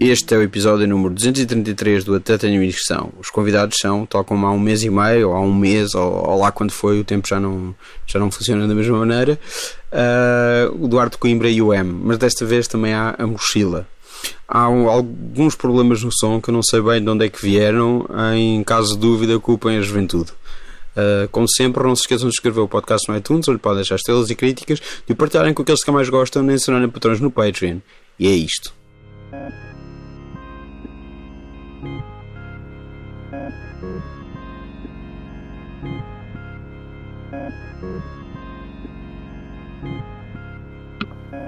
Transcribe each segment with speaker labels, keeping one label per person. Speaker 1: Este é o episódio número 233 do Até Tenho Inscrição. Os convidados são, tal como há um mês e meio, ou há um mês, ou, ou lá quando foi, o tempo já não, já não funciona da mesma maneira, uh, o Duarte Coimbra e o M. Mas desta vez também há a mochila. Há um, alguns problemas no som que eu não sei bem de onde é que vieram, em caso de dúvida, culpem a juventude. Uh, como sempre, não se esqueçam de escrever o podcast no iTunes, onde podem deixar estrelas e críticas, de partilharem com aqueles que mais gostam, nem se tornarem patrões no Patreon. E é isto.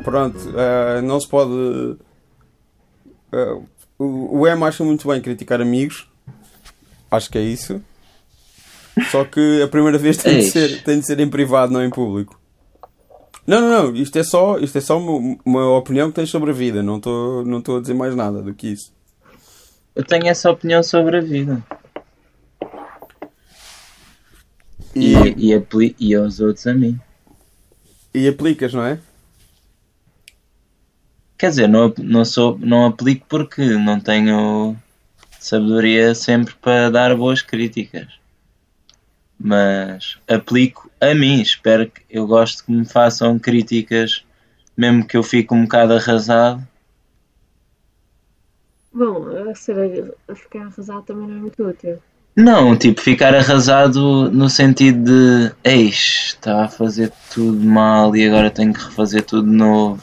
Speaker 2: Pronto, eh, não se pode. eh, o o M acha muito bem criticar amigos. Acho que é isso. Só que a primeira vez tem, de
Speaker 3: Eis.
Speaker 2: ser, tem de ser em privado, não em público. Não, não, não. Isto é só, isto é só uma, uma opinião que tens sobre a vida. Não estou não tô a dizer mais nada do que isso.
Speaker 3: Eu tenho essa opinião sobre a vida. E,
Speaker 2: E,
Speaker 3: e, apli- e aos outros a mim.
Speaker 2: e aplicas, não é?
Speaker 3: Quer dizer, não, ap- não, sou, não aplico porque não tenho sabedoria sempre para dar boas críticas. Mas aplico a mim. Espero que eu gosto que me façam críticas, mesmo que eu fique um bocado arrasado.
Speaker 4: Bom, a ser a ficar arrasado também não é muito útil.
Speaker 3: Não, tipo, ficar arrasado no sentido de eis, estava a fazer tudo mal e agora tenho que refazer tudo de novo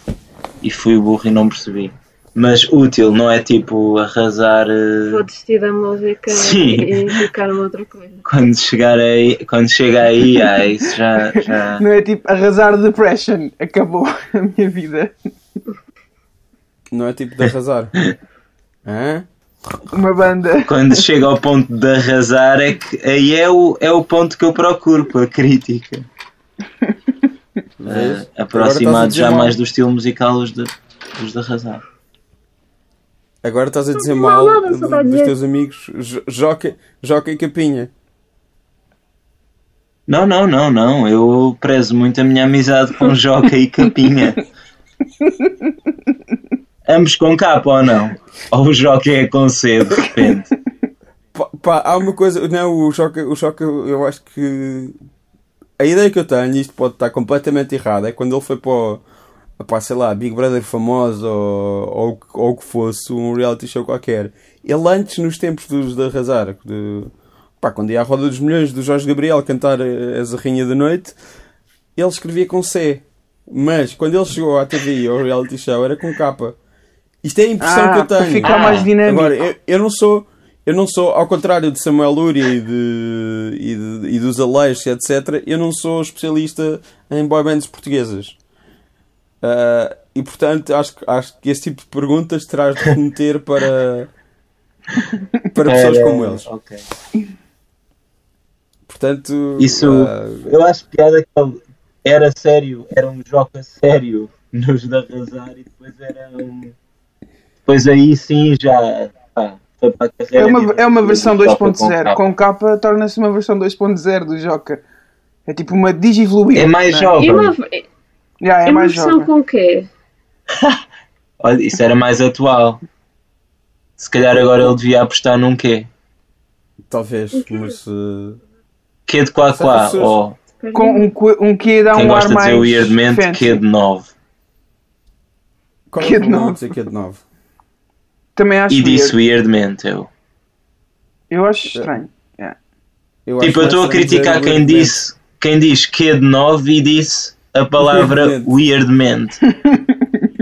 Speaker 3: e fui burro e não percebi. Mas útil, não é tipo arrasar eh,
Speaker 4: Vou desistir da música
Speaker 3: Sim.
Speaker 4: e ficar a outra coisa.
Speaker 3: quando chegar aí, quando chega aí, ah, isso já, já.
Speaker 5: Não é tipo arrasar depression, acabou a minha vida.
Speaker 2: Não é tipo de arrasar. Hã?
Speaker 5: Uma banda.
Speaker 3: Quando chega ao ponto de arrasar é que aí é o, é o ponto que eu procuro para a crítica.
Speaker 2: Vês?
Speaker 3: Eh,
Speaker 2: É Agora estás a
Speaker 3: aproximado
Speaker 2: dizer
Speaker 3: já
Speaker 2: mal.
Speaker 3: mais do estilo musical os de, os de arrasar.
Speaker 2: Agora estás a dizer
Speaker 4: Não,
Speaker 2: mal
Speaker 4: não, não, só
Speaker 2: do-
Speaker 4: tá a
Speaker 2: dos
Speaker 4: dizer-
Speaker 2: teus amigos Jo- Joca Joca e Capinha.
Speaker 3: Não, não, não, não. Eu prezo muito a minha amizade com Joca e Capinha. Ambos com capa ou não? Ou o Joca é com C de repente?
Speaker 2: Pá, pá, há uma coisa. Não, o Joca, o Joca, eu acho que. A ideia que eu tenho, e isto pode estar completamente errado, é quando ele foi para, o- pá, sei lá, Big Brother famoso ou, ou, o que- ou o que fosse, um reality show qualquer. Ele antes, nos tempos dos de arrasar, de, pá, quando ia à Roda dos Milhões do Jorge Gabriel cantar eh, a Zarrinha da Noite, ele escrevia com C. Mas quando ele chegou à TV e ao reality show, era com K. Isto é a impressão
Speaker 5: Ah,
Speaker 2: que eu tenho.
Speaker 5: para ficar mais dinâmico.
Speaker 2: Agora, eu, eu não sou, eu não sou, ao contrário de Samuel Luria e, de, e, de- e dos Aleixo, etc., eu não sou especialista em boy bands portuguesas. Ah, e portanto, acho, que- acho que esse tipo de perguntas terás de meter para, para pessoas
Speaker 3: Era-
Speaker 2: como eles.
Speaker 3: ok.
Speaker 2: Portanto,
Speaker 3: Isso.
Speaker 2: ah,
Speaker 3: Eu acho piada que ele era sério, era um Joca sério nos de arrasar e depois era um. Depois aí sim já. pá, foi para a
Speaker 5: É
Speaker 3: carreira
Speaker 5: uma,
Speaker 3: de-
Speaker 5: é uma
Speaker 3: de
Speaker 5: versão
Speaker 3: Joca tipo com
Speaker 5: 2.0.
Speaker 3: capa.
Speaker 5: Com capa torna-se uma versão 2.0 do Joker. É tipo uma digivoluída.
Speaker 3: É mais
Speaker 5: não
Speaker 4: E
Speaker 3: jovem.
Speaker 4: uma,
Speaker 5: Já, é
Speaker 4: é uma
Speaker 5: mais
Speaker 4: versão
Speaker 5: jovem.
Speaker 4: com o quê?
Speaker 3: Olha, isso era mais atual. Se calhar agora ele devia apostar num quê?
Speaker 2: talvez, mas ah,
Speaker 3: Quê de quá quá?
Speaker 2: Certas pessoas-
Speaker 3: Ou
Speaker 5: Com um, que- um que dá
Speaker 3: quem
Speaker 5: um ar
Speaker 3: gosta de dizer
Speaker 5: mais.
Speaker 3: weirdmente,
Speaker 5: fancy.
Speaker 3: quê de novo.
Speaker 2: qual é
Speaker 5: Que
Speaker 2: o
Speaker 5: de
Speaker 2: problema
Speaker 5: novo.
Speaker 2: de dizer que é de novo?
Speaker 5: Também acho
Speaker 3: E
Speaker 5: weird.
Speaker 3: disse weirdmente eu.
Speaker 5: Eu acho estranho.
Speaker 2: Eu acho
Speaker 3: Tipo, eu estou a
Speaker 2: que vai ser
Speaker 3: criticar
Speaker 2: dizer
Speaker 3: quem
Speaker 2: weirdmente.
Speaker 3: disse quem diz quê de novo e disse a palavra weirdmente.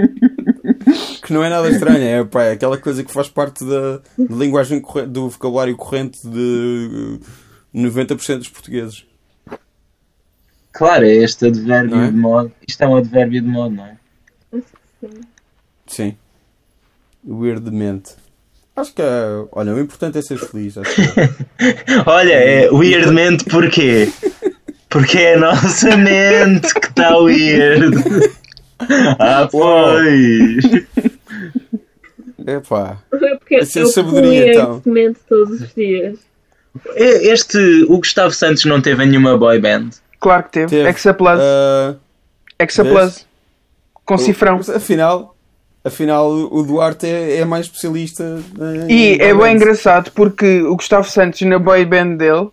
Speaker 2: que não é nada estranho, é pá, é aquela coisa que faz parte da, da linguagem corre- do vocabulário corrente de eh, 90% dos portugueses.
Speaker 3: Claro, é este advérbio
Speaker 2: Não é?
Speaker 3: de modo. Isto é um advérbio de modo, não é?
Speaker 2: Sim. Weirdmente. Acho que, eh, olha, o importante é ser feliz. Acho que é.
Speaker 3: Olha, é
Speaker 2: Uhum.
Speaker 3: weirdmente porquê? Porque é a nossa mente que tá está weird. Ah, pois.
Speaker 2: é. Epá.
Speaker 4: Porque
Speaker 2: Essa é
Speaker 4: eu
Speaker 2: sabedoria,
Speaker 4: sabedoria,
Speaker 2: então.
Speaker 4: semente todos os dias.
Speaker 3: E- Este, o Gustavo Santos não teve nenhuma boy band.
Speaker 5: Claro que teve.
Speaker 2: Teve.
Speaker 5: Exa Plus.
Speaker 2: Ah,
Speaker 5: Exa
Speaker 2: vês?
Speaker 5: Plus. Com cifrão.
Speaker 2: Mas, afinal, afinal, o Duarte é, é mais especialista. ah, em-
Speaker 5: E
Speaker 2: em
Speaker 5: é bem
Speaker 2: balanço.
Speaker 5: engraçado porque o Gustavo Santos na boy band dele,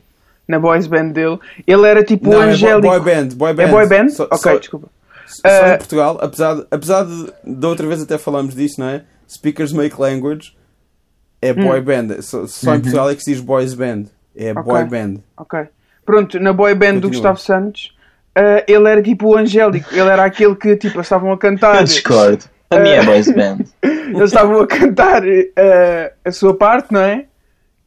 Speaker 5: na boys band dele, ele era tipo
Speaker 2: Não,
Speaker 5: o
Speaker 2: é bo-
Speaker 5: angélico.
Speaker 2: boy band, boy band.
Speaker 5: É boy band?
Speaker 2: Só-
Speaker 5: ok,
Speaker 2: só-
Speaker 5: desculpa.
Speaker 2: É Só em
Speaker 5: Eh,
Speaker 2: Portugal, apesar, de- apesar de, da outra vez até falámos disso, não é? Speakers make language é
Speaker 5: Hum.
Speaker 2: boy band. Só, só
Speaker 3: Uhum.
Speaker 2: em Portugal é que se diz boys band. É
Speaker 5: Ok.
Speaker 2: boy band.
Speaker 5: Ok. Pronto, na boy band do
Speaker 2: Continua.
Speaker 5: Gustavo Santos, eh, ele era tipo o angélico. Ele era aquele que tipo, eles estavam a cantar.
Speaker 3: Eu discordo. Para mim é boys band.
Speaker 5: Eles estavam a cantar eh, a sua parte, não é?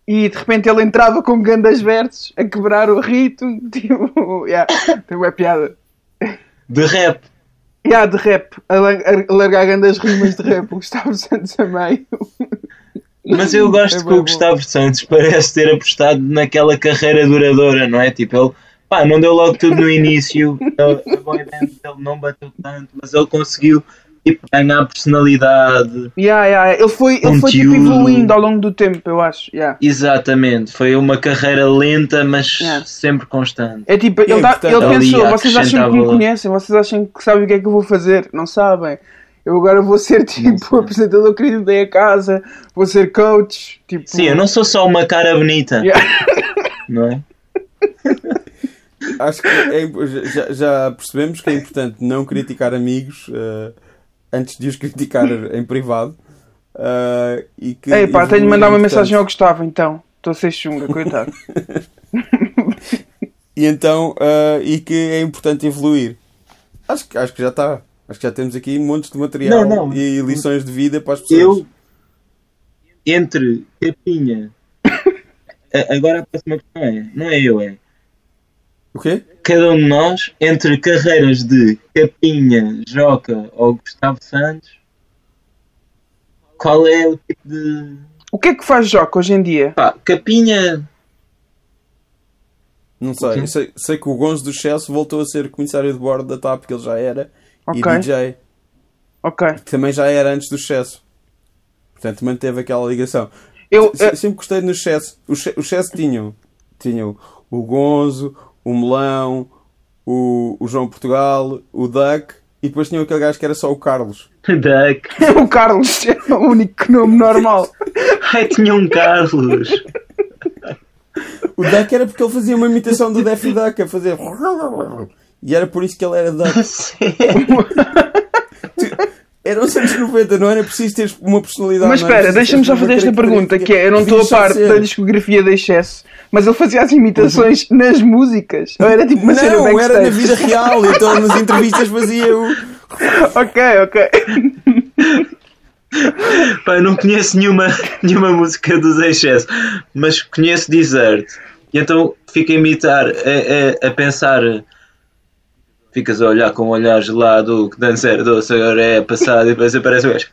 Speaker 5: E de repente ele entrava com grandes versos a quebrar o ritmo. Tipo, yeah, tem uma piada.
Speaker 3: De rap.
Speaker 5: E há de rap, a lan- a largar grandes rimas de rap, o Gustavo Santos a meio.
Speaker 3: Mas eu gosto
Speaker 5: É
Speaker 3: que
Speaker 5: bué
Speaker 3: o
Speaker 5: bom.
Speaker 3: Gustavo Santos parece ter apostado naquela carreira duradoura, não é? Tipo, ele pá, não deu logo tudo no início, a a boy band dele não bateu tanto, mas ele conseguiu tipo, ganhar personalidade.
Speaker 5: Yeah, yeah, Ele foi, ele foi tipo
Speaker 3: Conteúdo.
Speaker 5: evoluindo ao longo do tempo, eu acho. Yeah.
Speaker 3: Exatamente, foi uma carreira lenta, mas
Speaker 5: Yeah.
Speaker 3: sempre constante.
Speaker 5: É tipo, ele,
Speaker 2: É,
Speaker 5: tá-
Speaker 2: portanto,
Speaker 5: ele
Speaker 3: ali
Speaker 5: pensou,
Speaker 3: acrescentava-
Speaker 5: vocês acham que me conhecem, vocês acham que sabem o que é que eu vou fazer, não sabem. Eu agora vou ser tipo apresentador querido da casa, vou ser coach, tipo.
Speaker 3: Sim, eu não sou só uma cara bonita,
Speaker 5: Yeah.
Speaker 3: não é?
Speaker 2: Acho que é- já, já percebemos que é importante não criticar amigos eh, antes de os criticar em privado. eh, e que
Speaker 5: Ei pá, tenho de mandar uma
Speaker 2: evoluir,
Speaker 5: mensagem
Speaker 2: portanto.
Speaker 5: ao Gustavo então. Estou a ser chunga, coitado.
Speaker 2: E então, eh, e que é importante evoluir. Acho, que- acho que já está. Acho que já temos aqui montes de material
Speaker 3: Não, não.
Speaker 2: e lições de vida para as pessoas.
Speaker 3: Eu, entre capinha, a- agora a próxima questão é, não é eu, é.
Speaker 2: O quê?
Speaker 3: cada um de nós, entre carreiras de Capinha, Joca ou Gustavo Santos, qual é o tipo de.
Speaker 5: o que é que faz Joca hoje em dia?
Speaker 3: Pá, Capinha.
Speaker 2: Não sei.
Speaker 3: quê?
Speaker 2: Eu sei. Sei que o Gonzo do Chelsea voltou a ser comissário de bordo da TAP, que ele já era,
Speaker 5: Ok.
Speaker 2: e DJ,
Speaker 5: Ok.
Speaker 2: que também já era antes do Chelsea. Portanto, manteve aquela ligação.
Speaker 5: Eu,
Speaker 2: Se- Sempre gostei no Chess. O Che- o Chess tinham, tinham o Gonzo, o Melão, o, o João Portugal, o Duck, e depois tinham aquele gajo que era só o Carlos.
Speaker 3: Duck.
Speaker 5: eh, o Carlos é o único nome normal.
Speaker 3: Ai, tinha um Carlos.
Speaker 2: O Duck era porque ele fazia uma imitação do Daffy Duck, a fazer. E era por isso que ele era Duck. Era um os anos 90, não era preciso ter uma personalidade.
Speaker 5: Mas
Speaker 2: assim, não era
Speaker 5: espera,
Speaker 2: preciso
Speaker 5: deixa-me
Speaker 2: teres
Speaker 5: só
Speaker 2: uma
Speaker 5: fazer esta pergunta,
Speaker 2: característica.
Speaker 5: que é, eu não estou a
Speaker 2: Devias só
Speaker 5: par
Speaker 2: ser.
Speaker 5: da discografia da Excesso, mas ele fazia as imitações nas músicas? Ou era tipo uma cena
Speaker 2: Uhum. Não,
Speaker 5: backstage?
Speaker 2: era na vida real, então nas entrevistas fazia o.
Speaker 5: Ok, ok.
Speaker 3: Pá, eu não conheço nenhuma, nenhuma música dos Excess, mas conheço Desert. E então fico a imitar, a, a- a pensar. Ficas a olhar com um olhar gelado, que dança era doce, agora é passado, e depois aparece o gajo.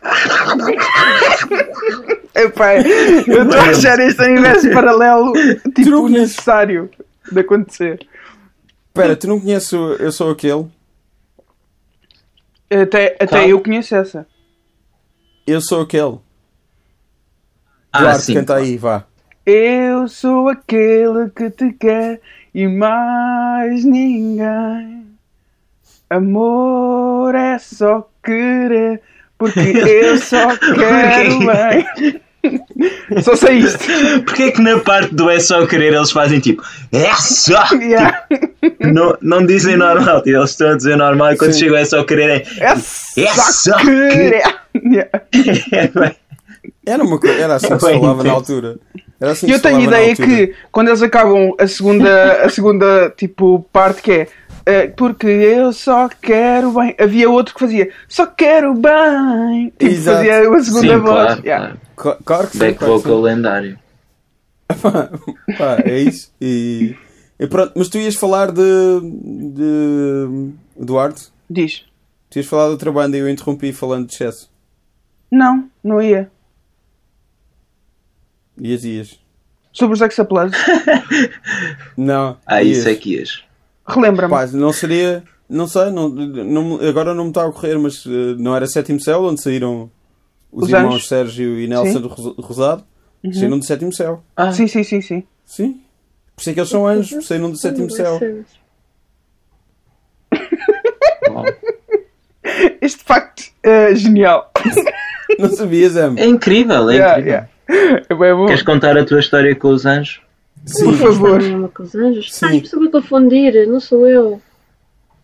Speaker 5: Epá, eu estou a achar este universo paralelo, tipo,
Speaker 2: Truques.
Speaker 5: necessário de acontecer.
Speaker 2: Espera, tu não conheces o Eu Sou Aquele?
Speaker 5: Até, até
Speaker 3: Calma.
Speaker 5: eu conheço essa.
Speaker 2: Eu Sou Aquele.
Speaker 3: Ah,
Speaker 2: Duarte,
Speaker 3: sim.
Speaker 2: canta aí, vá.
Speaker 5: Eu sou aquele que te quer e mais ninguém. Amor é só querer, porque eu só quero bem. Só sei isto.
Speaker 3: Porquê é que na parte do é só querer eles fazem tipo é só?
Speaker 5: Yeah.
Speaker 3: Não, não dizem normal, tipo, eles estão a dizer normal e quando
Speaker 2: Sim.
Speaker 3: chegam é só querer
Speaker 5: É só
Speaker 3: só
Speaker 5: querer. Yeah.
Speaker 3: é.
Speaker 2: Era, uma, co- era assim que se
Speaker 3: Bem,
Speaker 2: falava na
Speaker 3: sim.
Speaker 2: altura. Era assim
Speaker 5: E
Speaker 2: que
Speaker 5: eu
Speaker 2: se falava
Speaker 5: tenho
Speaker 2: na
Speaker 5: ideia
Speaker 2: altura.
Speaker 5: que quando eles acabam a segunda, a segunda tipo, parte que é eh, porque eu só quero bem. Havia outro que fazia só quero bem. Tipo,
Speaker 2: Exato.
Speaker 5: fazia uma segunda
Speaker 3: Sim,
Speaker 5: voz.
Speaker 3: claro,
Speaker 5: Yeah.
Speaker 3: claro.
Speaker 2: Cla- Claro que sim,
Speaker 3: Back
Speaker 2: claro que
Speaker 3: vocal lendário.
Speaker 2: sim. Pá, é isso. E, e pronto, mas tu ias falar de, de. Duarte?
Speaker 5: Diz.
Speaker 2: Tu ias falar de outra banda e eu interrompi falando de excesso.
Speaker 5: Não, não ia.
Speaker 2: Ias, ias.
Speaker 5: Sobre os Exaplus.
Speaker 2: Não.
Speaker 3: Ah,
Speaker 2: ias.
Speaker 3: isso é que ias.
Speaker 5: Relembra-me.
Speaker 2: Pá, não seria. Não sei, não, não, me- agora não me está a ocorrer, mas eh, não era Sétimo Céu onde saíram Os,
Speaker 5: Os
Speaker 2: irmãos
Speaker 5: anos?
Speaker 2: Sérgio e Nelson do Ros- Rosado
Speaker 4: Uhum.
Speaker 2: saíram do sétimo céu.
Speaker 3: Ah,
Speaker 5: Sim, sim, sim, sim.
Speaker 2: Sim. Por isso é que eles são anjos, saíram do sétimo céu.
Speaker 3: uau.
Speaker 5: Este facto é genial.
Speaker 2: Não sabias, Am?
Speaker 3: É incrível, é
Speaker 5: Yeah,
Speaker 3: incrível.
Speaker 5: yeah. É bem bom.
Speaker 3: Queres contar a tua história com os anjos?
Speaker 5: Por favor.
Speaker 4: é Uma com os anjos.
Speaker 2: Sim.
Speaker 4: Estás sempre a confundir, não sou eu.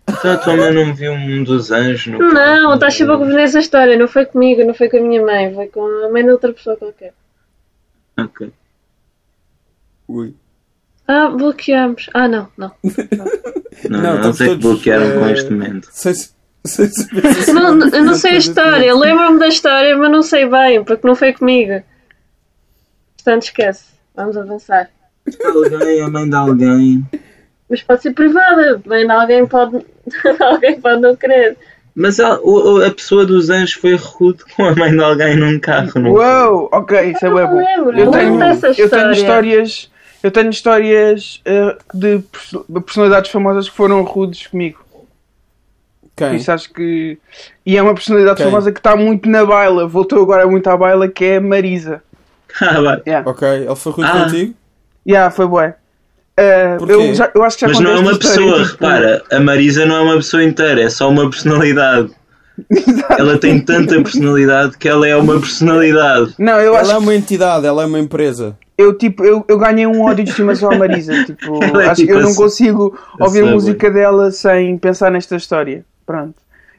Speaker 3: Então a tua mãe não viu um dos anjos no
Speaker 4: Não,
Speaker 5: tá
Speaker 4: estás sempre a confundir essa história. Não foi comigo, não foi com a minha mãe, foi com a mãe de outra pessoa qualquer.
Speaker 3: Ok.
Speaker 2: Ui.
Speaker 4: Ah, bloqueamos. Ah, não, não.
Speaker 3: Não,
Speaker 2: Não,
Speaker 3: não,
Speaker 2: estamos
Speaker 3: sei que
Speaker 2: todos,
Speaker 3: bloquearam com
Speaker 2: eh,
Speaker 3: este momento.
Speaker 2: Sem, sem saber se-
Speaker 4: não, não- eu não sei a
Speaker 2: Fazer
Speaker 4: história. Lembro-me da história, mas não sei bem, porque não foi comigo. Portanto, esquece. Vamos avançar.
Speaker 3: Alguém, a mãe de alguém.
Speaker 4: Mas pode ser privada. Bem, alguém pode, alguém pode não querer.
Speaker 3: Mas a, o- o- a pessoa dos anjos foi rude com a mãe de alguém num carro, não foi?
Speaker 5: Uou, ok, isso é
Speaker 4: Eu
Speaker 5: bem
Speaker 4: não
Speaker 5: bom.
Speaker 4: lembro,
Speaker 5: Eu
Speaker 4: não
Speaker 5: tenho,
Speaker 4: lembro dessa
Speaker 5: eu tenho
Speaker 4: história.
Speaker 5: histórias, eu tenho histórias eh, de perso- de personalidades famosas que foram rudes comigo. Por
Speaker 2: Quem?
Speaker 5: Isso acho que. E é uma personalidade
Speaker 2: Quem?
Speaker 5: famosa que está muito na baila, voltou agora muito à baila, que é a Marisa.
Speaker 3: Ah, vai.
Speaker 5: Yeah.
Speaker 2: Ok, ele foi ruim
Speaker 3: Ah.
Speaker 2: contigo?
Speaker 5: Yeah, foi bué. Eh,
Speaker 2: Porquê?
Speaker 5: eu, já- eu acho que já
Speaker 3: Mas
Speaker 5: contei
Speaker 3: não é
Speaker 5: esta
Speaker 3: uma
Speaker 5: história,
Speaker 3: pessoa,
Speaker 5: tipo-
Speaker 3: repara. A Marisa não é uma pessoa inteira, é só uma personalidade. Ela tem tanta personalidade que ela é uma personalidade.
Speaker 5: Não, eu
Speaker 2: Ela
Speaker 5: acho
Speaker 2: é uma entidade, ela é uma empresa.
Speaker 5: que eu, tipo, eu, eu ganhei um ódio de estimação à Marisa. Tipo,
Speaker 3: Ela é
Speaker 5: acho que
Speaker 3: tipo
Speaker 5: eu não
Speaker 3: assim.
Speaker 5: consigo ouvir
Speaker 3: Essa é
Speaker 5: música dela sem pensar nesta história. Pronto.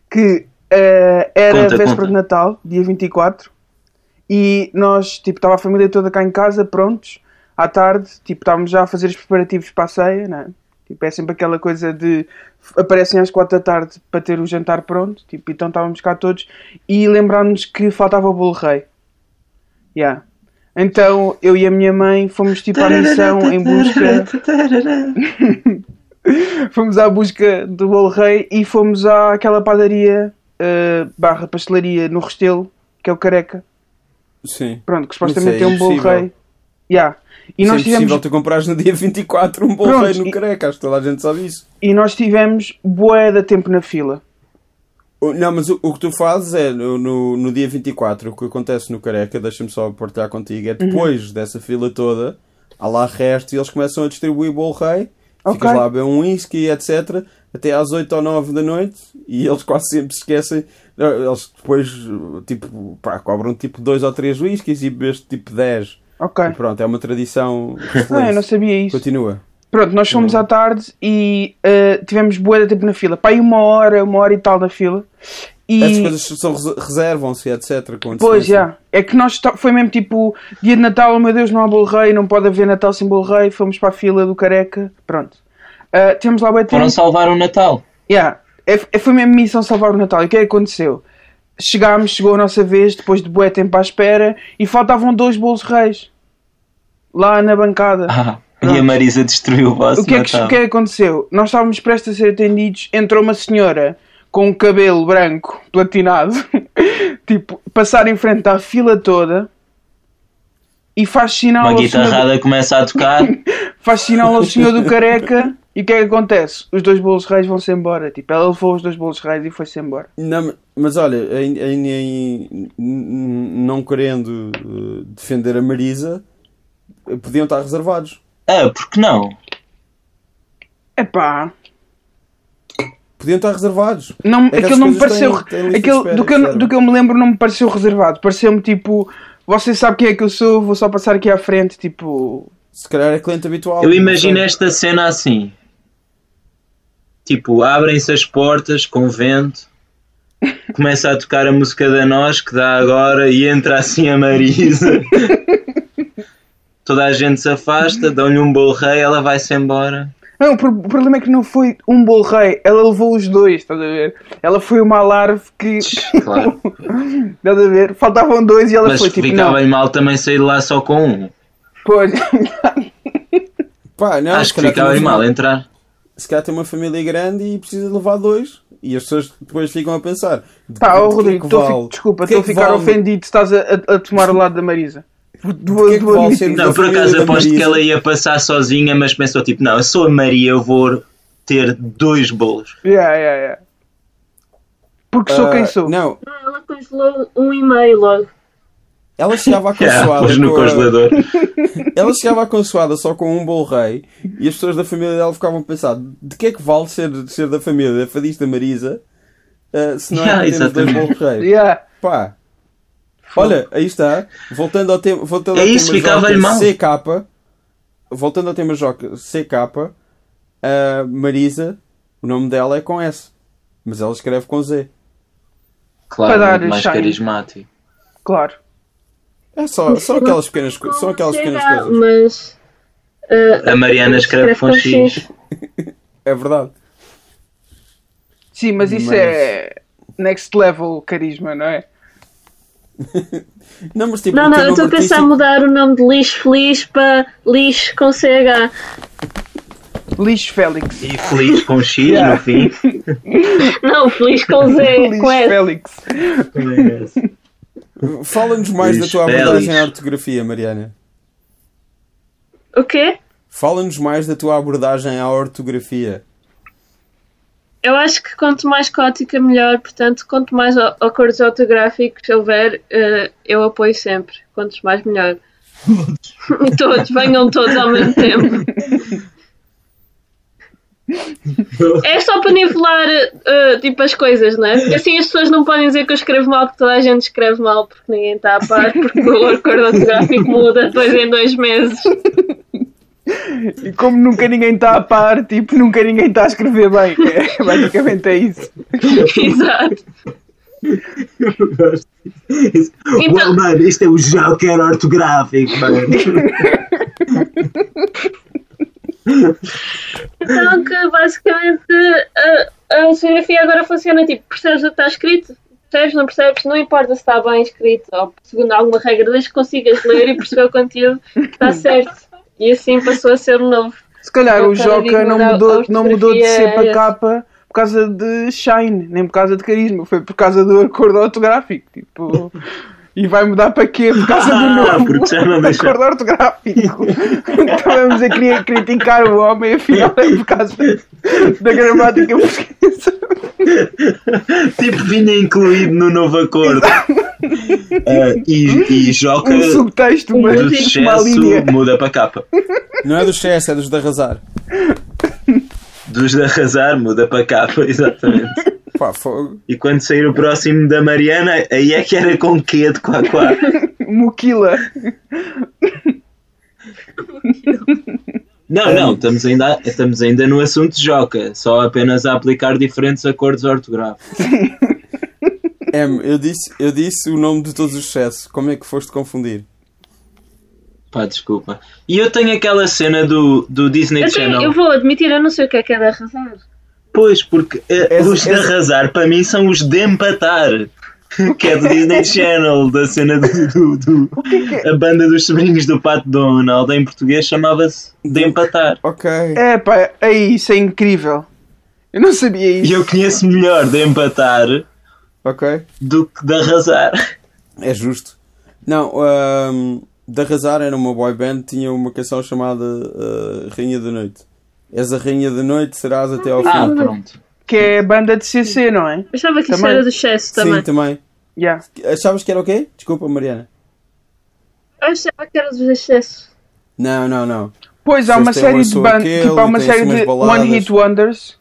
Speaker 5: Que eh, era
Speaker 3: Conta,
Speaker 5: véspera
Speaker 3: conta.
Speaker 5: de Natal, dia 24, e nós, tipo, estava a família toda cá em casa, prontos, à tarde, tipo, estávamos já a fazer os preparativos para a ceia, não é? Tipo, é sempre aquela coisa de aparecem às quatro da tarde para ter o jantar pronto, tipo, então estávamos cá todos e lembrámos que faltava o bolo rei. Yeah. Então eu e a minha mãe fomos tipo à missão em busca fomos à busca do bolo rei e fomos àquela padaria eh, barra pastelaria no Restelo, que é o Careca.
Speaker 2: Sim.
Speaker 5: Pronto, que
Speaker 2: Mas
Speaker 5: supostamente
Speaker 2: isso é
Speaker 5: tem um bolo
Speaker 2: impossível.
Speaker 5: rei. Yeah. E,
Speaker 2: Isso é
Speaker 5: nós
Speaker 2: impossível
Speaker 5: tivemos,
Speaker 2: tu comprares no dia 24 um bom
Speaker 5: Pronto,
Speaker 2: rei no
Speaker 5: e-
Speaker 2: careca, acho que toda a gente sabe isso.
Speaker 5: e nós tivemos bué da tempo na fila.
Speaker 2: O- Não, mas o, o que tu fazes é no, no, no dia 24, o que acontece no Careca, deixa-me só partilhar contigo,
Speaker 5: Uhum.
Speaker 2: é depois dessa fila toda, há lá resto e eles começam a distribuir bolo rei,
Speaker 5: Ok.
Speaker 2: ficas lá a beber um whisky, etc., até às 8 ou 9 da noite e eles quase sempre se esquecem. Não, Eles depois, tipo, pá, cobram tipo 2 ou 3 whiskies e bebes tipo 10.
Speaker 5: Ok.
Speaker 2: E pronto, é uma tradição.
Speaker 5: Ah, eu não
Speaker 2: excelente.
Speaker 5: sabia isso.
Speaker 2: Continua.
Speaker 5: Pronto, nós fomos à tarde e eh, tivemos bué da tempo na fila. Pá, aí uma hora, uma hora e tal na fila. E...
Speaker 2: Essas coisas são, reservam-se, etc. com
Speaker 5: Pois,
Speaker 2: antecedência.
Speaker 5: já. É que nós to- foi mesmo tipo dia de Natal, oh meu Deus, não há bolo rei, não pode haver Natal sem bolo rei. Fomos para a fila do Careca, pronto. Ah, temos lá o
Speaker 3: Foram
Speaker 5: tempo.
Speaker 3: salvar o Natal.
Speaker 5: Yeah. É, é- foi mesmo missão salvar o Natal. E o que é que aconteceu? Chegámos, chegou a nossa vez, depois de bué tempo à espera, e faltavam dois bolos reis lá na bancada.
Speaker 3: Ah, e a Marisa destruiu o vosso
Speaker 5: O que, é que,
Speaker 3: Natal.
Speaker 5: o que é que aconteceu? Nós estávamos prestes a ser atendidos, entrou uma senhora com um cabelo branco, platinado, tipo, passar em frente à fila toda e faz sinal,
Speaker 3: Uma
Speaker 5: ao senhor,
Speaker 3: guitarrada começa a tocar.
Speaker 5: faz sinal ao senhor do careca e o que é que acontece? Os dois bolos reis vão-se embora. Tipo, ela levou os dois bolos reis e foi-se embora.
Speaker 2: Não, mas olha, em, em- em- n- n- não querendo eh, defender a Marisa, eh, podiam estar reservados.
Speaker 3: Ah, por que não?
Speaker 5: Epá,
Speaker 2: Podiam estar reservados.
Speaker 5: não,
Speaker 2: É que
Speaker 5: aquele
Speaker 2: as
Speaker 5: não me
Speaker 2: coisas têm-
Speaker 5: pareceu.
Speaker 2: têm lista de
Speaker 5: aquele,
Speaker 2: espera,
Speaker 5: do, que eu,
Speaker 2: etc.
Speaker 5: do que eu me lembro, não me pareceu reservado. Pareceu-me tipo, você sabe quem é que eu sou, vou só passar aqui à frente. Tipo,
Speaker 2: Se calhar é cliente habitual.
Speaker 3: Eu imagino
Speaker 2: não sei.
Speaker 3: esta cena assim. Tipo, abrem-se as portas com vento, começa a tocar a música da nós que dá agora e entra assim a Marisa. Toda a gente se afasta, dão-lhe um bolo rei, ela vai-se embora.
Speaker 5: Não, o pro- o problema é que não foi um bolo rei, ela levou os dois, estás a ver? Ela foi uma larve que,
Speaker 3: Claro.
Speaker 5: estás a ver? Faltavam dois e ela
Speaker 3: Mas é
Speaker 5: foi tipo,
Speaker 3: ficava
Speaker 5: não,
Speaker 3: bem mal também sair de lá só com um.
Speaker 5: pois,
Speaker 2: Pá, não,
Speaker 3: Acho
Speaker 2: se
Speaker 3: que
Speaker 2: calhar
Speaker 3: ficava
Speaker 2: tem
Speaker 3: bem
Speaker 2: uma-
Speaker 3: mal entrar.
Speaker 2: Se calhar tem uma família grande e precisa de levar dois. E as pessoas depois ficam a pensar. de-
Speaker 5: pá,
Speaker 2: de
Speaker 5: ó
Speaker 2: que
Speaker 5: Rodrigo,
Speaker 2: é que
Speaker 5: tô a fi-
Speaker 2: vale?
Speaker 5: desculpa,
Speaker 2: De
Speaker 5: estou
Speaker 2: que é
Speaker 5: a
Speaker 2: que
Speaker 5: ficar
Speaker 2: vale-
Speaker 5: ofendido, estás a, a- a tomar o lado da Marisa. Vou,
Speaker 2: que é que
Speaker 5: vou
Speaker 2: vale
Speaker 5: admitir.
Speaker 2: ser-
Speaker 3: Não,
Speaker 2: da
Speaker 3: por acaso
Speaker 2: família da
Speaker 3: aposto que
Speaker 2: Marisa.
Speaker 3: ela ia passar sozinha, mas pensou tipo, não, eu sou a Maria, eu vou ter dois bolos.
Speaker 5: Yeah, yeah, yeah. Porque sou
Speaker 2: Ah,
Speaker 5: quem sou.
Speaker 2: Não,
Speaker 4: Ah, Não, ela congelou um e meio logo.
Speaker 2: Ela chegava
Speaker 5: É,
Speaker 3: Yeah,
Speaker 2: aconsoada.
Speaker 3: pôs no
Speaker 2: com a-
Speaker 3: congelador.
Speaker 2: ela chegava aconsoada só com um bolo rei e as pessoas da família dela ficavam a pensar: de que é que vale ser, ser da família da fadista Marisa eh, se não
Speaker 3: Yeah,
Speaker 2: é que temos dois
Speaker 3: Ah, exatamente.
Speaker 2: bolos reis?
Speaker 5: Yeah.
Speaker 2: Pá. Olha, aí está. Voltando ao tema, voltando
Speaker 3: É
Speaker 2: ao
Speaker 3: isso,
Speaker 2: tema
Speaker 3: ficava-lhe mal.
Speaker 2: CK, voltando ao tema Joca CK, a Marisa, o nome dela é com S, mas ela escreve com Z.
Speaker 3: Claro,
Speaker 5: Para dar
Speaker 3: muito mais
Speaker 5: shine.
Speaker 3: carismático.
Speaker 5: Claro.
Speaker 2: É só, são aquelas pequenas, co- são aquelas pequenas
Speaker 4: Será?
Speaker 2: coisas.
Speaker 4: Mas. ah,
Speaker 3: A Mariana escreve com X.
Speaker 2: É verdade.
Speaker 5: Sim, mas isso
Speaker 2: Mas-
Speaker 5: é next level carisma, não é?
Speaker 2: Não, mas tipo,
Speaker 4: Não,
Speaker 2: o
Speaker 4: não,
Speaker 2: teu
Speaker 4: eu estou a
Speaker 2: nome
Speaker 4: pensar em
Speaker 2: artístico-
Speaker 4: mudar o nome de lixo feliz para lixo com CH.
Speaker 5: Lixo Félix.
Speaker 3: E feliz com X
Speaker 5: Yeah.
Speaker 3: no fim.
Speaker 4: Não, feliz com Z,
Speaker 5: Lixo
Speaker 4: É com S.
Speaker 5: Félix.
Speaker 2: Fala-nos mais da tua
Speaker 3: Isso,
Speaker 2: abordagem
Speaker 3: Félix.
Speaker 2: à ortografia, Mariana.
Speaker 4: O quê?
Speaker 2: Fala-nos mais da tua abordagem à ortografia.
Speaker 4: Eu acho que quanto mais cótica, melhor. Portanto, quanto mais a- acordos ortográficos houver, eh, eu apoio sempre. Quantos mais, melhor. todos, venham todos ao mesmo tempo. É só para nivelar eh, tipo as coisas, não é? Porque assim as pessoas não podem dizer que eu escrevo mal, que toda a gente escreve mal, porque ninguém está a par, porque o acordo ortográfico muda de dois em dois meses.
Speaker 5: E como nunca ninguém está a par, tipo, nunca ninguém está a escrever bem. É, basicamente é isso.
Speaker 4: Exato. Então- Well,
Speaker 3: mano, isto é o Joker ortográfico, mano.
Speaker 4: Então, que basicamente a, a serigrafia agora funciona tipo: percebes o que está escrito? Percebes, não percebes? Não importa se está bem escrito ou segundo alguma regra, desde que consigas ler e perceber o conteúdo, está certo. E assim passou a ser um novo.
Speaker 5: Se calhar
Speaker 4: Eu
Speaker 5: o
Speaker 4: quero
Speaker 5: Joca não
Speaker 4: ignorar
Speaker 5: mudou,
Speaker 4: a
Speaker 5: não mudou de
Speaker 4: ortografia,
Speaker 5: C para
Speaker 4: é
Speaker 5: capa por causa de shine, nem por causa de carisma. Foi por causa do acordo ortográfico. Tipo, e vai mudar para quê? Por causa do
Speaker 3: Ah,
Speaker 5: novo
Speaker 3: porque já não deixa-
Speaker 5: acordo ortográfico. então vamos a querer criticar o homem, afinal é por causa da gramática portuguesa.
Speaker 3: tipo, vinha incluído no novo acordo. Ah, e, e Joker
Speaker 5: Um subtexto, uma,
Speaker 3: do
Speaker 5: uma
Speaker 3: sucesso
Speaker 5: linha.
Speaker 3: muda para capa.
Speaker 2: Não é dos CS, é dos de arrasar.
Speaker 3: Dos de arrasar muda para capa, exatamente.
Speaker 2: Pá, fogo.
Speaker 3: E quando sair o próximo da Mariana, aí é que era com Q de quá quá.
Speaker 5: Moquila.
Speaker 3: Não, não, estamos ainda, estamos ainda no assunto Joca, só apenas a aplicar diferentes acordos ortográficos.
Speaker 2: Em, é, eu disse, eu disse o nome de todos os sucessos. Como é que foste confundir?
Speaker 3: Pá, desculpa. E eu tenho aquela cena do, do Disney
Speaker 4: Eu,
Speaker 3: Channel.
Speaker 4: tenho, eu vou admitir, eu não sei o que é que é de arrasar.
Speaker 3: Pois, porque eh,
Speaker 2: Esse-
Speaker 3: os de
Speaker 2: esse-
Speaker 3: arrasar para mim são os de empatar. Que é do Disney Channel, da cena do, do- do-
Speaker 5: é
Speaker 3: A banda dos sobrinhos do Pato Donald em português chamava-se De Empatar.
Speaker 2: Ok.
Speaker 5: É pá, é isso, é incrível. Eu não sabia
Speaker 3: E
Speaker 5: isso.
Speaker 3: eu conheço melhor De Empatar
Speaker 2: Ok.
Speaker 3: do que De Arrasar.
Speaker 2: É justo. Não, ahm, de arrasar era uma boy band, tinha uma canção chamada ah, Rainha da Noite. És a Rainha da Noite, serás até ao fim.
Speaker 3: Ah, pronto.
Speaker 5: Que é banda de CC, não é?
Speaker 4: Eu Achava que isso
Speaker 5: Também.
Speaker 4: era do Chess também.
Speaker 2: Sim, também.
Speaker 5: Yeah.
Speaker 2: Achavas que era o quê? Desculpa, Mariana.
Speaker 4: Eu achava que era dos excessos.
Speaker 2: Não, não, não.
Speaker 5: Pois há uma
Speaker 2: Vocês têm
Speaker 5: série
Speaker 2: uma
Speaker 5: de
Speaker 2: sua
Speaker 5: bandas,
Speaker 2: aquele,
Speaker 5: tipo, há uma
Speaker 2: tem-se
Speaker 5: série
Speaker 2: assim umas
Speaker 5: de
Speaker 2: baladas.
Speaker 5: One Hit Wonders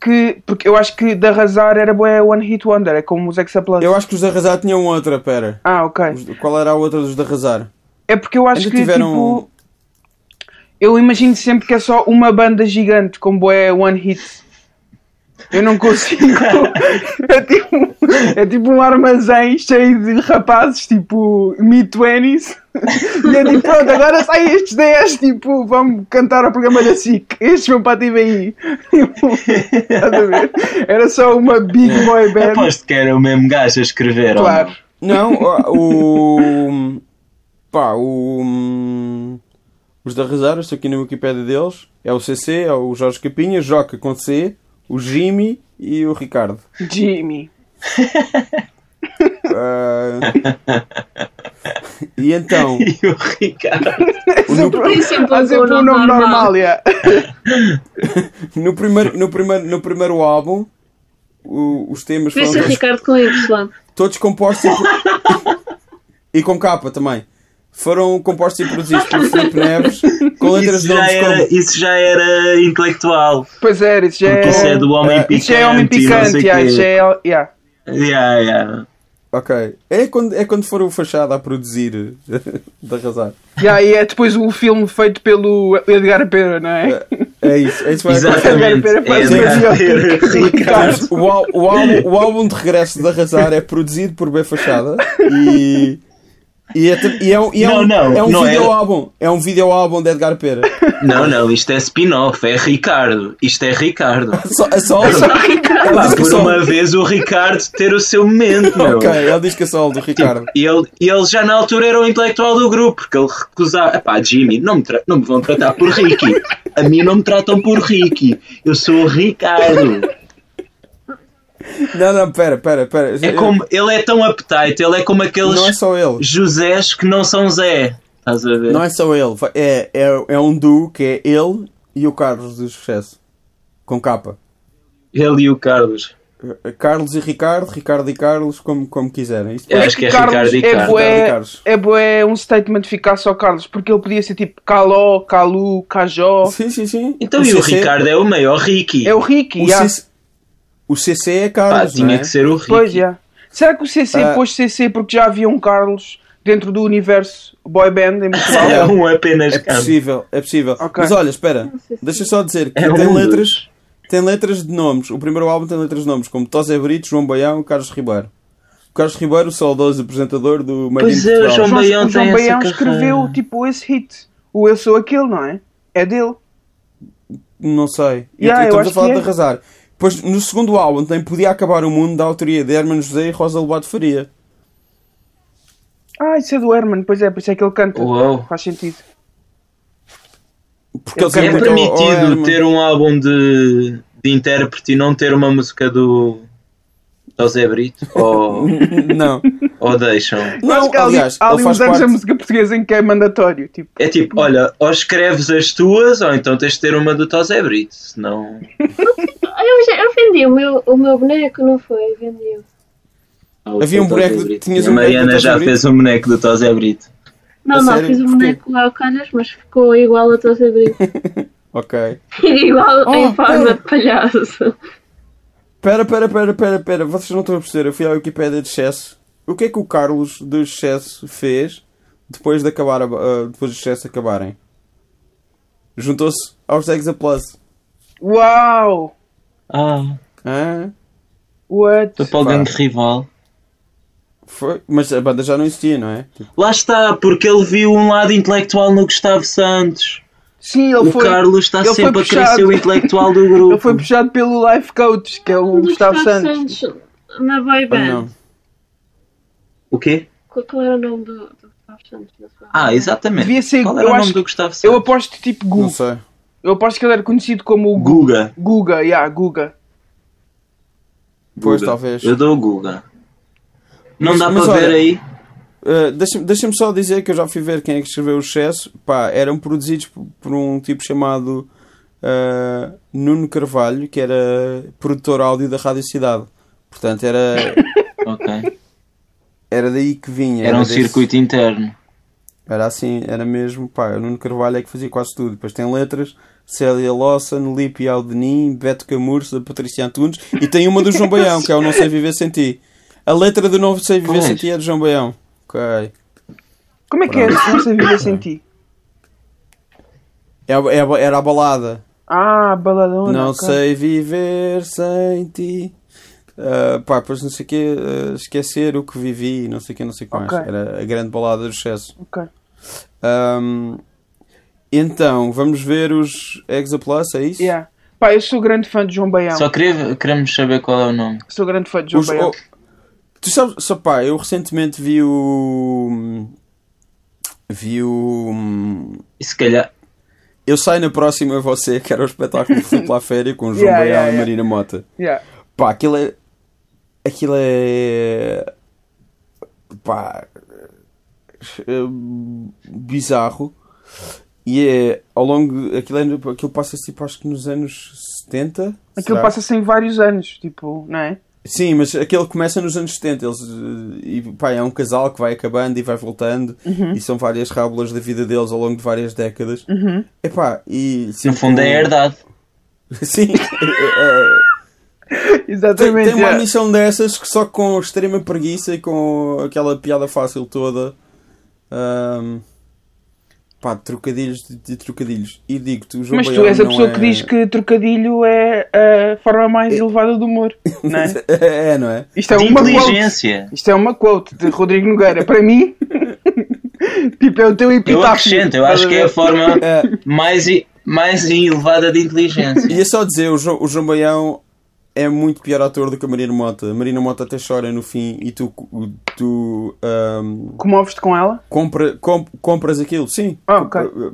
Speaker 5: que. Porque eu acho que de arrasar era boa One Hit Wonder, é como os Exaplus.
Speaker 2: Eu acho que os de arrasar tinham outra, pera.
Speaker 5: Ah, ok.
Speaker 2: Os- Qual era a outra dos de arrasar?
Speaker 5: É porque eu acho
Speaker 2: Ainda
Speaker 5: que
Speaker 2: tiveram-
Speaker 5: tipo. Eu imagino sempre que é só uma banda gigante com boé One Hit. Eu não consigo. é, tipo, é tipo um armazém cheio de rapazes, tipo mid-20s. E é tipo, pronto, agora saem estes 10, tipo, vão cantar ao programa da SIC. Estes vão para a TVI. Tipo, estás a ver? Era só uma big
Speaker 3: É.
Speaker 5: boy band.
Speaker 3: Aposto que era o mesmo gajo a escrever, ou
Speaker 5: Claro.
Speaker 3: não?
Speaker 2: Não, ó, o. Pá, o. Os da Rezar, estou aqui na Wikipédia deles. É o CC, é o Jorge Capinha, Joca com C, o Jimmy e o Ricardo.
Speaker 5: Jimmy.
Speaker 2: Ah, e então,
Speaker 3: E o Ricardo.
Speaker 5: é
Speaker 4: Tem sempre
Speaker 5: Há sempre um nome normal, yeah.
Speaker 2: no primeiro, no primeiro, no primeiro álbum, o- os temas
Speaker 4: Devia
Speaker 2: foram
Speaker 5: é
Speaker 4: ser
Speaker 2: todos,
Speaker 4: Ricardo com Y.
Speaker 2: todos compostos. Por... e com capa também. Foram compostos e produzidos por Filipe Neves com
Speaker 3: Isso
Speaker 2: letras de
Speaker 3: já,
Speaker 2: nomes
Speaker 3: era,
Speaker 2: como.
Speaker 3: isso já era intelectual.
Speaker 5: Pois é, isso já
Speaker 3: Porque
Speaker 5: é.
Speaker 3: isso é do homem picante.
Speaker 5: Isso já é homem
Speaker 3: e
Speaker 5: picante, yeah,
Speaker 3: não
Speaker 5: isso já
Speaker 3: sei
Speaker 5: é. yeah.
Speaker 3: quê. Yeah, yeah.
Speaker 2: Ok. É quando, é quando for o Fachada a produzir de arrasar.
Speaker 5: Yeah, e é depois o filme feito pelo Edgar Pera, não é?
Speaker 2: É isso. É isso que vai acontecer.
Speaker 3: Exatamente.
Speaker 5: Pera, pera, pera,
Speaker 3: É, Ricardo.
Speaker 2: Carlos, o, al- o álbum, o álbum de regresso de Arrasar é produzido por B Fachada e. E é, t- e é um, e é
Speaker 3: Não,
Speaker 2: um,
Speaker 3: não,
Speaker 2: é um
Speaker 3: não era.
Speaker 2: videoálbum. É um videoálbum de Edgar Pera.
Speaker 3: Não, não, isto é spin-off, é Ricardo. Isto é Ricardo.
Speaker 2: Só, é só, só,
Speaker 5: Ah,
Speaker 2: ele
Speaker 3: Pá,
Speaker 2: diz que
Speaker 3: por
Speaker 2: só-
Speaker 3: uma vez o Ricardo ter o seu momento, meu.
Speaker 2: Ok, ele diz que é só o do Ricardo.
Speaker 3: E ele, e ele já na altura era o intelectual do grupo, porque ele recusava. Pá, Jimmy, não me, tra- não me vão tratar por Ricky. A mim não me tratam por Ricky. Eu sou o Ricardo.
Speaker 2: Não, não, pera, pera, pera.
Speaker 3: Tipo, É como, ele é tão appetite, ele é como
Speaker 2: Não é
Speaker 3: aqueles
Speaker 2: só ele.
Speaker 3: Josés que não são Zé. Estás a ver?
Speaker 2: Não é só ele. Fa- É, é, é um duo que é ele e o Carlos do sucesso. Com capa.
Speaker 3: Ele e o Carlos.
Speaker 2: Carlos e Ricardo, Ricardo e Carlos, como, como quiserem. Isso
Speaker 3: Eu acho que é Ricardo e
Speaker 5: é
Speaker 3: Carlos.
Speaker 5: bué,
Speaker 2: Carlos.
Speaker 5: é bué um statement ficar só Carlos, porque ele podia ser tipo Caló, Calu, Cajó.
Speaker 2: Sim, sim, sim.
Speaker 3: Então, e o
Speaker 2: CC
Speaker 3: Ricardo é o maior Ricky.
Speaker 5: É o Ricky,
Speaker 2: O,
Speaker 5: yeah.
Speaker 2: CC, o CC é
Speaker 3: Pá,
Speaker 2: Carlos, não
Speaker 3: tinha
Speaker 2: é?
Speaker 3: que ser o Ricky.
Speaker 5: Pois, yeah. Será que o CC
Speaker 2: Ah.
Speaker 5: pôs CC porque já havia um Carlos dentro do universo boy band em Portugal?
Speaker 3: É um apenas
Speaker 2: É
Speaker 3: Carlos.
Speaker 2: possível, é possível.
Speaker 5: Ok.
Speaker 2: Mas olha, espera, deixa eu só dizer que
Speaker 3: É
Speaker 2: tem
Speaker 3: um
Speaker 2: letras,
Speaker 3: dos.
Speaker 2: tem letras de nomes. O primeiro álbum tem letras de nomes, como Tosé Brito, João Baião e Carlos Ribeiro. O Carlos Ribeiro, o saudoso apresentador do Marinho
Speaker 3: Pois
Speaker 2: de
Speaker 3: é, o
Speaker 2: Portugal.
Speaker 3: João
Speaker 5: João-
Speaker 3: Baião
Speaker 5: o João
Speaker 3: tem essa
Speaker 5: Baião
Speaker 3: carreira.
Speaker 5: escreveu tipo esse hit, o Eu Sou Aquele, não é? É dele.
Speaker 2: Não sei. E
Speaker 5: Yeah, eu
Speaker 2: estamos
Speaker 5: acho
Speaker 2: a falar
Speaker 5: que
Speaker 2: de
Speaker 5: é.
Speaker 2: arrasar. Pois no segundo álbum tem Podia Acabar o Mundo da autoria de Hermano José e Rosa Lobato Faria.
Speaker 5: Ah, isso é do Herman, pois é, por isso é que ele canta.
Speaker 3: Uau.
Speaker 5: Faz sentido.
Speaker 2: Porque eles
Speaker 3: É
Speaker 2: muito ao- ao
Speaker 3: permitido
Speaker 2: Herman.
Speaker 3: ter um álbum de, de intérprete e não ter uma música do José Brito? Ou,
Speaker 2: Não.
Speaker 3: ou deixam?
Speaker 5: Acho
Speaker 2: Não,
Speaker 5: que há ali,
Speaker 2: aliás,
Speaker 5: há ali
Speaker 2: ele
Speaker 5: uns
Speaker 2: faz
Speaker 5: anos a
Speaker 2: parte...
Speaker 5: música portuguesa em que é mandatório. Tipo,
Speaker 3: É tipo, olha, ou escreves as tuas ou então tens de ter uma do José Brito. Senão.
Speaker 4: Eu, já- eu vendi o meu, o meu boneco, não foi? Vendi.
Speaker 2: Havia um
Speaker 3: Tose
Speaker 2: boneco-
Speaker 3: Brito.
Speaker 2: tinhas
Speaker 3: E a
Speaker 2: um boneco do
Speaker 3: Mariana
Speaker 2: Tose
Speaker 3: já
Speaker 2: Brito?
Speaker 3: fez um boneco do José Brito.
Speaker 4: Não,
Speaker 2: A
Speaker 4: não,
Speaker 2: sério?
Speaker 4: fiz o
Speaker 2: Porquê?
Speaker 4: boneco lá ao calhas, mas ficou igual a todos abrir.
Speaker 2: Ok.
Speaker 4: igual
Speaker 2: Oh,
Speaker 4: em forma
Speaker 2: pera.
Speaker 4: de palhaço.
Speaker 2: Pera, pera, pera, pera, pera. Vocês não estão a perceber. Eu fui à Wikipédia de excesso. O que é que o Carlos do excesso fez depois de acabar a- ah, depois do excesso acabarem? Juntou-se aos Exa Plus.
Speaker 5: uau!
Speaker 3: Ah,
Speaker 2: Hã?
Speaker 5: What?
Speaker 3: estou para o
Speaker 2: Pá.
Speaker 3: grande rival.
Speaker 2: Foi? Mas a banda já não existia, não é? Tipo,
Speaker 3: Lá está, porque ele viu um lado intelectual no Gustavo Santos.
Speaker 5: Sim, ele
Speaker 3: o
Speaker 5: foi.
Speaker 3: Carlos está
Speaker 5: ele foi
Speaker 3: sempre a
Speaker 5: puxado.
Speaker 3: crescer o intelectual do grupo.
Speaker 5: Ele foi puxado pelo Life Coach, que é o Gustavo Santos.
Speaker 4: Na boy band.
Speaker 2: não.
Speaker 3: O quê?
Speaker 4: Qual, qual era o nome do, do Gustavo Santos? na sua-
Speaker 3: Ah, exatamente.
Speaker 5: Devia ser-
Speaker 3: Qual era
Speaker 5: eu
Speaker 3: o
Speaker 5: acho
Speaker 3: nome
Speaker 5: que-
Speaker 3: do Gustavo Santos?
Speaker 5: Eu aposto tipo
Speaker 2: Não
Speaker 5: Guga.
Speaker 2: sei.
Speaker 5: Eu aposto que ele era conhecido como o Guga.
Speaker 3: Guga.
Speaker 5: Guga, yeah, Guga.
Speaker 2: Pois,
Speaker 3: Guga.
Speaker 2: talvez.
Speaker 3: Eu dou o Guga. Não
Speaker 2: Mas-
Speaker 3: dá
Speaker 2: mas
Speaker 3: para ver
Speaker 2: olha-
Speaker 3: aí?
Speaker 2: Uh, deixa- Deixa-me só dizer que eu já fui ver quem é que escreveu o excesso. Pá, eram produzidos por, por um tipo chamado uh, Nuno Carvalho, que era produtor áudio da Rádio Cidade. Portanto, era,
Speaker 3: Ok.
Speaker 2: era daí que vinha.
Speaker 3: Era um
Speaker 2: desse-
Speaker 3: circuito interno.
Speaker 2: Era assim, era mesmo. Pá, o Nuno Carvalho é que fazia quase tudo. Depois tem letras. Célia Lawson, Lipe Aldenim, Beto Camurça, Patrícia Antunes e tem uma do João Baião, que é o Não Sei Viver Sem Ti. A letra do Não Sei Viver
Speaker 3: Pois.
Speaker 2: Sem Ti é do João Baião. Ok.
Speaker 5: Como é que é? Não sei viver sem ti.
Speaker 2: É a- é a- era a balada.
Speaker 5: Ah, baladona.
Speaker 2: Não
Speaker 5: ok.
Speaker 2: sei viver sem ti. Ah, pá, pois não sei o quê, ah, esquecer o que vivi, não sei o quê, não sei o que mais.
Speaker 5: Ok.
Speaker 2: Era a grande balada do excesso.
Speaker 5: Ok.
Speaker 2: Ahm, então, vamos ver os Exaplus, é isso?
Speaker 5: Yeah. Pá, eu sou grande fã de João Baião.
Speaker 3: Só queria, queremos saber qual é o nome.
Speaker 5: Sou grande fã de João
Speaker 2: Os-
Speaker 5: Baião.
Speaker 2: oh, tu sabes, só pá, eu recentemente vi o. Vi o.
Speaker 3: E se calhar.
Speaker 2: Eu saio na próxima a você, que era o espetáculo de Filipe La Féria com o João
Speaker 5: Yeah,
Speaker 2: Baião
Speaker 5: yeah,
Speaker 2: e
Speaker 5: yeah.
Speaker 2: Marina Mota.
Speaker 5: Yeah.
Speaker 2: Pá, aquilo é. Aquilo é. Pá. é Bizarro. E é ao longo. Aquilo, é- aquilo passa tipo, acho que nos anos 70.
Speaker 5: Aquilo
Speaker 2: será?
Speaker 5: passa-se em vários anos, tipo, não é?
Speaker 2: Sim, mas aquele começa nos anos 70. Eles, eh, e, pá, é um casal que vai acabando e vai voltando. E são várias rábulas da vida deles ao longo de várias décadas.
Speaker 5: Uhum.
Speaker 2: Epá, e.
Speaker 3: No
Speaker 2: sempre-
Speaker 3: fundo é herdade.
Speaker 2: Sim. é- é- tem,
Speaker 5: Exatamente.
Speaker 2: tem uma
Speaker 5: yeah.
Speaker 2: missão dessas que só com extrema preguiça e com aquela piada fácil toda. ahm, pá, de trocadilhos de, de trocadilhos. E digo-te, o João
Speaker 5: Mas tu
Speaker 2: Baião
Speaker 5: és a
Speaker 2: não
Speaker 5: pessoa
Speaker 2: é-
Speaker 5: que diz que trocadilho é a forma mais elevada do humor. Não é?
Speaker 2: é, não é?
Speaker 5: Isto é
Speaker 3: de
Speaker 5: uma quote.
Speaker 3: inteligência.
Speaker 5: Isto é uma quote de Rodrigo Nogueira. Para mim, tipo, é o teu
Speaker 3: Eu
Speaker 5: epitáfio.
Speaker 3: acrescento, eu acho que é a forma
Speaker 2: É.
Speaker 3: mais, e- mais elevada de inteligência.
Speaker 2: E é só dizer, o João, o João Baião é muito pior ator do que a Marina Mota. A Marina Mota até chora no fim e tu, tu ahm,
Speaker 5: Comoves-te com ela?
Speaker 2: compra, comp- compras aquilo. Sim.
Speaker 5: Ah, ok.
Speaker 3: Está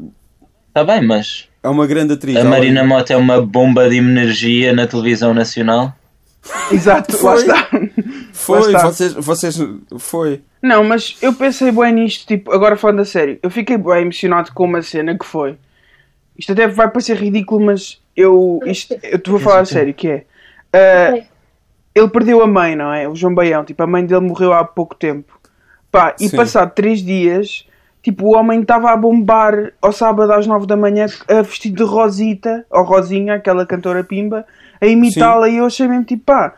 Speaker 3: Tá bem, mas
Speaker 2: É uma grande atriz.
Speaker 3: a
Speaker 2: Ela-
Speaker 3: Marina Mota é uma bomba de energia na televisão nacional.
Speaker 5: Exato, lá
Speaker 2: Foi.
Speaker 5: está. Lá
Speaker 2: Foi,
Speaker 5: está.
Speaker 2: vocês, vocês... Foi.
Speaker 5: Não, mas eu pensei bem nisto, tipo, agora falando a sério, eu fiquei bem emocionado com uma cena que foi. Isto até vai parecer ridículo, mas eu, isto, eu te vou falar a sério, que é. ah,
Speaker 4: Ok.
Speaker 5: ele perdeu a mãe, não é? O João Baião, tipo, a mãe dele morreu há pouco tempo. Pá, e
Speaker 2: Sim.
Speaker 5: passado três dias, tipo, o homem estava a bombar ao sábado às nove da manhã, a vestido de Rosita, ou Rosinha, aquela cantora pimba, a imitá-la, e eu achei mesmo, tipo, pá,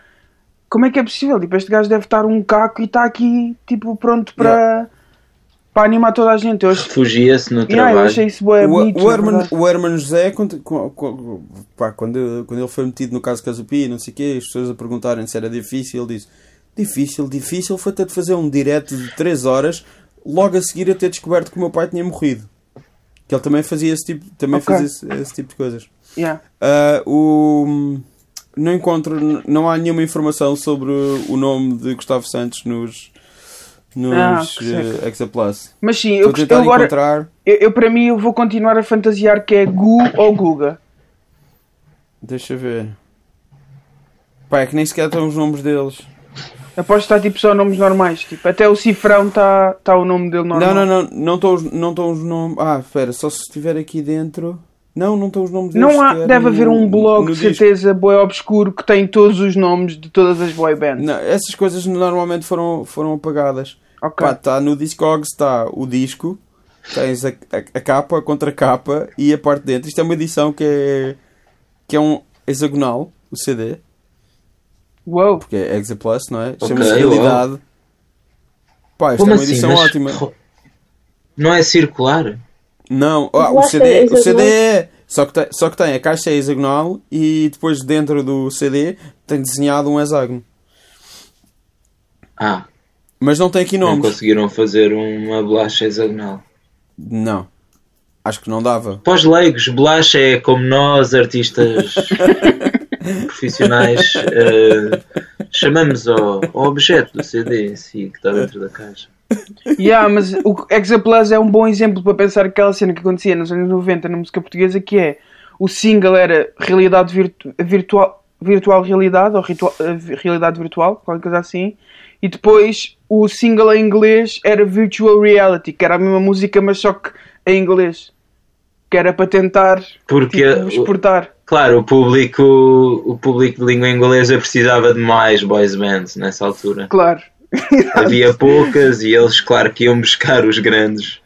Speaker 5: como é que é possível? Tipo, este gajo deve estar um caco e está aqui, tipo, pronto para para animar toda a gente. Eu achei,
Speaker 3: Refugia-se no
Speaker 5: yeah, ah, eu
Speaker 3: trabalho.
Speaker 5: achei isso bué
Speaker 2: o,
Speaker 5: bonito.
Speaker 2: o,
Speaker 5: na
Speaker 2: Herman,
Speaker 5: É verdade.
Speaker 2: o Herman José, quando, co- co- pá, quando, quando ele foi metido no caso Casupi, não sei o quê, as pessoas a perguntarem se era difícil, ele disse: Difícil, difícil foi ter de fazer um direto de 3 horas logo a seguir a ter descoberto que o meu pai tinha morrido. Que ele também fazia esse tipo, também
Speaker 5: Ok.
Speaker 2: fazia esse, esse tipo de coisas.
Speaker 5: Yeah.
Speaker 2: Ah, o, não encontro, n- não há nenhuma informação sobre o nome de Gustavo Santos nos, nos
Speaker 5: Ah, que seco.
Speaker 2: eh, Exaplus.
Speaker 5: Mas sim, eu,
Speaker 2: Estou a
Speaker 5: gost-
Speaker 2: tentar
Speaker 5: eu agora,
Speaker 2: encontrar.
Speaker 5: eu, eu para mim eu vou continuar a fantasiar que é Gu ou Guga.
Speaker 2: Deixa eu ver. Pá, é que nem sequer estão os nomes deles.
Speaker 5: Aposto que está tipo só nomes normais, tipo, até o cifrão está tá o nome dele normal.
Speaker 2: Não, não, não, não estão os, não estão os nomes. Ah, espera, só se estiver aqui dentro. Não, não estão os nomes deles.
Speaker 5: Não há,
Speaker 2: sequer
Speaker 5: deve
Speaker 2: no-
Speaker 5: haver um blog
Speaker 2: no
Speaker 5: de
Speaker 2: disco.
Speaker 5: certeza boé obscuro que tem todos os nomes de todas as boy bands.
Speaker 2: Não, essas coisas normalmente foram, foram apagadas.
Speaker 5: Ok.
Speaker 2: Pá, está no Discogs, está o disco, tens a, a, a capa, a contracapa e a parte de dentro. Isto é uma edição que é, que é um hexagonal, o CD,
Speaker 5: Uou.
Speaker 2: porque é Hexa Plus, não é?
Speaker 3: Ok,
Speaker 2: Chama-se
Speaker 3: uau.
Speaker 2: Realidade. Pá, isto
Speaker 3: Como
Speaker 2: é uma
Speaker 3: assim?
Speaker 2: edição
Speaker 3: Mas-
Speaker 2: ótima.
Speaker 3: Não é circular?
Speaker 2: Não, ah,
Speaker 4: Eu
Speaker 2: o
Speaker 4: acho que é
Speaker 2: CD, o
Speaker 4: hexagonal.
Speaker 2: CD é. Só que, tem, só que tem a caixa é hexagonal e depois dentro do CD tem desenhado um hexágono.
Speaker 3: Ah,
Speaker 2: Mas não tem aqui
Speaker 3: não
Speaker 2: nomes.
Speaker 3: conseguiram fazer uma bolacha hexagonal.
Speaker 2: Não. Acho que não dava.
Speaker 3: Para os leigos, bolacha é como nós, artistas profissionais, eh, chamamos ao, ao objeto do CD em si, que está dentro da caixa.
Speaker 5: Yeah, mas o Exaplus é um bom exemplo para pensar aquela cena que acontecia nos anos 90 na música portuguesa, que é o single era realidade virtu- virtual, virtual realidade, ou ritua- eh, vi- realidade virtual, qualquer coisa assim, e depois o single em inglês era virtual reality, que era a mesma música, mas só que em inglês, que era para tentar
Speaker 3: Porque,
Speaker 5: tipo, exportar.
Speaker 3: claro, o público, o público de língua inglesa precisava de mais boys bands nessa altura.
Speaker 5: Claro,
Speaker 3: Havia poucas e eles, claro, que iam buscar os grandes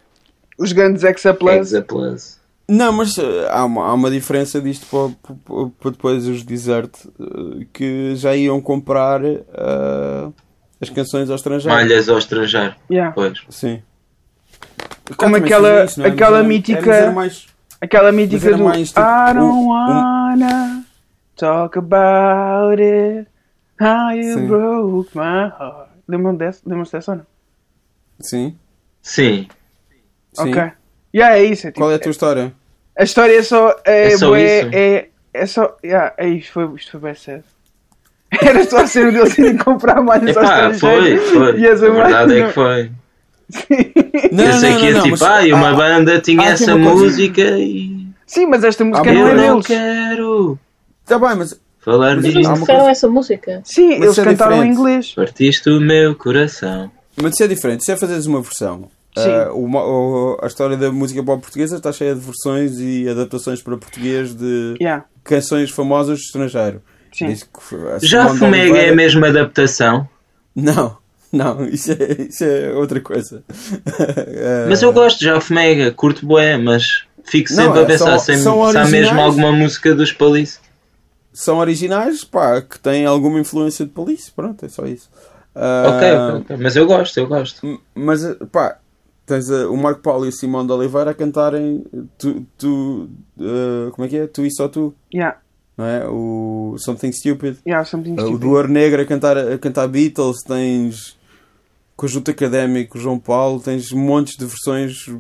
Speaker 5: os grandes Exaplus.
Speaker 3: Exa Plus.
Speaker 2: Não, mas eh, há uma, há uma diferença disto para, para- para depois os desert eh, que já iam comprar eh, as canções ao estrangeiro.
Speaker 3: Malhas ao estrangeiro,
Speaker 5: Yeah.
Speaker 3: pois.
Speaker 2: Sim.
Speaker 5: Como
Speaker 2: Ah, também
Speaker 5: aquela-
Speaker 2: fazia isso, não é?
Speaker 5: aquela
Speaker 2: Mas era-
Speaker 5: mítica-
Speaker 2: é, mas era mais-
Speaker 5: Aquela mítica
Speaker 2: era
Speaker 5: do
Speaker 2: mais, tipo,
Speaker 5: I don't
Speaker 2: um- um-
Speaker 5: wanna talk about it. How you
Speaker 2: Sim.
Speaker 5: broke my heart. Lembram dessa, lembram dessa ou não?
Speaker 2: Sim.
Speaker 3: Sim,
Speaker 2: sim.
Speaker 5: Ok. Yeah, é isso. é tipo-
Speaker 2: Qual é a tua história?
Speaker 5: A história é só. É,
Speaker 3: É só
Speaker 5: bué-
Speaker 3: isso?
Speaker 5: É, é só. Yeah, é isto, foi, isto foi bem sério. Era só a cena deles irem comprar malhas aos
Speaker 3: Epá, foi,
Speaker 5: estrangeiros.
Speaker 3: foi.
Speaker 5: E
Speaker 3: A
Speaker 5: as amarras
Speaker 3: verdade é
Speaker 5: não-
Speaker 3: que foi.
Speaker 2: Não,
Speaker 3: eu sei que é tipo,
Speaker 2: mas-
Speaker 3: ah, e uma
Speaker 2: ah,
Speaker 3: banda tinha
Speaker 2: há aqui
Speaker 3: essa
Speaker 2: uma coisa-
Speaker 3: música e.
Speaker 5: Sim, mas esta música
Speaker 2: Ah,
Speaker 5: não
Speaker 3: eu
Speaker 5: é
Speaker 3: não
Speaker 5: deles.
Speaker 3: quero
Speaker 2: Tá bem, mas
Speaker 3: falar
Speaker 2: Mas
Speaker 4: Eles
Speaker 2: há
Speaker 3: disso.
Speaker 2: uma
Speaker 4: disseram
Speaker 2: coisa-
Speaker 4: essa música.
Speaker 5: Sim,
Speaker 2: Mas
Speaker 5: eles
Speaker 2: isso é
Speaker 5: cantaram em
Speaker 2: diferente.
Speaker 5: inglês.
Speaker 3: Partiste o meu coração.
Speaker 2: Mas isso é diferente, isso é fazeres uma versão.
Speaker 5: Sim.
Speaker 2: Ah, o mo- o- a história da música pop portuguesa está cheia de versões e adaptações para português de
Speaker 5: Yeah.
Speaker 2: canções famosas do estrangeiro.
Speaker 5: Sim.
Speaker 2: Diz que foi- a
Speaker 3: Já
Speaker 2: Simone de
Speaker 3: Fomega é a
Speaker 2: Oliveira-
Speaker 3: mesma adaptação,
Speaker 2: Não, não, isso é, isso é outra coisa. Eh,
Speaker 3: mas eu gosto de Já Fomega, curto bué, mas fico
Speaker 2: Não,
Speaker 3: sempre
Speaker 2: é,
Speaker 3: a pensar
Speaker 2: são-
Speaker 3: se,
Speaker 2: são
Speaker 3: se há mesmo
Speaker 2: originais.
Speaker 3: alguma música dos Palice.
Speaker 2: São originais, pá, que têm alguma influência de polícia, pronto, é só isso. Eh,
Speaker 3: Ok, ok, ok, mas eu gosto, eu gosto.
Speaker 2: M- Mas, eh, pá, tens eh, o Marco Paulo e o Simão de Oliveira a cantarem tu, tu eh, como é que é? Tu e só tu,
Speaker 5: Yeah,
Speaker 2: não é? O Something Stupid.
Speaker 5: yeah, something
Speaker 2: Eh, O
Speaker 5: stupid.
Speaker 2: do Ouro Negro a cantar, a cantar Beatles, tens Conjunto Académico João Paulo, tens montes de versões eh,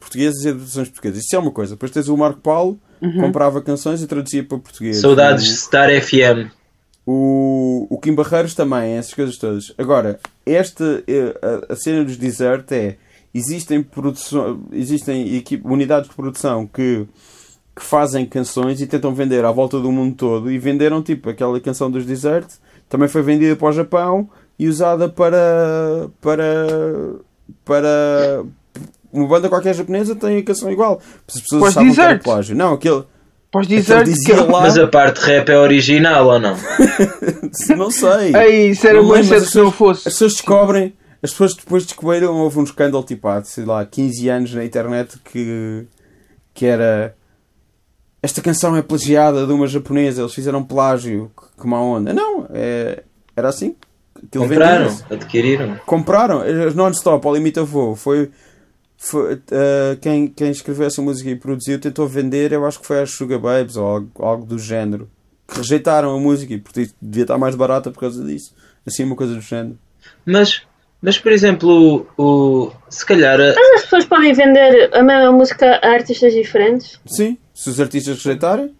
Speaker 2: portuguesas e versões portuguesas. Isso é uma coisa. Depois tens o Marco Paulo,
Speaker 5: Uhum.
Speaker 2: comprava canções e traduzia para português.
Speaker 3: Saudades
Speaker 2: O-
Speaker 3: de Star FM.
Speaker 2: o, o Kim Barreiros também, essas coisas todas. Agora, esta, eh, a, a cena dos Desert é. Existem, produção, existem equipe, unidades de produção que, que fazem canções e tentam vender à volta do mundo todo. E venderam, tipo, aquela canção dos Desert também foi vendida para o Japão e usada para. para. para. Uma banda qualquer japonesa tem a canção igual. As pessoas
Speaker 5: Para os
Speaker 2: achavam que era
Speaker 5: Desert?
Speaker 2: plágio. Não, aquele.
Speaker 5: Podes dizer
Speaker 2: aquele
Speaker 5: que.
Speaker 2: dizia lá.
Speaker 3: Mas a parte rap é original ou não?
Speaker 2: Não sei.
Speaker 5: Ei, isso era
Speaker 2: Não
Speaker 5: bom
Speaker 2: lembro,
Speaker 5: ser
Speaker 2: mas
Speaker 5: se não fosse.
Speaker 2: As pessoas descobrem, as pessoas depois descobriram, houve um escândalo tipo há, sei lá, 15 anos na internet que, que era esta canção é plagiada de uma japonesa, eles fizeram plágio, que, que má onda. Não, é- era assim. aquilo
Speaker 3: Compraram,
Speaker 2: vendia-se.
Speaker 3: adquiriram.
Speaker 2: Compraram, as non-stop, ao limite avô, foi. foi, eh, quem, quem escreveu essa música e produziu tentou vender, eu acho que foi as Sugar Babes ou algo, algo do género. Que rejeitaram a música e porque devia estar mais barata por causa disso. Assim, uma coisa do género.
Speaker 3: Mas, mas por exemplo, o, o- se calhar a-
Speaker 4: Mas as pessoas podem vender a mesma música a artistas diferentes?
Speaker 2: Sim, se os artistas rejeitarem.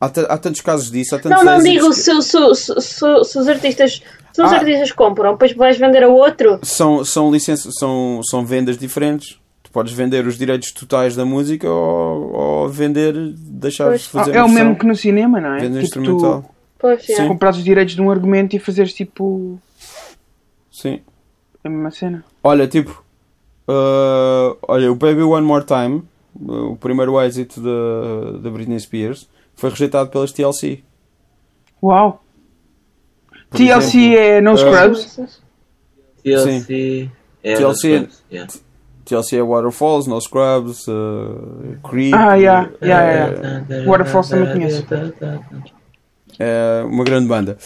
Speaker 2: Há, ta- há tantos casos disso, há tantos
Speaker 4: Não, não
Speaker 2: êxitos
Speaker 4: digo se,
Speaker 2: que-
Speaker 4: se, se, se- se os artistas. Se os
Speaker 2: Ah.
Speaker 4: artistas compram, depois vais vender a outro.
Speaker 2: São, são, licença, são, são vendas diferentes. Tu podes vender os direitos totais da música ou, ou vender, deixar de
Speaker 4: Pois.
Speaker 5: Ah,
Speaker 2: fazer
Speaker 5: é
Speaker 2: a
Speaker 5: o
Speaker 2: versão,
Speaker 5: mesmo que no cinema, não é? Tipo,
Speaker 2: venda um instrumental.
Speaker 5: tu
Speaker 4: Pois,
Speaker 2: Sim.
Speaker 4: yeah.
Speaker 5: compras os direitos de um argumento e fazeres tipo
Speaker 2: Sim.
Speaker 5: a mesma cena.
Speaker 2: Olha, tipo, ah, olha, o Baby One More Time, uh, o primeiro êxito da, da Britney Spears, foi rejeitado pelas TLC.
Speaker 5: Uau!
Speaker 2: Por
Speaker 5: TLC
Speaker 2: exemplo.
Speaker 5: é No
Speaker 2: Ah.
Speaker 5: Scrubs?
Speaker 3: TLC era
Speaker 2: TLC.
Speaker 3: Scrubs, yeah.
Speaker 2: TLC é Waterfalls, No Scrubs, ah, Creep.
Speaker 5: Ah, yeah,
Speaker 2: eh,
Speaker 5: yeah, yeah. Waterfalls também conheço.
Speaker 2: é uma grande banda.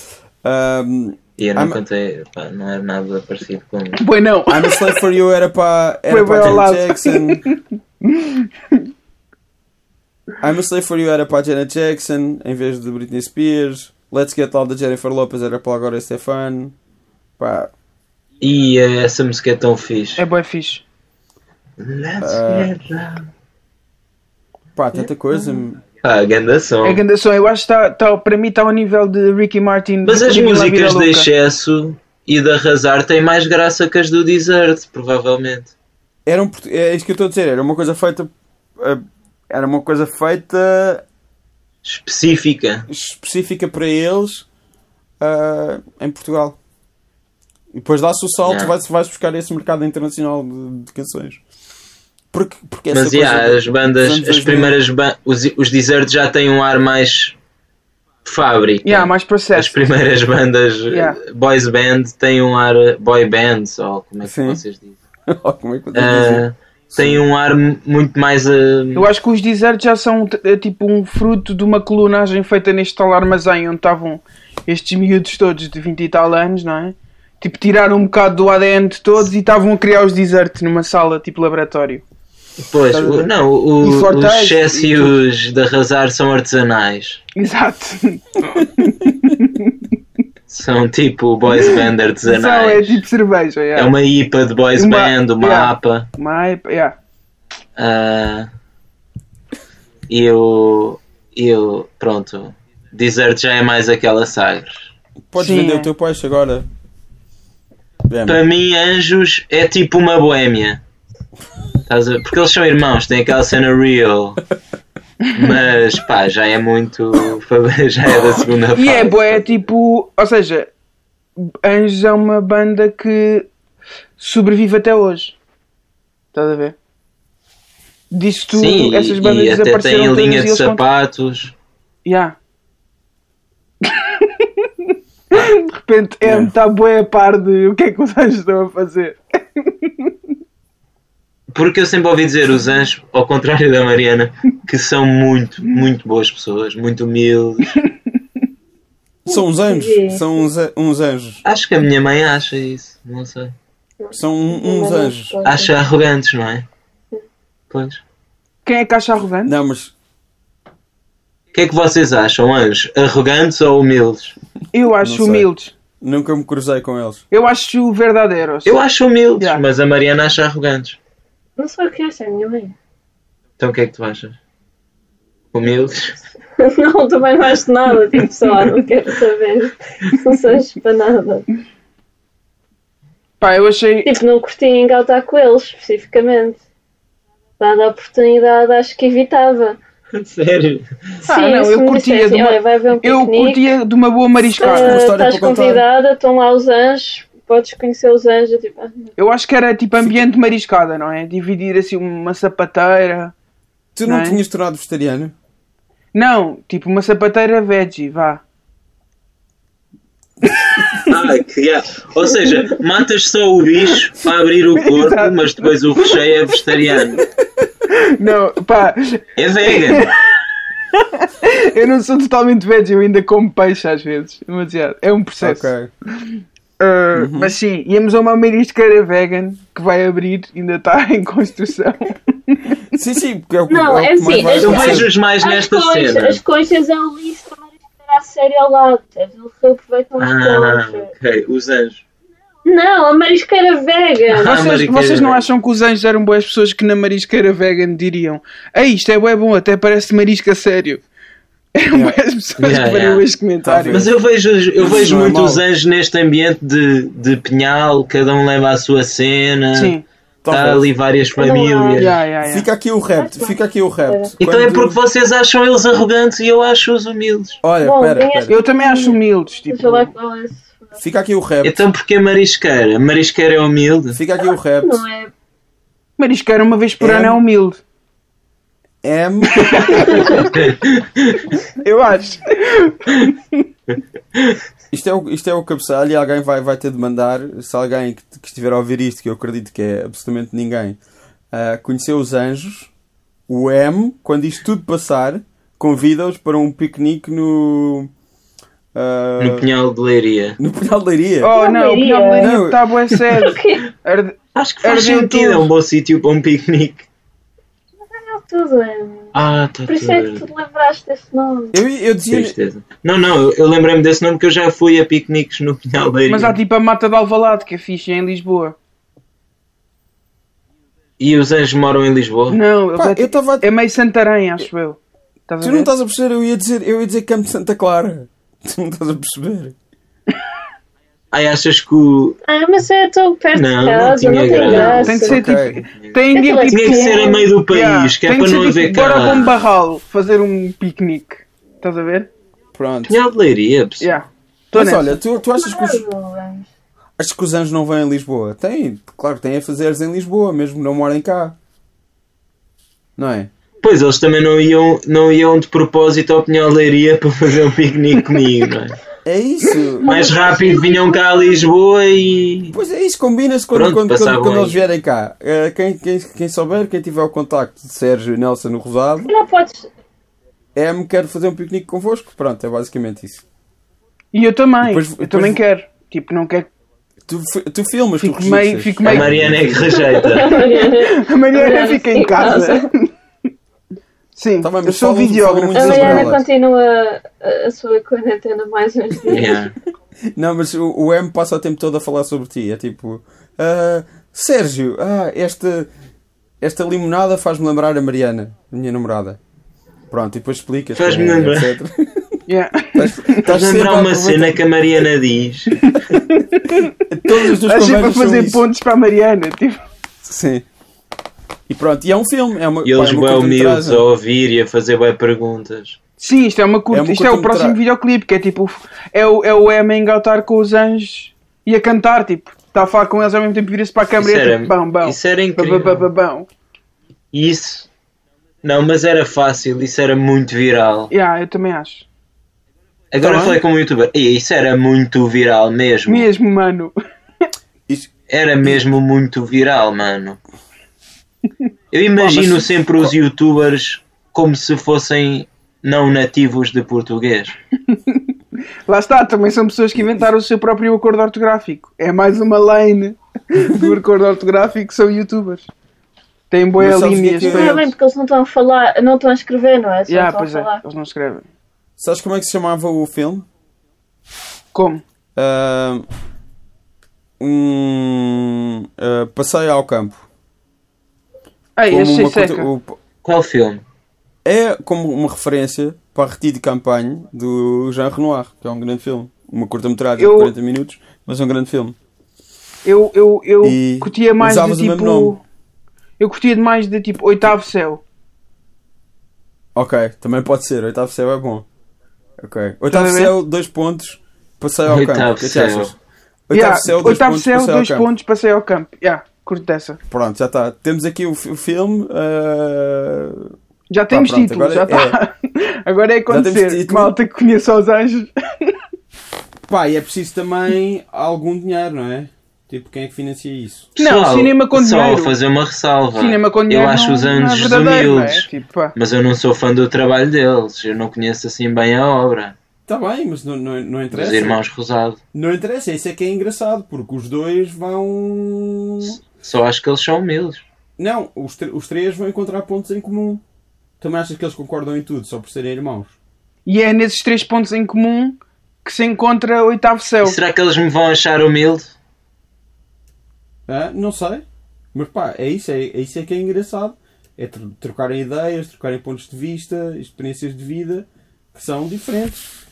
Speaker 2: Um,
Speaker 3: E eu não
Speaker 2: I'm-
Speaker 3: contei, pá, não era nada parecido com.
Speaker 5: Pois não!
Speaker 2: I'm a Slave for You era para
Speaker 5: Foi
Speaker 2: era
Speaker 5: bem
Speaker 2: para
Speaker 5: ao lado.
Speaker 2: Janet Jackson. I'm a Slave for You era para Janet Jackson em vez de Britney Spears. Let's Get Loud da Jennifer Lopez era para agora Stefan. Pá,
Speaker 3: E essa música é tão fixe.
Speaker 5: É boa fixe.
Speaker 3: Let's
Speaker 2: Ah.
Speaker 3: get loud.
Speaker 2: pá, tanta coisa.
Speaker 5: Uhum.
Speaker 3: Ah, ganda som.
Speaker 5: É grande som. Eu acho que está, tá, para mim está ao nível de Ricky Martin.
Speaker 3: Mas
Speaker 5: de
Speaker 3: as
Speaker 5: Viva La Vida
Speaker 3: músicas
Speaker 5: Louca.
Speaker 3: de excesso e de arrasar têm mais graça que as do Desert, provavelmente.
Speaker 2: Era um, portu- é isso que eu estou a dizer. Era uma coisa feita. eh, Era uma coisa feita
Speaker 3: Específica.
Speaker 2: específica para eles ah, em Portugal. E depois dá-se o salto,
Speaker 3: Yeah.
Speaker 2: vai-se vais buscar esse mercado internacional de, de canções. Porque, porque é assim.
Speaker 3: Mas
Speaker 2: essa coisa
Speaker 3: yeah,
Speaker 2: do-
Speaker 3: as bandas,
Speaker 2: dos anos
Speaker 3: as
Speaker 2: 2000,
Speaker 3: primeiras bandas, os, os Desert já têm um ar mais fábrica.
Speaker 5: Yeah, mais
Speaker 3: as
Speaker 5: processo.
Speaker 3: primeiras bandas
Speaker 5: Yeah.
Speaker 3: eh, boys band têm um ar eh, boy band, ou como é que
Speaker 2: Sim.
Speaker 3: vocês dizem?
Speaker 2: Oh, como é que eu estou a dizer?
Speaker 3: Ah, têm um ar mu- muito mais eh,
Speaker 5: Eu acho que os desertos já são t- é, tipo um fruto de uma colunagem feita neste tal armazém onde estavam estes miúdos todos de 20 e tal anos, não é? Tipo, tiraram um bocado do ADN de todos e estavam a criar os desertos numa sala tipo laboratório.
Speaker 3: pois, o- não, o-
Speaker 5: E
Speaker 3: os
Speaker 5: fortais,
Speaker 3: excessos
Speaker 5: e
Speaker 3: e os de arrasar são artesanais.
Speaker 5: Exato.
Speaker 3: São tipo boys band
Speaker 5: São, é
Speaker 3: artesanais.
Speaker 5: tipo cerveja,
Speaker 3: É
Speaker 5: yeah.
Speaker 3: uma IPA de boys
Speaker 5: Uma-
Speaker 3: band, uma
Speaker 5: yeah.
Speaker 3: APA.
Speaker 5: Uma hype, yeah.
Speaker 3: ah, e eu, eu, pronto, Desert já é mais aquela Sagres.
Speaker 2: Podes
Speaker 5: Sim,
Speaker 2: vender
Speaker 5: é.
Speaker 2: o teu peixe agora. Bem,
Speaker 3: Para mim, Anjos é tipo uma boémia. Estás a- Porque eles são irmãos, têm aquela cena real. Mas pá, já é muito. Já é da segunda fase.
Speaker 5: E é boé, é tipo. Ou seja, Anjos é uma banda que sobrevive até hoje. Estás a ver? Disso tudo,
Speaker 3: Sim,
Speaker 5: essas
Speaker 3: e-
Speaker 5: bandas
Speaker 3: e até
Speaker 5: desapareceram
Speaker 3: têm
Speaker 5: todas
Speaker 3: linha
Speaker 5: e
Speaker 3: de
Speaker 5: eles continuam-
Speaker 3: sapatos.
Speaker 5: Yeah. repente é M está bué a par de o que é que os anjos estão a fazer.
Speaker 3: Porque eu sempre ouvi dizer os anjos, ao contrário da Mariana, que são muito, muito boas pessoas, muito humildes.
Speaker 2: São uns anjos. São uns, a- uns anjos.
Speaker 3: Acho que a minha mãe acha isso, não sei.
Speaker 2: São um- uns anjos.
Speaker 3: Acha arrogantes, não é? Pois.
Speaker 5: Quem é que acha arrogante?
Speaker 2: Não, mas
Speaker 3: O que é que vocês acham, anjos? Arrogantes ou humildes?
Speaker 5: Eu acho
Speaker 2: Não sei.
Speaker 5: humildes.
Speaker 2: nunca me cruzei com eles.
Speaker 5: Eu acho verdadeiros.
Speaker 3: Eu acho humildes,
Speaker 5: Yeah.
Speaker 3: mas a Mariana acha arrogantes.
Speaker 4: Não sei o que acha, minha mãe.
Speaker 3: Então o que é que tu achas? Humildes?
Speaker 4: Não, também não acho nada, tipo só, não quero saber. Não sejas para nada.
Speaker 5: Pá, eu achei.
Speaker 4: Tipo, não curti engautar com eles, especificamente. Dada a oportunidade, acho que evitava.
Speaker 3: Sério?
Speaker 5: Ah,
Speaker 4: Sim,
Speaker 5: não,
Speaker 4: se
Speaker 5: eu
Speaker 4: me
Speaker 5: curtia
Speaker 4: dissessem,
Speaker 5: de uma-
Speaker 4: olha, vai haver um
Speaker 5: Eu
Speaker 4: piquenique,
Speaker 5: curtia de uma boa
Speaker 4: ah,
Speaker 5: mariscada.
Speaker 2: uma história
Speaker 4: estás
Speaker 2: para contar.
Speaker 4: convidada, estão lá os anjos, podes conhecer os anjos. eu Tipo, ah, não.
Speaker 5: Eu acho que era tipo ambiente mariscada, não é? Dividir assim uma sapateira.
Speaker 2: Tu não,
Speaker 5: Não é?
Speaker 2: tinhas tornado vegetariano?
Speaker 5: Não, tipo uma sapateira veggie, vá.
Speaker 3: Ah, que yeah. Ou seja, matas só o bicho para abrir o corpo,
Speaker 5: Exato.
Speaker 3: mas depois o recheio é vegetariano.
Speaker 5: Não, pá,
Speaker 3: É vegan.
Speaker 5: eu não sou totalmente veggie, eu ainda como peixe às vezes. Mas é, é um processo.
Speaker 2: Ok.
Speaker 5: Uh,
Speaker 2: Uhum.
Speaker 5: Mas sim, íamos a uma marisqueira vegan que vai abrir, ainda está em construção.
Speaker 2: Sim, sim, porque é o que,
Speaker 4: Não,
Speaker 2: é o
Speaker 4: é
Speaker 2: que mais
Speaker 4: assim,
Speaker 2: vai
Speaker 4: as-
Speaker 3: Eu
Speaker 2: acontecer.
Speaker 3: vejo-os mais
Speaker 4: as,
Speaker 3: nesta
Speaker 4: coisas,
Speaker 3: cena.
Speaker 4: as coisas é o lixo, mas estará a sério ao lado. percebes? Eles reaproveitam as
Speaker 3: Ah,
Speaker 4: coisas.
Speaker 3: ok. Os anjos.
Speaker 4: Não, a marisqueira vegan.
Speaker 3: Ah,
Speaker 5: Vocês,
Speaker 3: marisqueira
Speaker 5: vocês não
Speaker 3: vegan.
Speaker 5: acham que os anjos eram boas pessoas que na marisqueira vegan diriam Ei, isto é bué bom, até parece marisco a sério. Eram
Speaker 2: Yeah.
Speaker 5: boas pessoas
Speaker 3: Yeah,
Speaker 5: que fariam
Speaker 3: yeah.
Speaker 5: este comentário.
Speaker 3: Mas eu vejo, eu
Speaker 2: Isso
Speaker 3: vejo
Speaker 2: não é
Speaker 3: muito
Speaker 2: mau.
Speaker 3: os anjos neste ambiente de, de pinhal, cada um leva a sua cena.
Speaker 5: Sim,
Speaker 2: Então
Speaker 3: Está ali várias
Speaker 4: um é
Speaker 3: famílias.
Speaker 5: yeah, yeah, yeah.
Speaker 2: Ah, Tá Fica aqui o repto, fica aqui o repto.
Speaker 3: Então é
Speaker 2: Quando-
Speaker 3: porque vocês acham eles arrogantes e eu acho-os humildes.
Speaker 2: Olha,
Speaker 4: Bom,
Speaker 2: pera,
Speaker 4: ganhaste-
Speaker 2: pera.
Speaker 5: eu também acho humildes. Tipo,
Speaker 4: Seja lá qual é. se for.
Speaker 2: Fica aqui o repto.
Speaker 3: Então porquê marisqueira? Marisqueira é humilde?
Speaker 2: Fica aqui o repto.
Speaker 4: Não é
Speaker 5: marisqueira uma vez por
Speaker 2: É.
Speaker 5: ano é humilde.
Speaker 2: M.
Speaker 5: Eu acho.
Speaker 2: Isto é, o, isto é o cabeçalho e alguém vai, vai ter de mandar, se alguém que, que estiver a ouvir isto, que eu acredito que é absolutamente ninguém, ah, conheceu os anjos, o M, quando isto tudo passar, convida-os para um piquenique no. ah,
Speaker 3: No pinhal de leiria.
Speaker 2: no Pinhal de Leiria.
Speaker 5: Oh não, o
Speaker 4: Maria.
Speaker 5: Pinhal de Leiria
Speaker 2: Não.
Speaker 5: está bué sério. Arde-
Speaker 3: Acho que faz
Speaker 5: Ardeu
Speaker 3: sentido,
Speaker 5: tudo.
Speaker 3: é um bom sítio para um piquenique.
Speaker 4: tudo, é.
Speaker 3: Ah, está
Speaker 4: Por isso é que tu te lembraste desse nome.
Speaker 2: Eu, eu dizia.
Speaker 3: Tristeza. Não, não, eu- eu lembrei-me desse nome que eu já fui a piqueniques no Pinhal de Leiria.
Speaker 5: Mas há tipo a Mata de Alvalade que é fixe é em Lisboa.
Speaker 3: E os anjos moram em Lisboa?
Speaker 5: Não,
Speaker 2: Pá,
Speaker 5: ele
Speaker 2: eu
Speaker 5: é,
Speaker 2: estava.
Speaker 5: é meio Santarém, acho eu. Estás a
Speaker 2: Tu
Speaker 5: ver?
Speaker 2: não estás a perceber, eu ia dizer, eu ia dizer Campo de Santa Clara. Tu não estás a perceber.
Speaker 3: Ai, achas que o...
Speaker 4: Ah, mas eu estou perto
Speaker 3: Não,
Speaker 4: de
Speaker 3: não
Speaker 4: casa, não,
Speaker 3: tinha
Speaker 4: tem
Speaker 3: graça.
Speaker 4: graça.
Speaker 5: Tem de ser
Speaker 2: Ok.
Speaker 5: tipo. Tem de
Speaker 4: Aquilo é
Speaker 5: tipo-
Speaker 3: Tinha que ser a meio do país,
Speaker 5: Yeah,
Speaker 3: que é
Speaker 5: tem
Speaker 3: para
Speaker 5: de
Speaker 3: não
Speaker 5: ser
Speaker 3: haver
Speaker 5: tipo, Bora para um
Speaker 3: cá.
Speaker 5: barral fazer um piquenique. Estás a ver?
Speaker 2: Pronto.
Speaker 3: Pinhal de Leiria, pessoal.
Speaker 5: Yeah. Tô
Speaker 2: Mas
Speaker 5: nessa.
Speaker 2: olha, tu, tu achas que os,
Speaker 4: Não,
Speaker 2: Achas que os anjos não vêm a Lisboa? Tem, claro que têm a fazeres em Lisboa, mesmo que não morem cá. Não é?
Speaker 3: Pois, eles também não iam, não iam de propósito ao Pinhal de Leiria para fazer um piquenique comigo, não é?
Speaker 2: É isso.
Speaker 3: Mais rápido vinham cá a Lisboa e...
Speaker 2: Pois é isso, combina-se quando,
Speaker 3: Pronto,
Speaker 2: quando, quando-
Speaker 3: passavam
Speaker 2: quando
Speaker 3: aí.
Speaker 2: eles vierem cá. Eh, quem, quem, quem souber, quem tiver o contacto de Sérgio e Nelson no Rosado,
Speaker 4: não podes.
Speaker 2: é me quero fazer um piquenique convosco. Pronto, é basicamente isso.
Speaker 5: E eu também.
Speaker 2: Depois-
Speaker 5: eu
Speaker 2: depois-
Speaker 5: também quero. Tipo, não quero.
Speaker 2: Tu, fi- tu filmas,
Speaker 5: Fico
Speaker 2: tu
Speaker 5: meio-
Speaker 2: registras.
Speaker 5: fico
Speaker 3: A
Speaker 5: meio-
Speaker 3: Mariana é que rejeita.
Speaker 5: Tá A Mariana
Speaker 4: Mariana
Speaker 5: fica
Speaker 4: fica
Speaker 5: em
Speaker 4: em
Speaker 5: casa. Sim,
Speaker 2: Tá bem, mas
Speaker 5: eu sou
Speaker 2: falam-
Speaker 5: videógrafo.
Speaker 4: A
Speaker 2: falam muito
Speaker 3: é
Speaker 4: Mariana
Speaker 2: Isabela.
Speaker 4: continua a, a sua quarentena mais uns dias.
Speaker 3: Yeah.
Speaker 2: Não, mas o, o M passa o tempo todo a falar sobre ti. É tipo, ah, Sérgio, ah, esta, esta limonada faz-me lembrar a Mariana, a minha namorada. Pronto, e depois explicas.
Speaker 3: Faz-me
Speaker 2: como é,
Speaker 3: lembrar.
Speaker 2: etc.
Speaker 5: Yeah.
Speaker 2: Estás
Speaker 3: Estás a
Speaker 2: sempre
Speaker 3: lembrar
Speaker 2: a
Speaker 3: uma
Speaker 2: aproveitar
Speaker 3: cena que a Mariana diz?
Speaker 2: Todas as tuas
Speaker 5: Acho que é para
Speaker 2: conversas são
Speaker 5: fazer
Speaker 2: isso.
Speaker 5: pontos para a Mariana. Tipo,
Speaker 2: Sim. E pronto, e é um filme. É uma,
Speaker 3: E eles
Speaker 2: pá, é uma
Speaker 3: bem humildes
Speaker 2: curta-metragem.
Speaker 3: a ouvir e a fazer bem perguntas.
Speaker 5: sim, isto é uma curta.
Speaker 2: É uma
Speaker 5: isto é o
Speaker 2: curta-metragem.
Speaker 5: próximo videoclipe, que é tipo. É o, é o Emma a engautar com os anjos e a cantar, tipo. Está a falar com eles ao mesmo tempo vira-se para a câmera
Speaker 3: Isso
Speaker 5: e é tipo, bão,
Speaker 3: era,
Speaker 5: bão.
Speaker 3: isso era
Speaker 5: bão, bão, bão,
Speaker 3: incrível.
Speaker 5: bão.
Speaker 3: Isso. Não, mas era fácil, isso era muito viral.
Speaker 5: Yeah, eu também acho.
Speaker 3: Agora
Speaker 5: Tá bem.
Speaker 3: falei com um youtuber. E isso era muito viral mesmo.
Speaker 5: Mesmo, mano.
Speaker 2: Isso-
Speaker 3: Era mesmo muito viral, mano. Eu
Speaker 2: Pá,
Speaker 3: imagino
Speaker 2: mas-
Speaker 3: sempre os youtubers como se fossem não nativos de português.
Speaker 5: Lá está, também são pessoas que inventaram o seu próprio acordo ortográfico. É mais uma lane do acordo ortográfico, são youtubers. Têm boia
Speaker 2: Mas sabes o que é
Speaker 5: linhas
Speaker 2: que é?
Speaker 5: para
Speaker 4: Não é bem
Speaker 5: eles.
Speaker 4: porque eles não estão a falar, não estão a escrever, não é? Só estão
Speaker 5: Yeah,
Speaker 4: a
Speaker 5: pois é,
Speaker 4: falar.
Speaker 5: eles não escrevem.
Speaker 2: Sabes como é que se chamava o filme?
Speaker 5: Como?
Speaker 2: Ah, um, ah, passeio ao campo.
Speaker 5: Ei,
Speaker 2: Como
Speaker 5: este é
Speaker 2: uma conta-
Speaker 5: seca.
Speaker 2: o-
Speaker 3: Qual filme?
Speaker 2: é como uma referência para a retiro de campanha do Jean Renoir, que é um grande filme. Uma curta-metragem
Speaker 5: Eu-
Speaker 2: de 40 minutos, mas é um grande filme.
Speaker 5: Eu, eu, eu
Speaker 2: E
Speaker 5: curtia mais de
Speaker 2: usavas o mesmo nome.
Speaker 5: tipo. Eu curtia de mais de tipo oitavo céu.
Speaker 2: Ok, também pode ser. Oitavo céu é bom. Ok.
Speaker 5: a
Speaker 2: Oitavo
Speaker 5: ver?
Speaker 2: céu, dois pontos, passeio ao
Speaker 3: Oitavo
Speaker 2: campo. O que é que
Speaker 3: céu.
Speaker 5: é.
Speaker 2: achas?
Speaker 5: Yeah,
Speaker 2: Oitavo céu, dois
Speaker 5: oitavo
Speaker 2: pontos,
Speaker 5: céu,
Speaker 2: passeio ao
Speaker 5: dois
Speaker 2: campo.
Speaker 5: pontos, passei ao campo. Yeah, curto dessa.
Speaker 2: Pronto, já está. Temos aqui o, fi- o filme. ah,
Speaker 5: Já temos
Speaker 2: pronto,
Speaker 5: título,
Speaker 2: agora
Speaker 5: já está. Agora é
Speaker 2: temos
Speaker 5: acontecer.
Speaker 2: título.
Speaker 5: Malta que conheça os anjos.
Speaker 2: Pá, e é preciso também algum dinheiro, não é? Tipo, quem é que financia isso?
Speaker 5: Não, cinema com
Speaker 3: só
Speaker 5: dinheiro.
Speaker 3: fazer uma ressalva.
Speaker 5: Cinema com dinheiro
Speaker 3: Eu acho
Speaker 5: não-
Speaker 3: os
Speaker 5: não é
Speaker 3: anjos
Speaker 5: verdadeiro, não é?
Speaker 3: humildes.
Speaker 5: Tipo, pá.
Speaker 3: Mas eu não sou fã do trabalho deles. Eu não conheço assim bem a obra
Speaker 2: Está Tá bem, mas não, não, não
Speaker 3: dos
Speaker 2: interessa.
Speaker 3: Irmãos Rosado.
Speaker 2: Não interessa, isso é que é engraçado, porque os dois vão.
Speaker 3: Só acho que eles são humildes.
Speaker 2: Não, os, tr- os três vão encontrar pontos em comum. Também achas que eles concordam em tudo, só por serem irmãos?
Speaker 5: E é nesses três pontos em comum que se encontra É o oitavo céu.
Speaker 3: E será que eles me vão achar humilde?
Speaker 2: Ah, não sei. Mas pá, é isso, é, é isso é que é engraçado. É tro- trocarem ideias, trocarem pontos de vista, experiências de vida que são diferentes.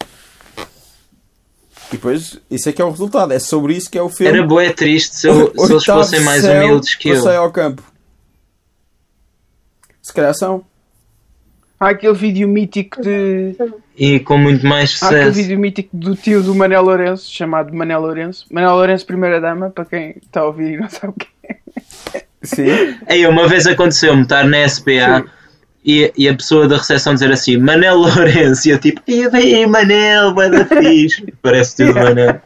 Speaker 2: E depois, isso é que é o resultado. É sobre isso que é o filme.
Speaker 3: Era boé triste se, eu- se eles
Speaker 2: Oitavo
Speaker 3: fossem mais
Speaker 2: céu,
Speaker 3: humildes que eu.
Speaker 2: passeio ao campo. Se calhar são.
Speaker 5: Há aquele vídeo mítico de.
Speaker 3: E com muito mais
Speaker 5: Há aquele
Speaker 3: sucesso.
Speaker 5: vídeo mítico do tio do Manel Lourenço, chamado Manel Lourenço. Manel Lourenço, primeira dama, para quem está a ouvir e não sabe o que é.
Speaker 2: Sim.
Speaker 3: Ei, uma vez aconteceu-me estar na SPA e, e a pessoa da recepção dizer assim, Manel Lourenço, e eu tipo, e bem, Manel, bué da fixe. Parece tudo Manel.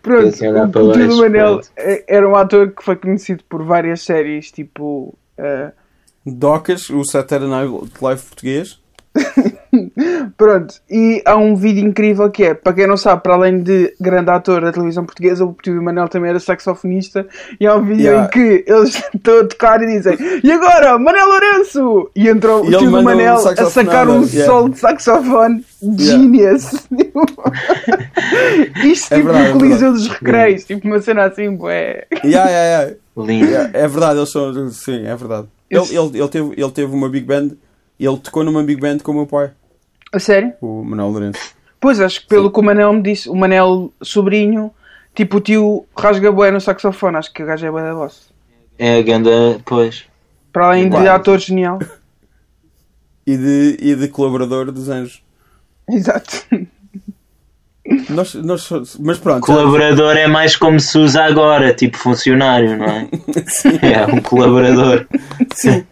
Speaker 5: Pronto,
Speaker 3: Tem que olhar é
Speaker 5: o,
Speaker 3: para
Speaker 5: o tio do
Speaker 3: baixo,
Speaker 5: Manel
Speaker 3: pronto.
Speaker 5: eh, era um ator que foi conhecido por várias séries, tipo. eh,
Speaker 2: Docas, o Saturday Night Live português.
Speaker 5: Pronto, e há um vídeo incrível que é, para quem não sabe, para além de grande ator da televisão portuguesa, o Petit Manel também era saxofonista, e há um vídeo
Speaker 2: Yeah.
Speaker 5: em que eles estão a tocar e dizem E agora, Manel Lourenço! E entra o
Speaker 2: E ele
Speaker 5: tio do
Speaker 2: manda um
Speaker 5: Manel a sacar um
Speaker 2: saxofonada, yeah.
Speaker 5: sol de saxofone
Speaker 2: Yeah.
Speaker 5: genius. Isto
Speaker 2: É
Speaker 5: tipo
Speaker 2: verdade, é
Speaker 5: no Coliseu dos Recreios, tipo uma cena assim, bué.
Speaker 2: Yeah, yeah, yeah.
Speaker 3: Lindo.
Speaker 2: É verdade, eles são. Sim, é verdade. Ele,
Speaker 5: Esse-
Speaker 2: ele, ele, teve, ele teve uma Big Band. Ele tocou numa Big Band com o meu pai,
Speaker 5: A sério?
Speaker 2: o Manuel Lourenço.
Speaker 5: Pois, acho que pelo que o Manel me disse, o Manel sobrinho, tipo o tio rasga bué no saxofone, acho que o gajo é bué da voz.
Speaker 3: É a ganda, pois.
Speaker 5: Para além de
Speaker 2: Claro.
Speaker 5: ator genial.
Speaker 2: E de, e de colaborador dos Anjos.
Speaker 5: Exato.
Speaker 2: Nós, nós, só- mas pronto.
Speaker 5: Então-
Speaker 2: já-
Speaker 3: Colaborador é mais como se usa agora, tipo funcionário, não é? É, um colaborador.
Speaker 2: Sim.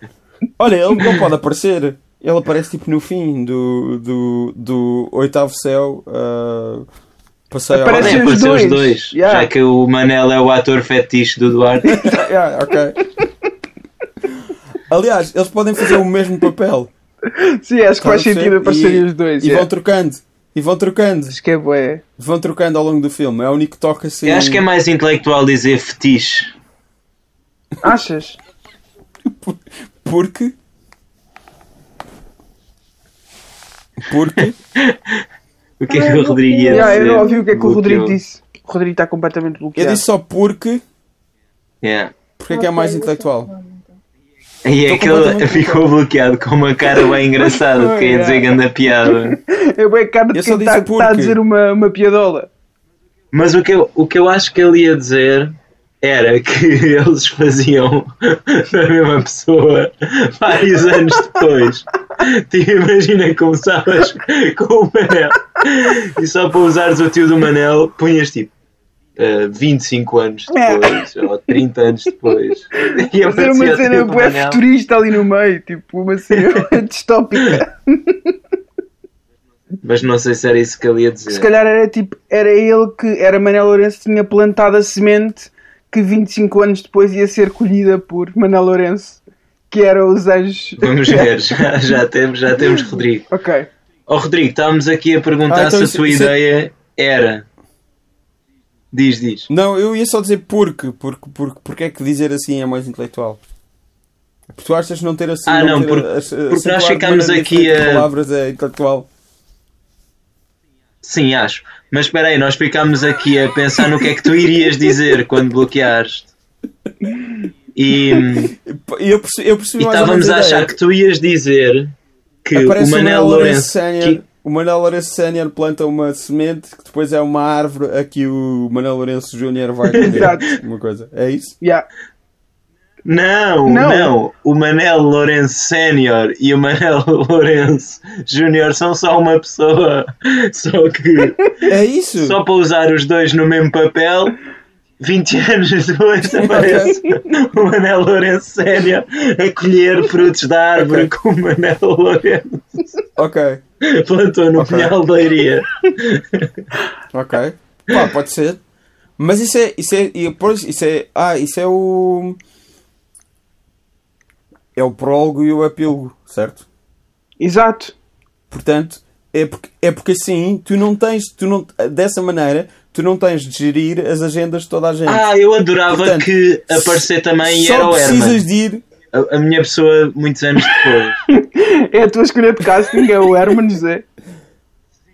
Speaker 2: Olha, ele não pode aparecer. Ele aparece tipo no fim do, do, do oitavo céu. ah, passeio ao-
Speaker 5: Aparece-
Speaker 3: Podem
Speaker 5: os
Speaker 3: aparecer os
Speaker 5: dois.
Speaker 3: dois,
Speaker 5: Yeah.
Speaker 3: já que o Manel é o ator fetiche do Duarte.
Speaker 2: Yeah, Ah, ok. Aliás, eles podem fazer o mesmo papel.
Speaker 5: Sim, acho que faz
Speaker 2: Estás a
Speaker 5: sentido
Speaker 2: perceber?
Speaker 5: aparecerem
Speaker 2: E-
Speaker 5: os dois.
Speaker 2: E
Speaker 5: é.
Speaker 2: vão trocando. E vão trocando.
Speaker 5: Acho que é bué.
Speaker 2: Vão trocando ao longo do filme. É o único que toca assim.
Speaker 3: Eu acho que é mais intelectual dizer fetiche.
Speaker 5: Achas?
Speaker 2: Porque. Porque.
Speaker 3: O que é que o Rodrigo ia
Speaker 5: Ah, Yeah,
Speaker 3: dizer?
Speaker 5: eu não ouvi o que é que o Rodrigo
Speaker 3: Bloqueou.
Speaker 5: disse. O Rodrigo está completamente
Speaker 2: Eu
Speaker 5: bloqueado.
Speaker 2: disse só porque.
Speaker 3: Yeah.
Speaker 2: Porque é que é mais intelectual.
Speaker 3: E é
Speaker 2: Estou
Speaker 3: que ele
Speaker 2: completamente
Speaker 3: ficou bloqueado com uma cara bem engraçada, que ia dizer grande piada.
Speaker 5: É bué a cara de
Speaker 2: Eu
Speaker 5: quem
Speaker 2: só
Speaker 5: está
Speaker 2: disse porque.
Speaker 5: a dizer uma, uma piadola.
Speaker 3: Mas o que, eu, o que eu acho que ele ia dizer era que eles faziam da mesma pessoa vários anos depois. Tipo, imagina que começavas com o Manel e só para usares o tio do Manel punhas tipo eh, 25 anos depois ou 30 anos depois. E
Speaker 5: É. Fazer
Speaker 3: aparecia
Speaker 5: Tá uma
Speaker 3: o
Speaker 2: assim,
Speaker 5: cena
Speaker 3: tio do
Speaker 5: bué
Speaker 3: Manel.
Speaker 5: futurista ali no meio. Tipo, uma cena bué distópica.
Speaker 3: Mas não sei se era isso que ele ia
Speaker 2: É.
Speaker 3: dizer.
Speaker 5: Se calhar era tipo, era ele que era Manel Lourenço que tinha plantado a semente que 25 anos depois ia ser colhida por Manel Lourenço, que era os anjos.
Speaker 2: Uhum.
Speaker 3: Vamos ver, já, já temos, já temos Rodrigo.
Speaker 5: Ok.
Speaker 3: Ó Rodrigo, estávamos aqui a perguntar
Speaker 2: Ah, então
Speaker 3: se a
Speaker 2: isso-
Speaker 3: tua
Speaker 2: isso é-
Speaker 3: ideia era. Diz, diz.
Speaker 2: Não, eu ia só dizer porque, porque, porque, porque é que dizer assim é mais intelectual. Porque tu achas não ter assim.
Speaker 3: Ah, não,
Speaker 2: ter
Speaker 3: porque-
Speaker 2: a- a-
Speaker 3: porque nós
Speaker 2: acentuar de
Speaker 3: ficámos
Speaker 2: maneira
Speaker 3: aqui
Speaker 2: diferente
Speaker 3: a-
Speaker 2: palavras é intelectual.
Speaker 3: Sim, acho. Mas espera aí, nós ficámos aqui a pensar no que é que tu irias dizer quando bloqueaste. E,
Speaker 2: E eu percebi, eu percebi
Speaker 3: e
Speaker 2: mais ou menos
Speaker 3: estávamos a
Speaker 2: ideia.
Speaker 3: achar que tu ias dizer que
Speaker 2: Aparece
Speaker 3: o Manel Lourenço.
Speaker 2: Sénior.
Speaker 3: que-
Speaker 2: O Manel Lourenço Sénior planta uma semente que depois é uma árvore a que o Manel Lourenço Júnior vai comer.
Speaker 5: Exato.
Speaker 2: Uma coisa. É isso?
Speaker 5: Yeah.
Speaker 3: Não,
Speaker 5: Não.
Speaker 3: não, O Manel Lourenço Sénior e o Manel Lourenço Júnior são só uma pessoa. Só que.
Speaker 2: É isso?
Speaker 3: só para usar os dois no mesmo papel, 20 anos depois aparece o Manel Lourenço Sénior a colher frutos da árvore que o Manel Lourenço
Speaker 2: Ok.
Speaker 3: plantou no
Speaker 2: Ok.
Speaker 3: Pinhal da Iria.
Speaker 2: Ok. Pá, pode ser. Mas isso é. Isso é. e depois isso é. Ah, isso é o. É o prólogo e o epílogo, certo?
Speaker 5: Exato.
Speaker 2: Portanto, é porque, é porque assim tu não tens. Tu não, dessa maneira, tu não tens de gerir as agendas de toda a gente.
Speaker 3: Ah, eu adorava
Speaker 2: Portanto,
Speaker 3: que aparecer também e
Speaker 2: Só
Speaker 3: era o Herman.
Speaker 2: precisas de ir.
Speaker 3: A, a minha pessoa, muitos anos depois.
Speaker 5: É a tua escolha de casting, é o Herman José.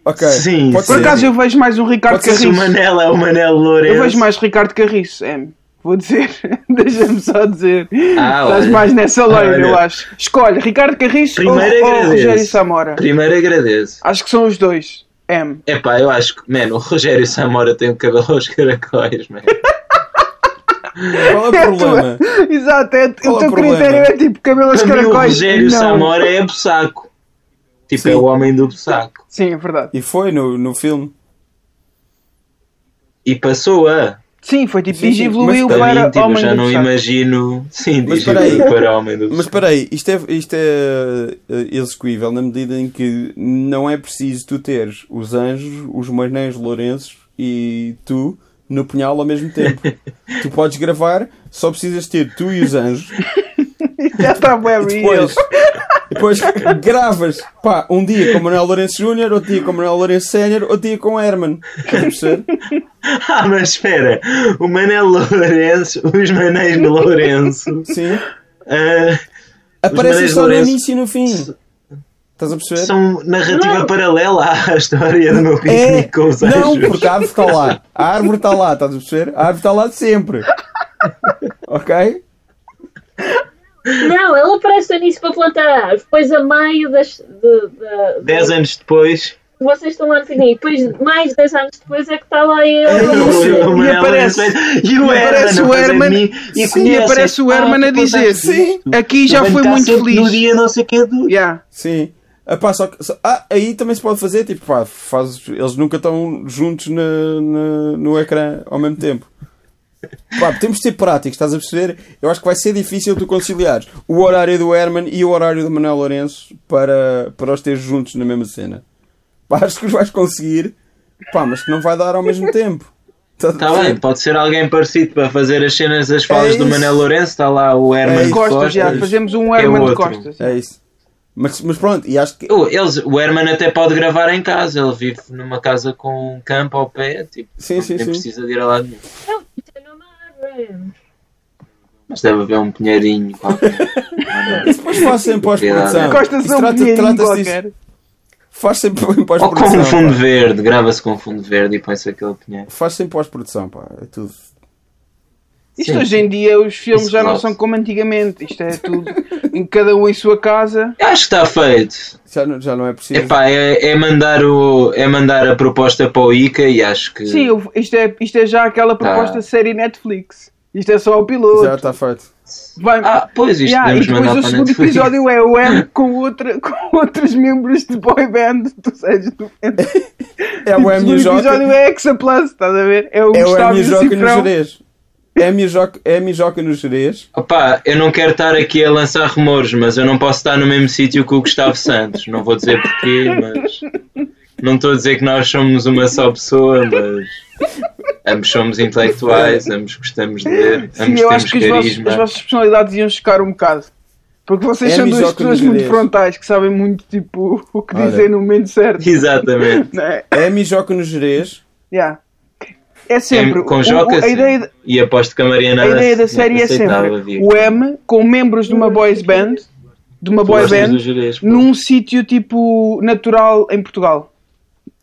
Speaker 2: Ok.
Speaker 3: Sim,
Speaker 2: pode
Speaker 5: Por
Speaker 3: sim.
Speaker 2: ser.
Speaker 5: acaso eu vejo mais um Ricardo
Speaker 2: Pode ser
Speaker 3: Se o
Speaker 5: Carriço.
Speaker 3: Manel é o Manel Lourenço.
Speaker 5: Eu vejo mais Ricardo Carriço, é. Vou dizer, deixa-me só dizer.
Speaker 3: Ah,
Speaker 5: Estás
Speaker 3: olha.
Speaker 5: mais nessa loira,
Speaker 3: Olha.
Speaker 5: eu acho. Escolhe Ricardo Carriço ou,
Speaker 3: Primeiro
Speaker 5: ou
Speaker 3: agradeço.
Speaker 5: Rogério Samora.
Speaker 3: Primeiro agradeço.
Speaker 5: Acho que são os dois. M.
Speaker 3: Epá, eu acho que, mano, o Rogério Samora tem o cabelo aos caracóis, mano.
Speaker 2: Qual é o problema?
Speaker 5: Exato, é, o
Speaker 2: Qual é o
Speaker 5: teu
Speaker 2: problema?
Speaker 5: critério é tipo cabelo aos
Speaker 3: Para mim, o
Speaker 5: caracóis.
Speaker 3: Rogério
Speaker 5: Não.
Speaker 3: Samora é Bussaco. Tipo,
Speaker 2: Sim.
Speaker 3: é o homem do Bussaco.
Speaker 5: Sim, é verdade.
Speaker 2: E foi no, no filme.
Speaker 3: E passou a.
Speaker 5: Sim, foi tipo,
Speaker 2: Sim, sim,
Speaker 5: digievoluiu
Speaker 2: mas
Speaker 3: Para
Speaker 5: para
Speaker 3: mim, tipo,
Speaker 5: homem
Speaker 3: já
Speaker 5: do
Speaker 3: não
Speaker 5: Estado.
Speaker 3: imagino. Sim,
Speaker 2: Mas
Speaker 3: diz-me
Speaker 2: peraí.
Speaker 3: para homem do
Speaker 2: Mas
Speaker 3: Bussaco.
Speaker 2: espera aí, isto é, isto é eh, execuível na medida em que não é preciso tu teres os anjos, os Manés Lourenços e tu no punhal ao mesmo tempo. tu podes gravar, só precisas ter tu e os anjos.
Speaker 5: Já está bem
Speaker 2: E
Speaker 5: real.
Speaker 2: depois, depois gravas pá, um dia com Manuel Lourenço Júnior, outro dia com Manuel Lourenço Sénior, outro dia com Herman. Estás a perceber?
Speaker 3: Ah, mas espera. O Manel Lourenço, os Manés de Lourenço.
Speaker 2: Sim.
Speaker 3: ah,
Speaker 2: Aparecem
Speaker 3: Manés
Speaker 2: só no
Speaker 3: Lourenço-
Speaker 2: início e no fim. Estás a perceber?
Speaker 3: são narrativa
Speaker 4: Não.
Speaker 3: paralela à história do
Speaker 5: É.
Speaker 3: meu piquenique com os
Speaker 2: É, não,
Speaker 3: anjos.
Speaker 2: porque a árvore está lá. A árvore está lá, estás a perceber? A árvore está lá de sempre. Ok?
Speaker 4: Não, ele aparece nisso para plantar a árvore. Depois a meio das. De, de-
Speaker 3: Dez anos depois,
Speaker 4: Vocês estão lá no piquenique. Depois, mais 10 anos depois, é que está lá
Speaker 2: É
Speaker 4: ele.
Speaker 2: isso.
Speaker 3: o,
Speaker 5: E
Speaker 3: o Manel
Speaker 5: aparece-
Speaker 3: Lourenço e o
Speaker 5: E aparece
Speaker 3: Herman.
Speaker 5: o
Speaker 3: a fazer de
Speaker 5: Herman-
Speaker 3: mim, e
Speaker 5: Sim,
Speaker 3: conhecem.
Speaker 5: aparece o
Speaker 3: Ah,
Speaker 5: Herman
Speaker 3: tu
Speaker 5: a dizer,
Speaker 3: contaste isto.
Speaker 5: aqui já
Speaker 3: Tu
Speaker 5: foi
Speaker 3: bem
Speaker 5: muito
Speaker 3: estás sempre
Speaker 5: feliz.
Speaker 3: No dia não sei que do.
Speaker 5: Yeah.
Speaker 2: Sim. Ah, pá, só que- só- ah, aí também se pode fazer, tipo, pá, fazes- eles nunca estão juntos na- na- no ecrã ao mesmo tempo. Pá, temos de ser práticos, estás a perceber? Eu acho que vai ser difícil tu conciliares o horário do Herman e o horário do Manuel Lourenço para, para os teres juntos na mesma cena. Pá, acho que os vais conseguir, pá, mas que não vai dar ao mesmo tempo. Estás a
Speaker 3: Tá bem,
Speaker 2: perceber?
Speaker 3: pode ser alguém parecido para fazer as cenas das falas
Speaker 2: É
Speaker 3: do
Speaker 2: isso.
Speaker 3: Manel Lourenço, está lá o Herman
Speaker 2: É
Speaker 3: de
Speaker 2: isso.
Speaker 5: Costas,
Speaker 3: Costas.
Speaker 5: já. Fazemos um
Speaker 3: É
Speaker 5: Herman de
Speaker 3: outro.
Speaker 5: Costas.
Speaker 2: É isso. Mas, mas pronto, e acho que.
Speaker 3: Oh, eles, o Herman até pode gravar em casa, ele vive numa casa com um campo ao pé, tipo,
Speaker 2: Sim,
Speaker 3: não
Speaker 2: sim,
Speaker 3: nem
Speaker 2: sim.
Speaker 3: precisa de ir a lado nenhum.
Speaker 4: Não, isto é numa árvore.
Speaker 3: Mas deve haver um pinheirinho qualquer.
Speaker 2: Depois faz sempre pós-produção.
Speaker 5: Costas
Speaker 2: Isso
Speaker 5: é um
Speaker 2: trata-
Speaker 5: pinheirinho
Speaker 2: trata-se disso.
Speaker 5: qualquer.
Speaker 2: Faz sempre em
Speaker 3: Ou com um fundo
Speaker 2: pós-produção. pá.
Speaker 3: verde, grava-se com um fundo verde e põe-se aquele pinheiro.
Speaker 2: Faz sempre pós-produção, pá. É tudo.
Speaker 5: Isto
Speaker 3: Sim.
Speaker 5: hoje em dia os filmes
Speaker 3: Isso
Speaker 5: já não
Speaker 3: pode.
Speaker 5: são como antigamente. Isto é tudo em cada um em sua casa.
Speaker 3: Eu acho que está feito.
Speaker 2: Já não, já não é preciso.
Speaker 3: Epá, é, é, mandar o, é mandar a proposta para o ICA e acho que.
Speaker 5: Sim, eu- isto é, isto é já aquela proposta
Speaker 3: Ah.
Speaker 5: de série Netflix. Isto é só o
Speaker 2: Já
Speaker 5: piloto.
Speaker 2: está feito.
Speaker 5: Vai-
Speaker 3: Ah, pois isto
Speaker 5: Yeah, e
Speaker 3: podemos
Speaker 5: depois
Speaker 3: mandar
Speaker 5: o
Speaker 3: para a
Speaker 5: segundo
Speaker 3: Netflix.
Speaker 5: episódio é o M com, outra, com outros membros de boy band, tu seja do
Speaker 2: É o M e
Speaker 5: segundo
Speaker 2: o
Speaker 5: episódio
Speaker 2: Joca.
Speaker 5: é Hexa Plus, estás a ver? É o
Speaker 2: É o
Speaker 5: Gustavo
Speaker 2: M
Speaker 5: e
Speaker 2: e
Speaker 5: o
Speaker 2: o Joca no
Speaker 5: Cifrão.
Speaker 2: Jerez. É M e o Joca- M e o Joca no Jerez.
Speaker 3: Opá, eu não quero estar aqui a lançar rumores, mas eu não posso estar no mesmo sítio que o Gustavo Santos. Não vou dizer porquê, mas. Não estou a dizer que nós somos uma só pessoa, mas ambos somos intelectuais, ambos gostamos de ler,
Speaker 5: Sim,
Speaker 3: ambos
Speaker 5: eu
Speaker 3: temos
Speaker 5: acho que os vossos-
Speaker 3: carisma.
Speaker 5: as vossas personalidades iam chocar um bocado. Porque vocês
Speaker 2: É
Speaker 5: são duas
Speaker 2: misógino
Speaker 5: pessoas
Speaker 2: de
Speaker 5: muito
Speaker 2: vez.
Speaker 5: frontais, que sabem muito tipo o que
Speaker 2: Olha.
Speaker 5: dizer no momento certo.
Speaker 3: Exatamente.
Speaker 5: Não é?
Speaker 2: É mijoca no gerês.
Speaker 5: Yeah. É sempre.
Speaker 3: Com
Speaker 5: o-
Speaker 3: Joca,
Speaker 5: o- a,
Speaker 3: sim.
Speaker 5: ideia,
Speaker 3: E aposto que a Mariana
Speaker 5: a ideia da
Speaker 3: não
Speaker 5: série é
Speaker 3: aceitava
Speaker 5: sempre
Speaker 3: vir.
Speaker 5: o M com membros de uma boys band, de uma
Speaker 3: Tu
Speaker 5: boy
Speaker 3: gostas do
Speaker 5: band,
Speaker 3: Jerez, pô.
Speaker 5: num sítio tipo natural em Portugal.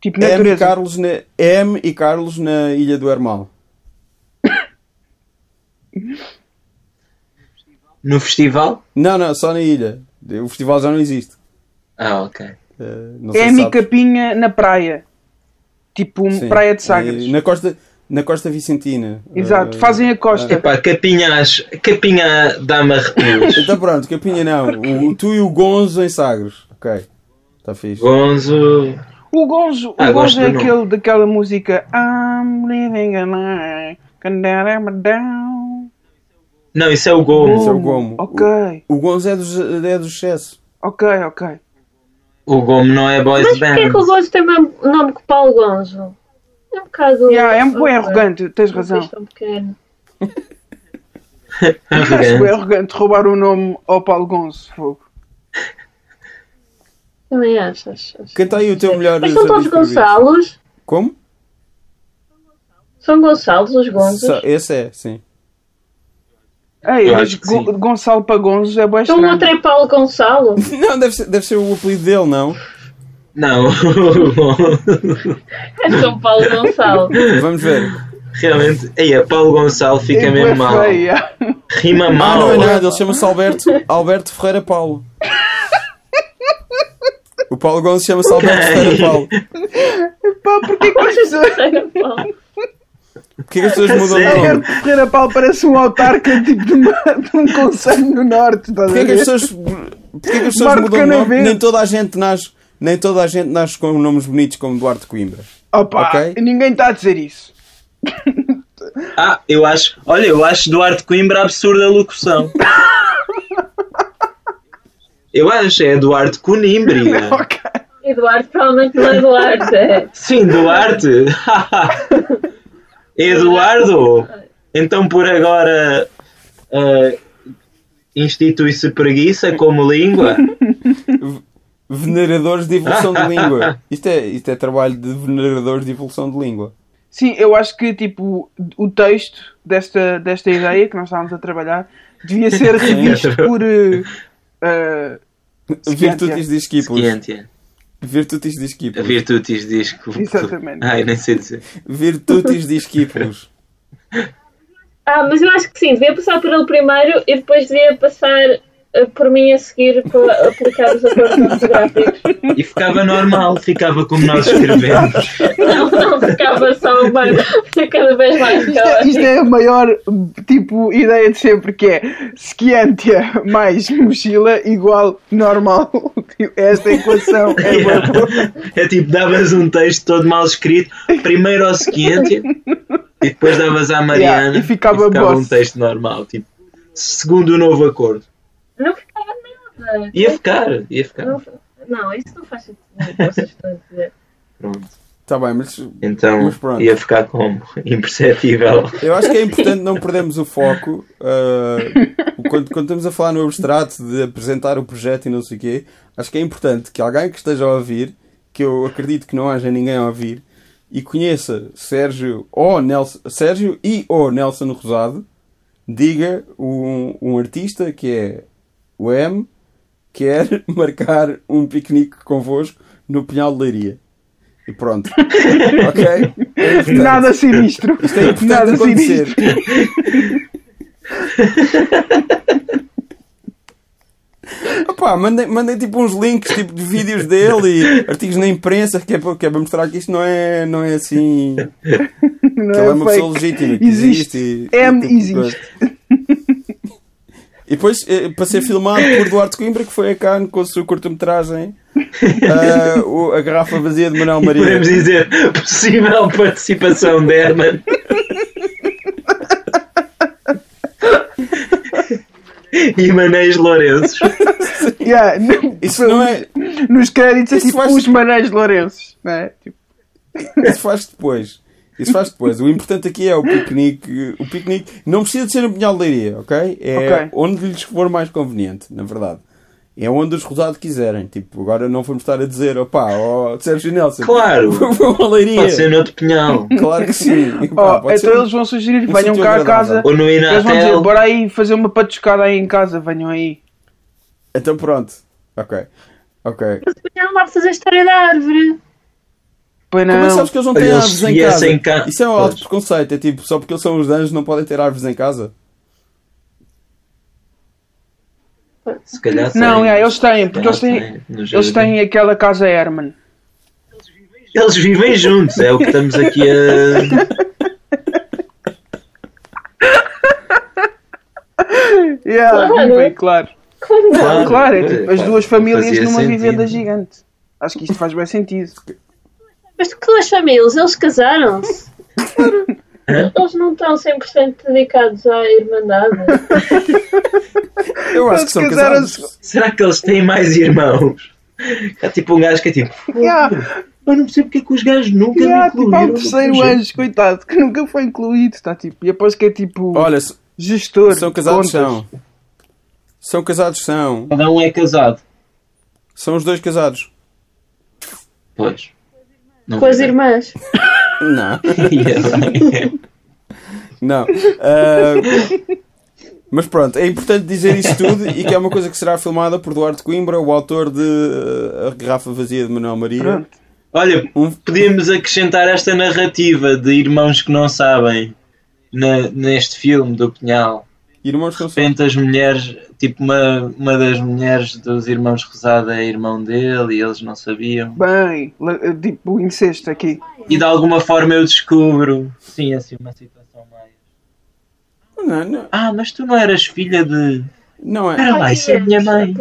Speaker 5: Tipo
Speaker 2: É M e,
Speaker 5: natureza.
Speaker 2: Carlos na, M e Carlos na Ilha do Hermal.
Speaker 3: No festival?
Speaker 2: Não, não, só na ilha. O festival já não existe.
Speaker 3: Ah, ok.
Speaker 2: Eh, não sei se
Speaker 5: M e
Speaker 2: sabes.
Speaker 5: Capinha na praia. Tipo um-
Speaker 2: Sim.
Speaker 5: praia de Sagres.
Speaker 2: E Na costa, na costa Vicentina.
Speaker 5: Exato,
Speaker 2: Eh,
Speaker 5: fazem a costa.
Speaker 3: Epá, capinha, acho- capinha dá-me arrepios.
Speaker 2: Então pronto, Capinha não. O, tu e o Gonzo em Sagres. Ok. Está fixe.
Speaker 3: Gonzo.
Speaker 5: O Gonzo,
Speaker 3: Ah,
Speaker 5: o Gonzo
Speaker 3: gosto
Speaker 5: é
Speaker 3: do nome.
Speaker 5: aquele daquela música I'm living a night, can that ever down?
Speaker 3: Não, isso é o Gomo.
Speaker 2: Esse é o Gomo.
Speaker 5: Ok,
Speaker 2: O Gonzo é do, é do excesso.
Speaker 5: ok, ok.
Speaker 3: O Gomo não é boys
Speaker 4: Mas
Speaker 3: band.
Speaker 4: porquê que o Gonzo tem o mesmo nome que Paulo Gonzo? É um bocado.
Speaker 5: Yeah, é um boi
Speaker 4: Ok.
Speaker 5: arrogante, tens
Speaker 4: Vocês
Speaker 5: razão.
Speaker 4: são pequenos. é
Speaker 5: Acho bem
Speaker 3: Arrogante.
Speaker 5: arrogante roubar o nome ao Paulo Gonzo. fogo.
Speaker 4: Também achas? achas.
Speaker 2: Canta tá aí o teu melhor.
Speaker 4: Mas são todos
Speaker 2: Jardim Proibido.
Speaker 4: Gonçalos?
Speaker 2: Como?
Speaker 4: São Gonçalos os Gonzos?
Speaker 2: Só- Esse é, sim.
Speaker 5: Ei,
Speaker 3: Eu
Speaker 5: mas
Speaker 3: acho que
Speaker 5: Go-
Speaker 3: sim.
Speaker 5: Gonçalo para Gonzo é boa
Speaker 4: Então o outro
Speaker 5: estranho.
Speaker 4: é Paulo Gonçalo?
Speaker 2: Não, deve ser, deve ser o apelido dele, não?
Speaker 3: Não, o Gomo.
Speaker 4: É São Paulo Gonçalo.
Speaker 2: Vamos ver.
Speaker 3: Realmente, aí a Paulo Gonçalo fica
Speaker 5: É bué
Speaker 3: mesmo mal.
Speaker 5: feio, yeah.
Speaker 3: Rima
Speaker 2: Ah,
Speaker 3: mal.
Speaker 2: não é nada, ele chama-se Alberto, Alberto Ferreira Paulo. O Paulo Gonçalves chama-se Alberto Ferreira Paulo.
Speaker 5: Pá, porquê que as pessoas...
Speaker 2: Porquê que as pessoas mudam de
Speaker 3: sério?
Speaker 2: nome?
Speaker 5: Alberto Ferreira Paulo parece um autarca tipo de, uma, de um conselho no norte, estás a
Speaker 2: Porquê que as
Speaker 5: ver?
Speaker 2: pessoas, porquê que as pessoas
Speaker 5: Marco
Speaker 2: mudam de nome?
Speaker 5: Canavês.
Speaker 2: Nem toda a gente nasce. Nem toda a gente nasce com nomes bonitos como Duarte Coimbra.
Speaker 5: Opa,
Speaker 2: Ok.
Speaker 5: ninguém está a dizer isso.
Speaker 3: Ah, eu acho. Olha, eu acho Duarte Coimbra absurda a locução. Eu acho, é Duarte
Speaker 2: É.
Speaker 3: Conimbria.
Speaker 5: Ok.
Speaker 4: Eduardo provavelmente não é Eduardo, é.
Speaker 3: Sim, Duarte. Eduardo. Então por agora ah, institui-se preguiça como língua.
Speaker 2: Veneradores de evolução de língua. Isto é, isto é trabalho de veneradores de evolução de língua.
Speaker 5: Sim, eu acho que tipo o texto desta, desta ideia que nós estávamos a trabalhar devia ser
Speaker 2: é
Speaker 5: revisto por eh, eh,
Speaker 2: Virtutis de Esquipos.
Speaker 3: Seguinte, é.
Speaker 2: Virtutis de
Speaker 3: a
Speaker 2: Esquipos.
Speaker 3: Virtutis diz que.
Speaker 5: Exatamente.
Speaker 3: Ai, nem sei dizer.
Speaker 2: Virtutis de Esquipos.
Speaker 4: Ah, mas eu acho que sim, devia passar por ele primeiro e depois devia passar eh, por mim a seguir para aplicar os acordos ortográficos.
Speaker 3: E ficava normal, ficava como nós escrevemos.
Speaker 4: Não, não ficava só bem, cada vez mais
Speaker 5: isto, é, isto
Speaker 4: caótico.
Speaker 5: é a maior tipo ideia de sempre que é Scientia mais mochila igual normal. Tipo, Esta equação é boa.
Speaker 3: É tipo, davas um texto todo mal escrito, primeiro ao seguinte, e depois davas à Mariana.
Speaker 5: Yeah, e ficava
Speaker 3: um
Speaker 5: boss.
Speaker 3: texto normal, tipo, segundo o novo acordo.
Speaker 4: Não ficava nada.
Speaker 3: Ia ficar, ia ficar.
Speaker 4: Não, não, isso não faz sentido. Vocês estão a dizer.
Speaker 3: Pronto.
Speaker 2: Está Tá bem, mas
Speaker 3: Então
Speaker 2: Mas pronto.
Speaker 3: ia ficar como? Imperceptível.
Speaker 2: Eu acho que é importante não perdermos o foco. ah, quando, quando estamos a falar no abstrato de apresentar o projeto e não sei o quê, acho que é importante que alguém que esteja a ouvir, que eu acredito que não haja ninguém a ouvir, e conheça Sérgio ou Nelson, Sérgio e ou Nelson Rosado, diga um, um artista que é o M quer marcar um piquenique convosco no Pinhal de Leiria. E pronto. ok? É importante.
Speaker 5: Nada sinistro.
Speaker 2: Isto é importante
Speaker 5: Nada
Speaker 2: acontecer.
Speaker 5: sinistro.
Speaker 2: Opa, mandem, mandem tipo uns links tipo, de vídeos dele e artigos na imprensa que é, para- que é para mostrar que isto não é, não é assim. Que
Speaker 5: Não
Speaker 2: ele é uma
Speaker 5: fake.
Speaker 2: pessoa legítima. Que
Speaker 5: Existe.
Speaker 2: existe. e-
Speaker 5: M
Speaker 2: e tipo de
Speaker 5: existe.
Speaker 2: coisa. E depois, eh, para ser filmado por Duarte Coimbra, que foi a Cannes com a sua curta-metragem, ah, o- a garrafa vazia de Manuel Maria.
Speaker 3: Podemos dizer possível participação de Herman. E Manês Lourenço.
Speaker 5: Yeah, não-
Speaker 2: Isso não é,
Speaker 5: nos créditos é
Speaker 2: Isso
Speaker 5: tipo
Speaker 2: faz-
Speaker 5: os Manés Lourenços, não é? Tipo,
Speaker 2: Isso faz depois. Isso faz depois. O importante aqui é o piquenique. O piquenique não precisa de ser no Pinhal de Leiria, ok? É
Speaker 5: Ok.
Speaker 2: onde lhes for mais conveniente, na verdade. É onde os rosados quiserem. Tipo, agora não vamos estar a dizer, opá, ó, Sérgio Nelson.
Speaker 3: Claro.
Speaker 2: Vão à Leiria.
Speaker 3: Pode ser Oh, no outro pinhal.
Speaker 2: Claro que sim. Pá,
Speaker 5: ó,
Speaker 2: pode ser
Speaker 5: então
Speaker 2: um-
Speaker 5: eles vão sugerir que
Speaker 2: um
Speaker 5: venham
Speaker 2: sítio
Speaker 5: cá a
Speaker 2: agradável.
Speaker 5: casa.
Speaker 3: Ou no
Speaker 5: Eles vão dizer,
Speaker 3: Inatel.
Speaker 5: bora aí fazer uma patuscada aí em casa, venham aí.
Speaker 2: Então pronto. Ok. Ok.
Speaker 4: Não lá para fazer a história da árvore.
Speaker 5: Pois
Speaker 2: Como é que
Speaker 5: não.
Speaker 2: sabes que eles não
Speaker 3: Olha,
Speaker 2: têm
Speaker 3: eles
Speaker 2: árvores em casa?
Speaker 3: viessem cá-
Speaker 2: Isso é um
Speaker 3: Pois.
Speaker 2: alto preconceito. É tipo, só porque eles são os anjos não podem ter árvores em casa?
Speaker 3: Se calhar sim.
Speaker 5: Não, é, eles têm, porque eles
Speaker 3: Se calhar
Speaker 5: têm,
Speaker 3: tem, no
Speaker 5: eles
Speaker 3: jardim.
Speaker 5: têm aquela casa Herman.
Speaker 3: Eles vivem juntos, é o que estamos aqui a.
Speaker 5: Yeah,
Speaker 4: Claro.
Speaker 5: vivem, claro.
Speaker 3: Claro,
Speaker 5: Claro, é
Speaker 3: pois,
Speaker 5: tipo as
Speaker 3: claro,
Speaker 5: duas
Speaker 3: não
Speaker 5: famílias
Speaker 3: fazia
Speaker 5: numa
Speaker 3: sentido.
Speaker 5: vivenda gigante. Acho que isto faz bem sentido.
Speaker 4: Mas que duas famílias, eles casaram-se.
Speaker 3: Hã?
Speaker 4: Eles não estão 100% dedicados à Irmandade.
Speaker 2: Eu acho que são
Speaker 5: Eles casaram-
Speaker 2: casados.
Speaker 3: Será que eles têm mais irmãos? Há tipo um gajo que é tipo,
Speaker 5: Yeah,
Speaker 3: eu não percebo porque é que os gajos nunca
Speaker 5: yeah,
Speaker 3: me
Speaker 5: tipo, há
Speaker 3: incluíram.
Speaker 5: um terceiro anjo, coitado, que nunca foi incluído. Está tipo, e após que é tipo
Speaker 2: Olha, s-
Speaker 5: gestor.
Speaker 2: são
Speaker 5: de
Speaker 2: casados
Speaker 5: contas.
Speaker 2: são. São casados são.
Speaker 3: Cada um é casado.
Speaker 2: São os dois casados.
Speaker 3: Pois. Não
Speaker 4: Com as
Speaker 3: sei.
Speaker 4: irmãs.
Speaker 2: Não.
Speaker 3: Yeah.
Speaker 2: Não. Ah, mas pronto, é importante dizer isso tudo e que é uma coisa que será filmada por Duarte Coimbra, o autor de ah, A Garrafa Vazia de Manuel Maria.
Speaker 5: Pronto.
Speaker 3: Olha,
Speaker 2: Um-
Speaker 3: podíamos acrescentar esta narrativa de irmãos que não sabem na- neste filme do Pinhal.
Speaker 2: Irmãos
Speaker 3: De
Speaker 2: com
Speaker 3: repente as mulheres, tipo uma, uma das mulheres dos irmãos Rosada é irmão dele e eles não sabiam.
Speaker 5: Bem, le- tipo incesto aqui.
Speaker 3: E de alguma forma eu descubro. Sim, assim, uma situação mais.
Speaker 2: Não, não,
Speaker 3: Ah, mas tu não eras filha de.
Speaker 2: não é.
Speaker 3: Espera lá, isso é a minha mãe.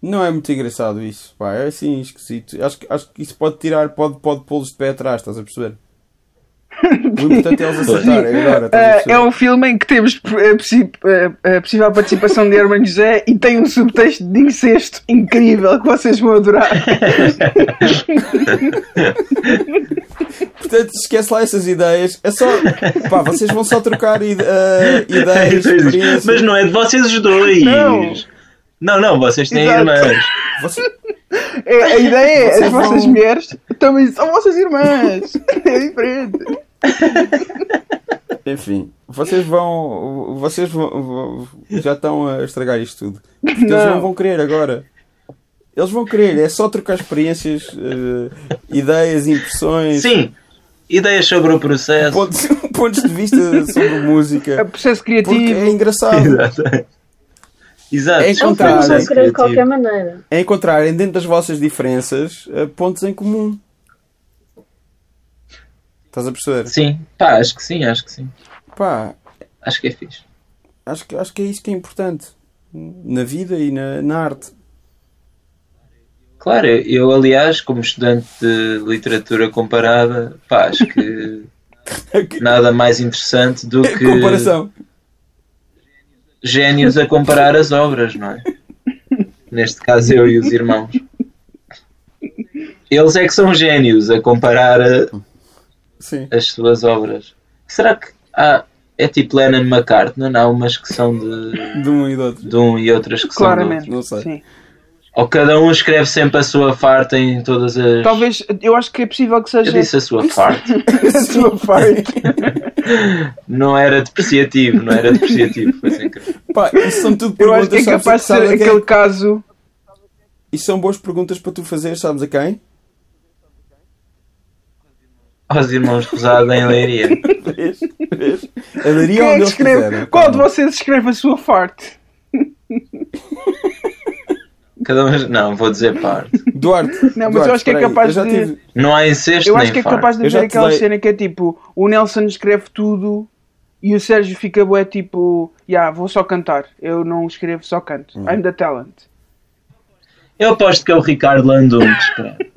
Speaker 2: Não é muito engraçado isso, pá, é assim esquisito. Acho, que- acho que isso pode tirar, pode, pode pô-los de pé atrás, estás a perceber? O importante é eles acertarem agora, estás a
Speaker 5: Eh,
Speaker 2: perceber?
Speaker 5: é um filme em que temos eh, possi- eh, a possível participação de Herman José e tem um subtexto de incesto incrível que vocês vão adorar.
Speaker 2: Portanto, esquece lá essas ideias. É só. Pá, vocês vão só trocar ide- ah, ideias, experiências.
Speaker 3: Mas não é de vocês os dois.
Speaker 5: Não.
Speaker 3: não, não, vocês têm
Speaker 5: Exato.
Speaker 3: irmãs.
Speaker 2: Vocês-
Speaker 5: É, a ideia é as
Speaker 2: Vocês
Speaker 5: vossas
Speaker 2: vão-
Speaker 5: mulheres também são vossas irmãs. É diferente.
Speaker 2: Enfim, vocês vão. Vocês vão, vão- já estão a estragar isto tudo. Porque eles
Speaker 5: Não.
Speaker 2: não vão querer agora. Eles vão querer, é só trocar experiências, eh, ideias, impressões,
Speaker 3: Sim, ideias sobre o processo.
Speaker 2: pontos, pontos de vista sobre
Speaker 5: É
Speaker 2: música.
Speaker 5: processo
Speaker 2: Porque
Speaker 5: criativo.
Speaker 2: é engraçado.
Speaker 3: Exato. Exato.
Speaker 2: É
Speaker 4: Eles
Speaker 2: Contrário,
Speaker 4: não vão
Speaker 2: é
Speaker 4: querer de qualquer maneira.
Speaker 2: É encontrarem dentro das vossas diferenças eh, pontos em comum. Estás a perceber?
Speaker 3: Sim, pá, acho que sim, acho que sim.
Speaker 2: Pá,
Speaker 3: Acho que é fixe.
Speaker 2: acho que, acho que é isso que é importante na vida e na, na arte.
Speaker 3: Claro, eu aliás, como estudante de literatura comparada, pá, acho que nada mais interessante do que
Speaker 2: Comparação.
Speaker 3: génios a comparar as obras, não é? Neste caso eu e os irmãos. Eles é que são génios a comparar eh,
Speaker 2: Sim.
Speaker 3: as suas obras. Será que há, é tipo Lennon McCartney? Há umas que são de,
Speaker 2: De um e do outro.
Speaker 3: de um e outras que são do outro.
Speaker 5: Claramente.
Speaker 2: não sei.
Speaker 5: Sim.
Speaker 3: Ou cada um escreve sempre a sua farta em todas as.
Speaker 5: Talvez, eu acho que é possível que
Speaker 3: Eu
Speaker 5: seja
Speaker 3: disse a sua parte.
Speaker 5: a sua parte.
Speaker 3: Não era depreciativo, não era depreciativo. Foi sem querer.
Speaker 2: Pá, isso são tudo
Speaker 5: Eu
Speaker 2: perguntas.
Speaker 5: acho que é
Speaker 2: sabes
Speaker 5: capaz de
Speaker 2: a-
Speaker 5: ser
Speaker 2: sabe a quem?
Speaker 5: aquele caso.
Speaker 2: Isso são boas perguntas para tu fazer, sabes a quem?
Speaker 3: Aos irmãos Rosada em Leiria.
Speaker 2: A Daria
Speaker 5: Quem é
Speaker 2: onde
Speaker 5: que
Speaker 2: eles
Speaker 5: escreve?
Speaker 2: quiserem.
Speaker 5: Qual de vocês escreve a sua parte?
Speaker 3: Cada um. Não, vou dizer parte.
Speaker 2: Duarte.
Speaker 5: Não, mas
Speaker 2: Duarte,
Speaker 5: eu acho que é
Speaker 2: espera aí,
Speaker 5: capaz
Speaker 2: eu já
Speaker 5: de-
Speaker 2: tive-
Speaker 3: Não há incesto
Speaker 5: Eu
Speaker 3: nem
Speaker 5: acho que é
Speaker 3: farto.
Speaker 5: capaz de
Speaker 2: Eu já
Speaker 5: haver
Speaker 2: te
Speaker 5: aquela
Speaker 2: dei-
Speaker 5: cena que é tipo: o Nelson escreve tudo e o Sérgio fica bué tipo, já vou só cantar. Eu não escrevo, só canto. I'm the talent.
Speaker 3: Eu aposto que é o Ricardo Landum que escreve.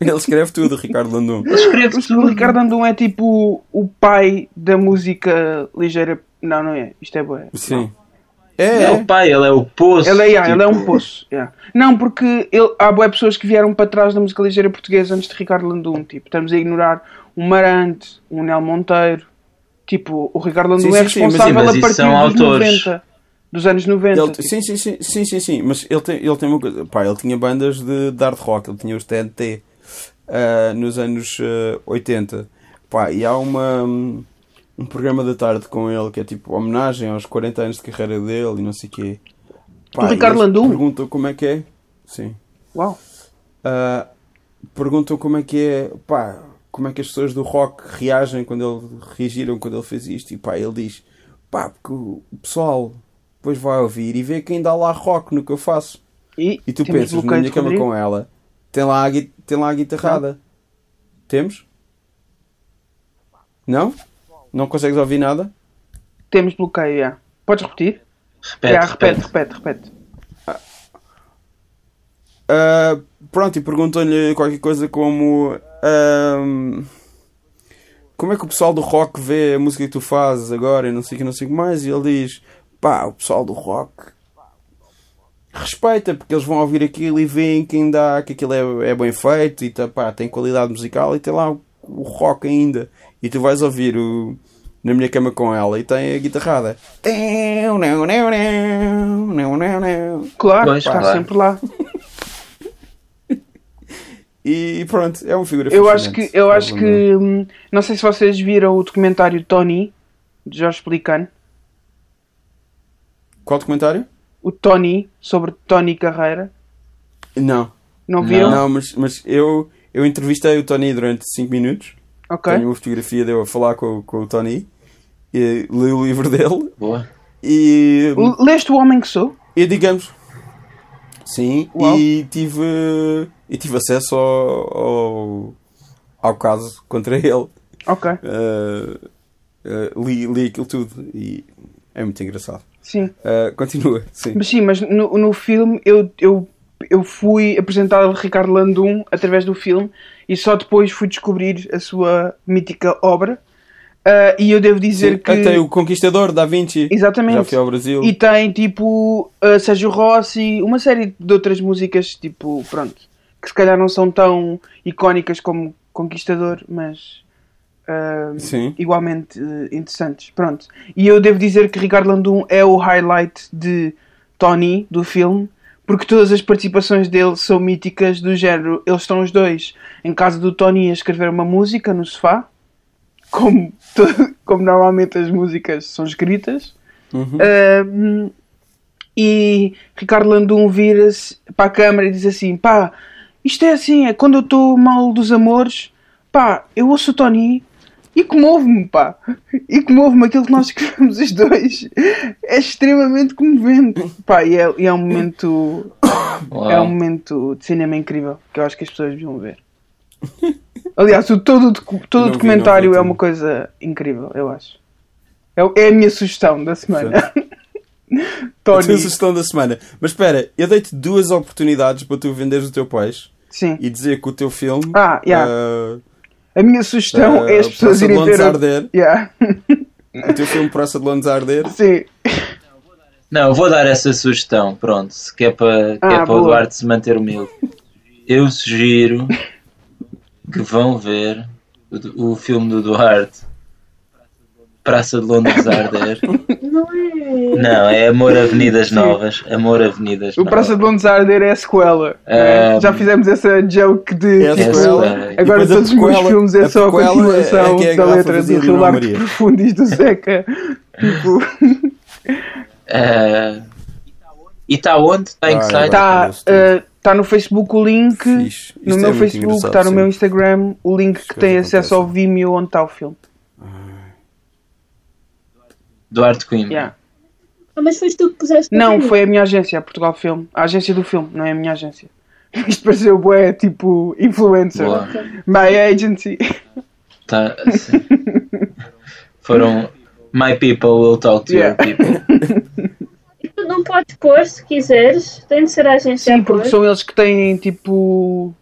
Speaker 2: Ele escreve tudo, Ricardo Landum.
Speaker 3: Ele escreve
Speaker 5: O
Speaker 3: tudo.
Speaker 5: Ricardo Andum é tipo o pai da música ligeira. Não, não é. Isto é bué.
Speaker 2: Sim. É,
Speaker 3: Não é o pai, ele é o poço.
Speaker 5: Ele é, yeah,
Speaker 3: tipo,
Speaker 5: ele é um poço. yeah. Não, porque ele, há boas pessoas que vieram para trás da música ligeira portuguesa antes de Ricardo Landum. Tipo, estamos a ignorar um Marante, um Nel Monteiro. Tipo, o Ricardo Landum
Speaker 2: Sim, sim,
Speaker 5: é
Speaker 2: sim, mas
Speaker 5: responsável
Speaker 3: sim, mas
Speaker 5: a
Speaker 3: isso
Speaker 5: partir
Speaker 3: são
Speaker 5: dos
Speaker 3: autores.
Speaker 5: 90. Dos anos 90.
Speaker 2: Ele-
Speaker 5: tipo.
Speaker 2: sim, sim, sim, sim, sim, sim, mas ele tem, ele tem uma coisa, pá, ele tinha bandas de, de hard rock, ele tinha os TNT ah, nos anos ah, 80, pá, e há uma, hum, um programa da tarde com ele que é tipo homenagem aos 40 anos de carreira dele e não sei o quê.
Speaker 5: Do
Speaker 2: e
Speaker 5: Ricardo
Speaker 2: eles
Speaker 5: Landau?
Speaker 2: Perguntam como é que é, sim,
Speaker 5: Uau.
Speaker 2: Ah, perguntam como é que é, pá, como é que as pessoas do rock reagem quando ele, reagiram quando ele fez isto, e pá, ele diz, pá, porque o pessoal depois vai ouvir e vê que ainda há lá rock no que eu faço.
Speaker 5: E,
Speaker 2: E tu
Speaker 5: temos
Speaker 2: pensas, na
Speaker 5: bloqueio
Speaker 2: minha
Speaker 5: um de
Speaker 2: cama
Speaker 5: Rodrigo?
Speaker 2: com ela, tem lá a, gui- tem lá a guitarrada. Temos? Não? Não consegues ouvir nada?
Speaker 5: Temos bloqueio, yeah. Podes repetir?
Speaker 3: Repete,
Speaker 5: Yeah,
Speaker 3: repete.
Speaker 5: repete, repete.
Speaker 2: Ah, pronto, e perguntam-lhe qualquer coisa como. ahm, como é que o pessoal do rock vê a música que tu fazes agora e não sei o que, não sei o que mais? E ele diz: pá, o pessoal do rock respeita, porque eles vão ouvir aquilo e veem que ainda há, que aquilo é, é bem feito e tá, pá, tem qualidade musical e tem lá o, o rock ainda. E tu vais ouvir o. Na minha cama com ela e tem a guitarrada. Não, não, não, não, não, não, não.
Speaker 5: Claro,
Speaker 3: Pois,
Speaker 5: está
Speaker 3: claro.
Speaker 5: sempre lá.
Speaker 2: E pronto, é uma figura
Speaker 5: Eu acho que,
Speaker 2: fascinante.
Speaker 5: eu acho
Speaker 2: Ele
Speaker 5: que hum, não sei se vocês viram o documentário Tony de Jorge Pelicano.
Speaker 2: não- Qual documentário?
Speaker 5: O Tony sobre Tony Carreira.
Speaker 2: Não.
Speaker 5: Não viram?
Speaker 2: Não, mas, mas eu, eu entrevistei o Tony durante 5 minutos.
Speaker 5: Ok.
Speaker 2: Tenho uma fotografia de eu a falar com, o- com o Tony. E li o livro dele.
Speaker 3: Boa.
Speaker 2: E,
Speaker 5: L- Leste o homem que sou?
Speaker 2: e digamos. Sim,
Speaker 5: Uau.
Speaker 2: e tive, e tive acesso ao, ao, ao caso contra ele.
Speaker 5: Ok.
Speaker 2: Ah, ah, li, li aquilo tudo e é muito engraçado.
Speaker 5: Sim.
Speaker 2: Ah, continua, sim.
Speaker 5: Mas sim, mas no, no filme eu, eu, eu fui apresentado a Ricardo Landum através do filme e só depois fui descobrir a sua mítica obra. Ah, e eu devo dizer
Speaker 2: Sim,
Speaker 5: que.
Speaker 2: Até o Conquistador da Vinci.
Speaker 5: Exatamente.
Speaker 2: Já fui ao Brasil.
Speaker 5: E tem tipo uh, Sérgio Rossi, uma série de outras músicas, tipo, pronto, que se calhar não são tão icónicas como Conquistador, mas uh,
Speaker 2: Sim.
Speaker 5: igualmente uh, interessantes. Pronto. E eu devo dizer que Ricardo Landum é o highlight de Tony do filme. Porque todas as participações dele são míticas do género. Eles estão os dois em casa do Tony a escrever uma música no sofá, como, to- como normalmente as músicas são escritas.
Speaker 2: Uhum.
Speaker 5: Um, e Ricardo Landum vira-se para a câmara e diz assim: pá, isto é assim, é quando eu estou mal dos amores, pá, eu ouço o Tony e comovo-me, pá, e comovo-me aquilo que nós escrevemos os dois, é extremamente comovente, pá, e é, e é um momento, é um
Speaker 3: Uau.
Speaker 5: momento de cinema incrível que eu acho que as pessoas deviam ver. Aliás, o, todo o docu- todo
Speaker 2: Não
Speaker 5: o
Speaker 2: vi,
Speaker 5: documentário
Speaker 2: não vi
Speaker 5: é
Speaker 2: também.
Speaker 5: uma coisa incrível, eu acho. É, o- é a minha sugestão da semana.
Speaker 2: A
Speaker 5: Tony.
Speaker 2: tua sugestão da semana. Mas espera, eu dei-te duas oportunidades para tu venderes o teu peixe
Speaker 5: Sim.
Speaker 2: e dizer que o teu filme.
Speaker 5: Ah, yeah.
Speaker 2: ah,
Speaker 5: A minha sugestão
Speaker 2: ah,
Speaker 5: é as pessoas
Speaker 2: Praça de
Speaker 5: irem
Speaker 2: Londres
Speaker 5: ver.
Speaker 2: a
Speaker 5: a-
Speaker 2: Arder.
Speaker 5: Yeah.
Speaker 2: O teu filme Praça de Londres a Arder.
Speaker 5: Sim.
Speaker 3: Não, eu vou dar essa sugestão, pronto, se que é para, que
Speaker 5: Ah,
Speaker 3: é para o
Speaker 5: boa.
Speaker 3: Duarte se manter humilde. Eu sugiro que vão ver o, do- o filme do Duarte, Praça de Londres a Arder.
Speaker 4: Não é.
Speaker 3: Não, é Amor Avenidas Novas. Amor Avenidas
Speaker 5: O
Speaker 2: Ah.
Speaker 3: Novas.
Speaker 5: Praça de Londres a Arder é a sequela. né?
Speaker 3: Um,
Speaker 5: Já fizemos essa joke de.
Speaker 2: É a
Speaker 5: tipo,
Speaker 2: sequela.
Speaker 3: Agora
Speaker 2: Ah, E depois
Speaker 5: Agora
Speaker 2: a
Speaker 5: todos os meus
Speaker 2: prequela-
Speaker 5: filmes é
Speaker 2: a
Speaker 5: só a
Speaker 2: prequela é-
Speaker 5: continuação
Speaker 2: é que é
Speaker 5: da
Speaker 2: a garrafa
Speaker 5: letra do
Speaker 2: vazia
Speaker 5: Rio
Speaker 2: Dona
Speaker 5: Largo
Speaker 2: Maria.
Speaker 5: Profundis do Zeca. tipo,
Speaker 3: Ah, e está onde? Está em que
Speaker 5: Tá,
Speaker 2: Ah,
Speaker 3: site?
Speaker 2: agora.
Speaker 5: está
Speaker 2: parece tudo.
Speaker 5: tá no Facebook o link.
Speaker 2: Fixe. Isto
Speaker 5: No
Speaker 2: é
Speaker 5: meu
Speaker 2: muito
Speaker 5: Facebook,
Speaker 2: engraçado,
Speaker 5: está no
Speaker 2: sim. é
Speaker 5: meu Instagram o link que
Speaker 2: coisas
Speaker 5: tem acesso ao
Speaker 2: acontecem.
Speaker 5: Vimeo onde está o filme.
Speaker 3: Duarte
Speaker 2: Hum.
Speaker 3: Coimbra.
Speaker 5: Yeah.
Speaker 4: Ah, mas foste tu que puseste. no
Speaker 5: Não,
Speaker 4: vídeo.
Speaker 5: foi a minha agência, a Portugal Filme. A agência do filme, não é a minha agência. Isto pareceu bué, tipo, influencer.
Speaker 3: Boa.
Speaker 5: My agency.
Speaker 3: Tá, sim. Foram My people will talk to
Speaker 5: Yeah.
Speaker 3: your people.
Speaker 4: Tu não podes pôr se quiseres. Tem de ser a agência
Speaker 5: Sim,
Speaker 4: a pôr.
Speaker 5: porque são eles que têm, tipo,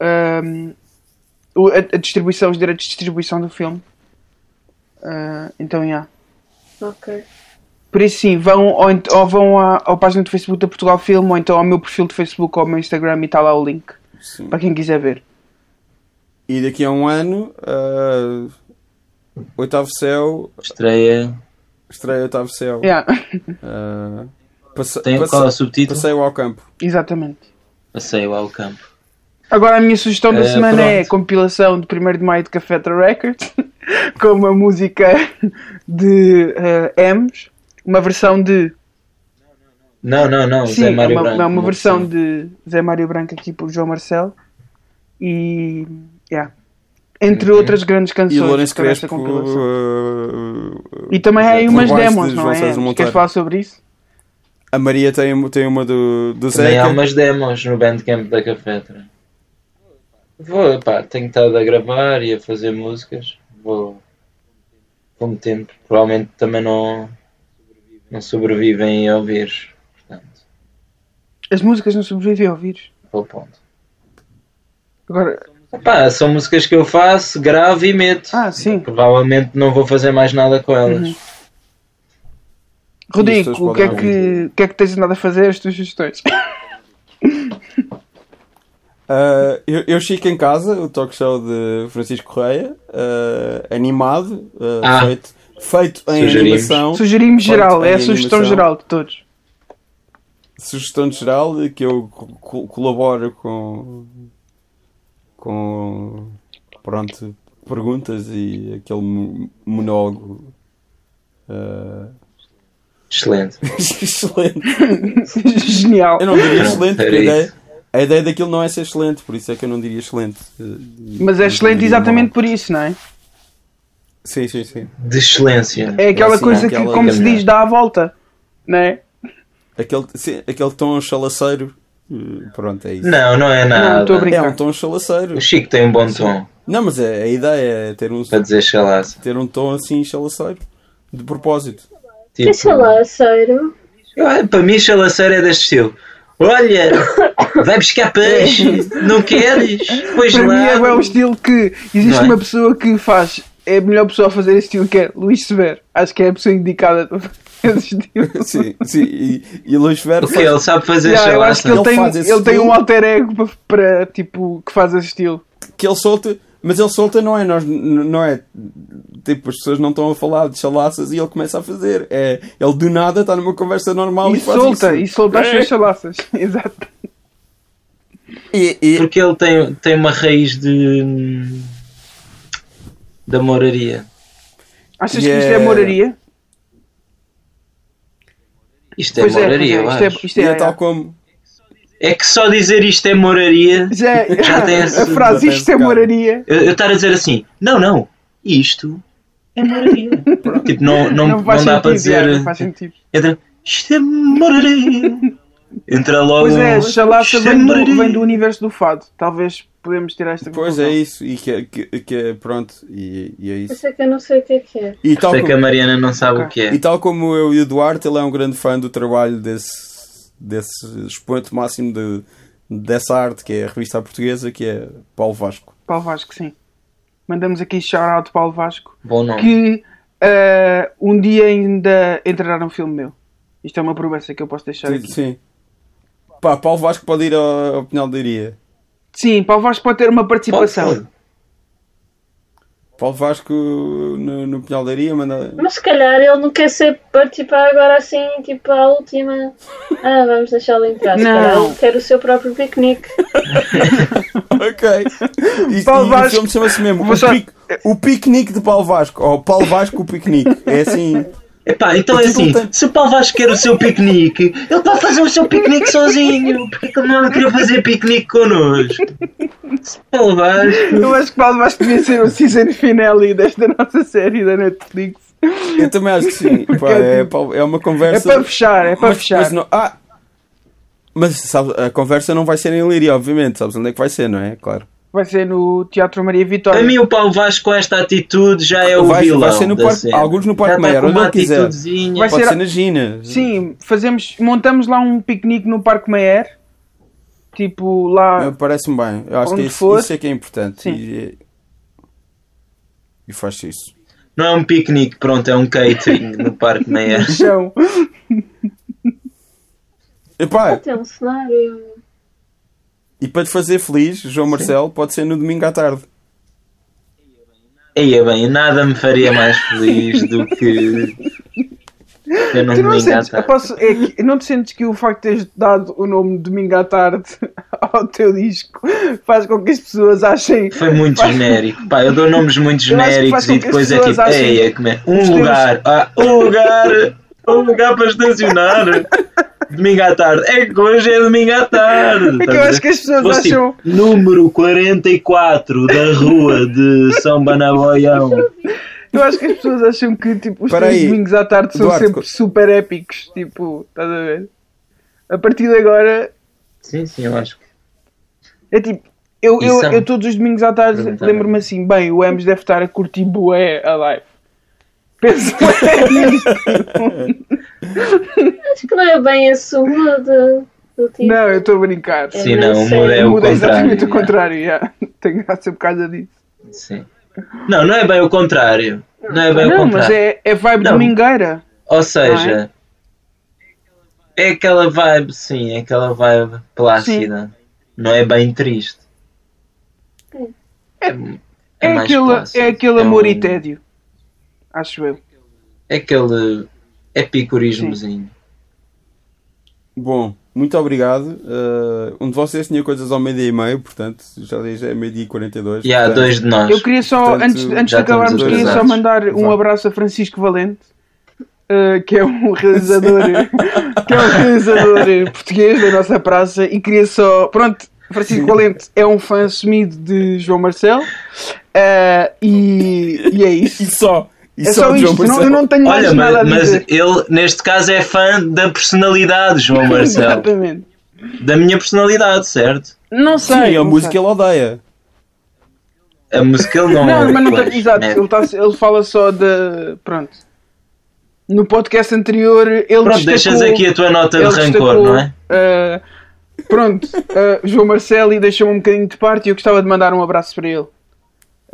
Speaker 5: ahm, o- a, a distribuição, os direitos de distribuição do filme. Ah, então, já.
Speaker 4: Ok.
Speaker 5: Por isso sim, vão, ou, ent- ou vão à, à página do Facebook da Portugal Filme, ou então ao meu perfil de Facebook ou ao meu Instagram e está lá o link,
Speaker 2: Sim.
Speaker 5: para quem quiser ver.
Speaker 2: E daqui a um ano, ah, Oitavo Céu,
Speaker 3: Estreia.
Speaker 2: estreia Oitavo Céu.
Speaker 5: Yeah.
Speaker 2: Ah, passe-
Speaker 3: Tem
Speaker 2: passe-
Speaker 3: qual é o subtítulo?
Speaker 2: passeio ao campo.
Speaker 5: Exatamente.
Speaker 3: Passeio ao campo.
Speaker 5: Agora a minha sugestão da
Speaker 3: Eh,
Speaker 5: semana é a
Speaker 3: pronto.
Speaker 5: compilação de 1 de Maio de Café The Records, com uma música de eh, M's, uma versão de...
Speaker 3: Não, não, não. Zé
Speaker 5: Sim, é
Speaker 3: Mário
Speaker 5: uma,
Speaker 3: Branco.
Speaker 5: não, uma versão de Zé Mário Branco aqui por João Marcelo. E. Yeah. Entre outras grandes canções.
Speaker 2: Uhum. E o Lourenço
Speaker 5: que está nessa
Speaker 2: Crespo.
Speaker 5: compilação.
Speaker 2: ah,
Speaker 5: E também há aí
Speaker 2: por
Speaker 5: umas
Speaker 2: baixo de
Speaker 5: demos,
Speaker 2: João
Speaker 5: não é?
Speaker 2: César Monteiro.
Speaker 5: Queres falar sobre isso?
Speaker 2: a Maria tem, tem uma do, do
Speaker 3: Também há
Speaker 2: Zeca.
Speaker 3: umas demos no Bandcamp da Cafetra. Vou, pá, tenho estado a gravar e a fazer músicas. Vou. Vou metendo. Provavelmente também não. Não sobrevivem a ouvir. Portanto,
Speaker 5: As músicas não sobrevivem ao vírus.
Speaker 3: vou ponto.
Speaker 5: Agora,
Speaker 3: Pá, são músicas que eu faço, gravo e meto.
Speaker 5: ah, sim. Uhum.
Speaker 3: Provavelmente não vou fazer mais nada com elas.
Speaker 5: Rodrigo,
Speaker 2: pessoas
Speaker 5: o que, é
Speaker 2: podem
Speaker 5: que, o que é que tens andado a fazer? As tuas sugestões?
Speaker 2: Ah, eu, eu chico em casa, o talk show de Francisco Correia, ah, animado, ah,
Speaker 3: Ah.
Speaker 2: feito, feito em
Speaker 3: Sugerimos.
Speaker 2: animação.
Speaker 5: Sugerimos geral,
Speaker 2: Pronto,
Speaker 5: é a
Speaker 2: em
Speaker 5: sugestão
Speaker 2: animação.
Speaker 5: geral de todos.
Speaker 2: sugestão de geral de que eu co- co- colaboro com com pronto perguntas e aquele mo- monólogo ah,
Speaker 3: Excelente.
Speaker 2: excelente
Speaker 5: Genial.
Speaker 2: eu não diria excelente porque a
Speaker 3: Era
Speaker 2: ideia,
Speaker 3: isso.
Speaker 2: a ideia daquilo não é ser excelente por isso é que eu não diria excelente
Speaker 5: Mas é excelente exatamente por isso, não é?
Speaker 2: sim sim sim
Speaker 3: De excelência.
Speaker 5: É aquela
Speaker 2: Assim,
Speaker 5: coisa que, é
Speaker 2: aquela-
Speaker 5: como se diz, dá a volta, não é?
Speaker 2: aquele sim, aquele tom chalaceiro ah, pronto é isso
Speaker 3: Não, não é
Speaker 5: Não,
Speaker 3: nada.
Speaker 5: estou a
Speaker 2: é
Speaker 5: brincar.
Speaker 2: um tom chalaceiro
Speaker 3: o Chico tem um bom tom
Speaker 2: não mas é, a ideia é ter um
Speaker 3: para dizer chalaça.
Speaker 2: ter um tom assim chalaceiro de propósito
Speaker 3: Tipo,
Speaker 4: Deixa lá, sério.
Speaker 3: eu- para mim, chalaceira é deste estilo. Olha, vai buscar peixe, não queres? Pois
Speaker 5: Para
Speaker 3: lá.
Speaker 5: mim é bem o estilo que existe
Speaker 3: Não é?
Speaker 5: uma pessoa que faz, é a melhor pessoa a fazer esse estilo que é Luís Severo. Acho que é a pessoa indicada para fazer esse estilo.
Speaker 2: Sim, sim. E, e Luís Ferro
Speaker 3: O que é ele sabe fazer
Speaker 5: Yeah, eu acho
Speaker 3: chalaça.
Speaker 5: que ele,
Speaker 2: Ele
Speaker 5: tem,
Speaker 2: faz esse
Speaker 5: ele tem um
Speaker 2: estilo.
Speaker 5: alter ego para, para, tipo que faz esse estilo.
Speaker 2: que ele solta, mas ele solta não é nós, n- não é tipo as pessoas não estão a falar de chalaças e ele começa a fazer. É, ele do nada está numa conversa normal
Speaker 5: e
Speaker 2: e, faz
Speaker 5: solta,
Speaker 2: isso. É.
Speaker 5: e solta as suas chalaças. Exato.
Speaker 2: E, e-
Speaker 3: Porque ele tem, tem uma raiz de.
Speaker 5: é,
Speaker 3: da moraria.
Speaker 5: Achas que
Speaker 2: Yeah.
Speaker 5: isto é moraria?
Speaker 3: Isto é moraria, eu
Speaker 5: isto é,
Speaker 3: acho.
Speaker 5: isto
Speaker 2: e
Speaker 5: é,
Speaker 2: é tal como
Speaker 3: É que só dizer isto é moraria.
Speaker 5: já,
Speaker 3: Já tem esse-
Speaker 5: a frase
Speaker 2: já tem
Speaker 5: isto é
Speaker 2: esse
Speaker 5: moraria.
Speaker 3: Eu eu estar a dizer assim, não, não, isto é moraria. tipo, não, não,
Speaker 5: Não,
Speaker 3: não,
Speaker 5: faz
Speaker 3: dá
Speaker 5: sentido,
Speaker 3: para dizer. tipo,
Speaker 5: yeah, não faz sentido.
Speaker 3: Entra, isto é moraria. Entra logo.
Speaker 5: Pois é,
Speaker 3: um,
Speaker 5: chalaça
Speaker 3: "Isto é
Speaker 5: vem do,
Speaker 3: moraria."
Speaker 5: vem do universo do fado. Talvez podemos tirar esta
Speaker 2: pois
Speaker 5: conclusão.
Speaker 2: é isso e que, é- que, que é pronto e, e é
Speaker 4: Eu
Speaker 2: isso.
Speaker 4: sei que eu não sei o que é que é.
Speaker 2: E tal,
Speaker 3: Sei que a
Speaker 2: como,
Speaker 3: Mariana não sabe o que é.
Speaker 2: e tal como eu e o Duarte, ele é um grande fã do trabalho desse, desse expoente máximo de, dessa arte que é a revista à portuguesa, que é Paulo Vasco.
Speaker 5: Paulo Vasco, sim. Mandamos aqui shout-out Paulo Vasco,
Speaker 3: Bom nome.
Speaker 5: que eh, um dia ainda entrará num filme meu. Isto é uma promessa que eu posso deixar aqui.
Speaker 2: Sim. Pá, Paulo Vasco pode ir ao, ao Pinhal de Iria.
Speaker 5: Sim, Paulo Vasco pode ter uma
Speaker 3: Pode,
Speaker 5: participação.
Speaker 3: pode.
Speaker 2: Paulo Vasco no, no Pinhal da Areia manda.
Speaker 4: Mas se calhar ele não quer ser participar agora assim, tipo à última. Ah, vamos deixá-lo entrar. Se
Speaker 5: Não.
Speaker 4: calhar ele quer o seu próprio piquenique.
Speaker 2: ok. E,
Speaker 5: Paulo
Speaker 2: e
Speaker 5: Vasco.
Speaker 2: o filme chama-se mesmo
Speaker 5: Vou
Speaker 2: o,
Speaker 5: só-
Speaker 2: pic- o Piquenique de Paulo Vasco. Ou Paulo Vasco o Piquenique. É assim.
Speaker 3: Epá, então é
Speaker 5: Tipo,
Speaker 2: O título
Speaker 3: assim,
Speaker 2: tem-
Speaker 3: se o Paulo Vasco quer o seu piquenique, ele vai fazer o seu piquenique sozinho. Porquê que ele não queria fazer piquenique connosco? Se Paulo Vasco.
Speaker 5: Eu acho que Paulo Vasco devia ser o season finale desta nossa série da Netflix.
Speaker 2: Eu também acho que sim. Pá, é, Paulo- é uma
Speaker 5: É
Speaker 2: conversa.
Speaker 5: para fechar, é para
Speaker 2: mas,
Speaker 5: fechar.
Speaker 2: mas não- ah! Mas sabe, a conversa não vai ser em Líria, obviamente. Sabes onde é que vai ser, não é? Claro.
Speaker 5: Vai ser no Teatro Maria Vitória.
Speaker 3: Para mim, o Paulo Vasco com esta atitude já é o
Speaker 2: Vai- vai
Speaker 3: vilão.
Speaker 2: ser no
Speaker 3: da
Speaker 2: Parque-
Speaker 3: cena.
Speaker 2: alguns no Parque
Speaker 3: Já está
Speaker 2: Maior,
Speaker 3: com
Speaker 2: onde
Speaker 3: uma
Speaker 2: ele quiser.
Speaker 3: atitudezinha.
Speaker 5: Vai
Speaker 2: Pode
Speaker 5: ser-
Speaker 2: ser na Gina.
Speaker 5: Sim, fazemos, montamos lá um piquenique no Parque Mayer. Tipo, lá
Speaker 2: Ah, Parece-me bem. Eu acho
Speaker 5: Onde
Speaker 2: que isso,
Speaker 5: for.
Speaker 2: isso é que é importante.
Speaker 5: Sim.
Speaker 2: E, e faz isso.
Speaker 3: Não é um piquenique, pronto, é um catering no parque, nem é?
Speaker 5: Chão.
Speaker 2: Epá,
Speaker 4: Tem um cenário.
Speaker 2: e para te fazer feliz, João Marcelo, pode ser no domingo à tarde.
Speaker 3: Aí é bem, nada me faria mais feliz do que. Eu não
Speaker 5: Tu não,
Speaker 3: me
Speaker 5: sentes,
Speaker 3: engano.
Speaker 5: posso- é que- não te sentes que o facto de teres dado o nome Domingo à Tarde ao teu disco faz com que as pessoas achem
Speaker 3: Foi muito
Speaker 5: faz-
Speaker 3: genérico. Pá, eu dou nomes muito
Speaker 5: Eu acho que faz
Speaker 3: genéricos
Speaker 5: com
Speaker 3: e
Speaker 5: que as
Speaker 3: depois é
Speaker 5: pessoas
Speaker 3: tipo,
Speaker 5: achem
Speaker 3: ei, é como é? Um
Speaker 5: os teus-
Speaker 3: lugar, ah, um lugar, um lugar para estacionar. Domingo à tarde. É que hoje é domingo à tarde.
Speaker 5: É que eu acho que as pessoas
Speaker 3: Fosse, tipo,
Speaker 5: acham-
Speaker 3: número 44 da rua de São Banaboião.
Speaker 5: Eu acho que as pessoas acham que tipo, os
Speaker 2: Espera
Speaker 5: teus
Speaker 2: aí.
Speaker 5: domingos à tarde são
Speaker 2: Duarte, co-
Speaker 5: sempre super épicos. Tipo, estás a ver? A partir de agora
Speaker 3: Sim, sim, eu acho que.
Speaker 5: é tipo. Eu,
Speaker 3: E
Speaker 5: eu,
Speaker 3: são-
Speaker 5: eu todos os domingos à tarde
Speaker 3: Perguntaram.
Speaker 5: lembro-me assim: bem, o Ems deve estar a curtir bué a live. Penso bué nisto.
Speaker 4: Acho que não é bem esse o mood do tipo.
Speaker 5: Não, eu estou a brincar.
Speaker 3: Sim,
Speaker 4: não
Speaker 3: não, o
Speaker 4: sei.
Speaker 3: mundo é o
Speaker 5: Muda
Speaker 3: contrário.
Speaker 5: exatamente o contrário. Yeah. Tenho graça por causa disso.
Speaker 3: Sim. Não, não é bem o contrário. Não é bem o
Speaker 5: Não,
Speaker 3: contrário.
Speaker 5: mas é, é vibe
Speaker 3: Não.
Speaker 5: domingueira.
Speaker 3: Ou seja, é? aquela vibe, sim, é aquela vibe plácida. Não é bem triste. É,
Speaker 5: É,
Speaker 3: mais
Speaker 5: aquele,
Speaker 3: plácido.
Speaker 5: é aquele
Speaker 3: um-
Speaker 5: amor e tédio. Acho eu.
Speaker 3: É aquele epicurismozinho.
Speaker 2: Bom, muito obrigado. Uh, um de vocês tinha coisas ao meio-dia e meio, portanto, já já é meio-dia e 42.
Speaker 3: E há
Speaker 2: portanto,
Speaker 3: dois de nós.
Speaker 5: Eu queria só,
Speaker 2: Portanto,
Speaker 5: antes, antes de
Speaker 3: já estamos
Speaker 5: acabarmos, queria só
Speaker 3: atrasados.
Speaker 5: mandar um
Speaker 2: Vá.
Speaker 5: abraço a Francisco Valente, eh, que é um realizador, que é um realizador eh, português da nossa praça, e queria só. Pronto, Francisco Valente é um fã assumido de João Marcelo. eh, e, e é
Speaker 2: E
Speaker 5: isso.
Speaker 2: só. E
Speaker 5: é só
Speaker 2: de João
Speaker 5: isto, não- eu
Speaker 2: Marcelo.
Speaker 5: não tenho mais
Speaker 3: Olha, mas,
Speaker 5: nada a
Speaker 3: mas
Speaker 5: dizer.
Speaker 3: ele, neste caso, é fã da personalidade, João Marcelo.
Speaker 5: Exatamente.
Speaker 3: da minha personalidade, certo?
Speaker 5: Não sei.
Speaker 2: Sim, é a
Speaker 5: não
Speaker 2: música
Speaker 5: sei.
Speaker 2: ele odeia.
Speaker 3: A música ele não
Speaker 5: Não,
Speaker 3: é.
Speaker 5: mas não
Speaker 3: pois,
Speaker 5: tem. Exato,
Speaker 3: né?
Speaker 5: ele, tá- ele fala só de. Pronto. No podcast anterior, ele.
Speaker 3: Pronto,
Speaker 5: destacou-
Speaker 3: deixas aqui a tua nota de
Speaker 5: ele
Speaker 3: rancor,
Speaker 5: destacou,
Speaker 3: não é?
Speaker 5: ah, pronto, ah, João Marcelo e deixou-me um bocadinho de parte e eu gostava de mandar um abraço para ele.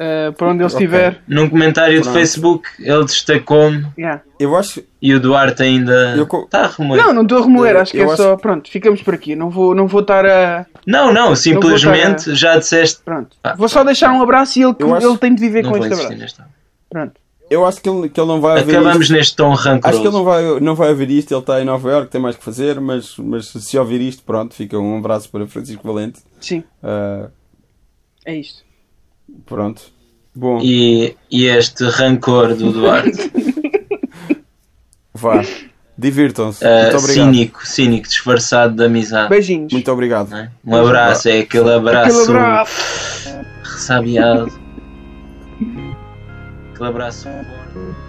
Speaker 5: Ah, para onde ele estiver.
Speaker 3: Num comentário
Speaker 2: Pronto.
Speaker 3: de Facebook, ele destacou-me
Speaker 5: Yeah.
Speaker 2: Eu acho.
Speaker 3: E o Duarte ainda
Speaker 2: Eu co-
Speaker 3: está a remoer.
Speaker 5: Não, não estou a remoer,
Speaker 2: Eu-
Speaker 5: acho que
Speaker 2: Eh, eu
Speaker 5: é
Speaker 2: acho-
Speaker 5: só. Pronto, ficamos por aqui. Não vou, não vou estar a.
Speaker 3: Não, não,
Speaker 5: vou
Speaker 3: simplesmente
Speaker 5: estar
Speaker 3: já disseste.
Speaker 5: Pronto.
Speaker 3: Ah,
Speaker 5: vou só deixar um abraço e ele,
Speaker 2: eu acho-
Speaker 5: ele tem de viver
Speaker 3: Não
Speaker 5: com
Speaker 3: vou
Speaker 5: este
Speaker 3: insistir
Speaker 5: abraço.
Speaker 2: Ah,
Speaker 3: neste tema.
Speaker 5: Pronto.
Speaker 2: Eu acho que ele, que ele não vai haver
Speaker 3: Acabamos
Speaker 2: isto.
Speaker 3: neste tom
Speaker 2: Acho que ele não
Speaker 3: rancoroso.
Speaker 2: vai, não vai ouvir isto, ele está em Nova Iorque, tem mais que fazer, mas, mas se ouvir isto, pronto, fica um abraço para Francisco Valente.
Speaker 5: Sim,
Speaker 2: Ah,
Speaker 5: é isto.
Speaker 2: pronto. Bom,
Speaker 3: E, e este rancor do Duarte.
Speaker 2: vá. Divirtam-se.
Speaker 3: ah,
Speaker 2: Muito obrigado.
Speaker 3: cínico, cínico, disfarçado de amizade.
Speaker 5: Beijinhos.
Speaker 2: Muito obrigado.
Speaker 3: não é? Um abraço, é aquele
Speaker 5: Aquele
Speaker 3: abraço
Speaker 5: abraço.
Speaker 3: ressabiado. aquele abraço forte.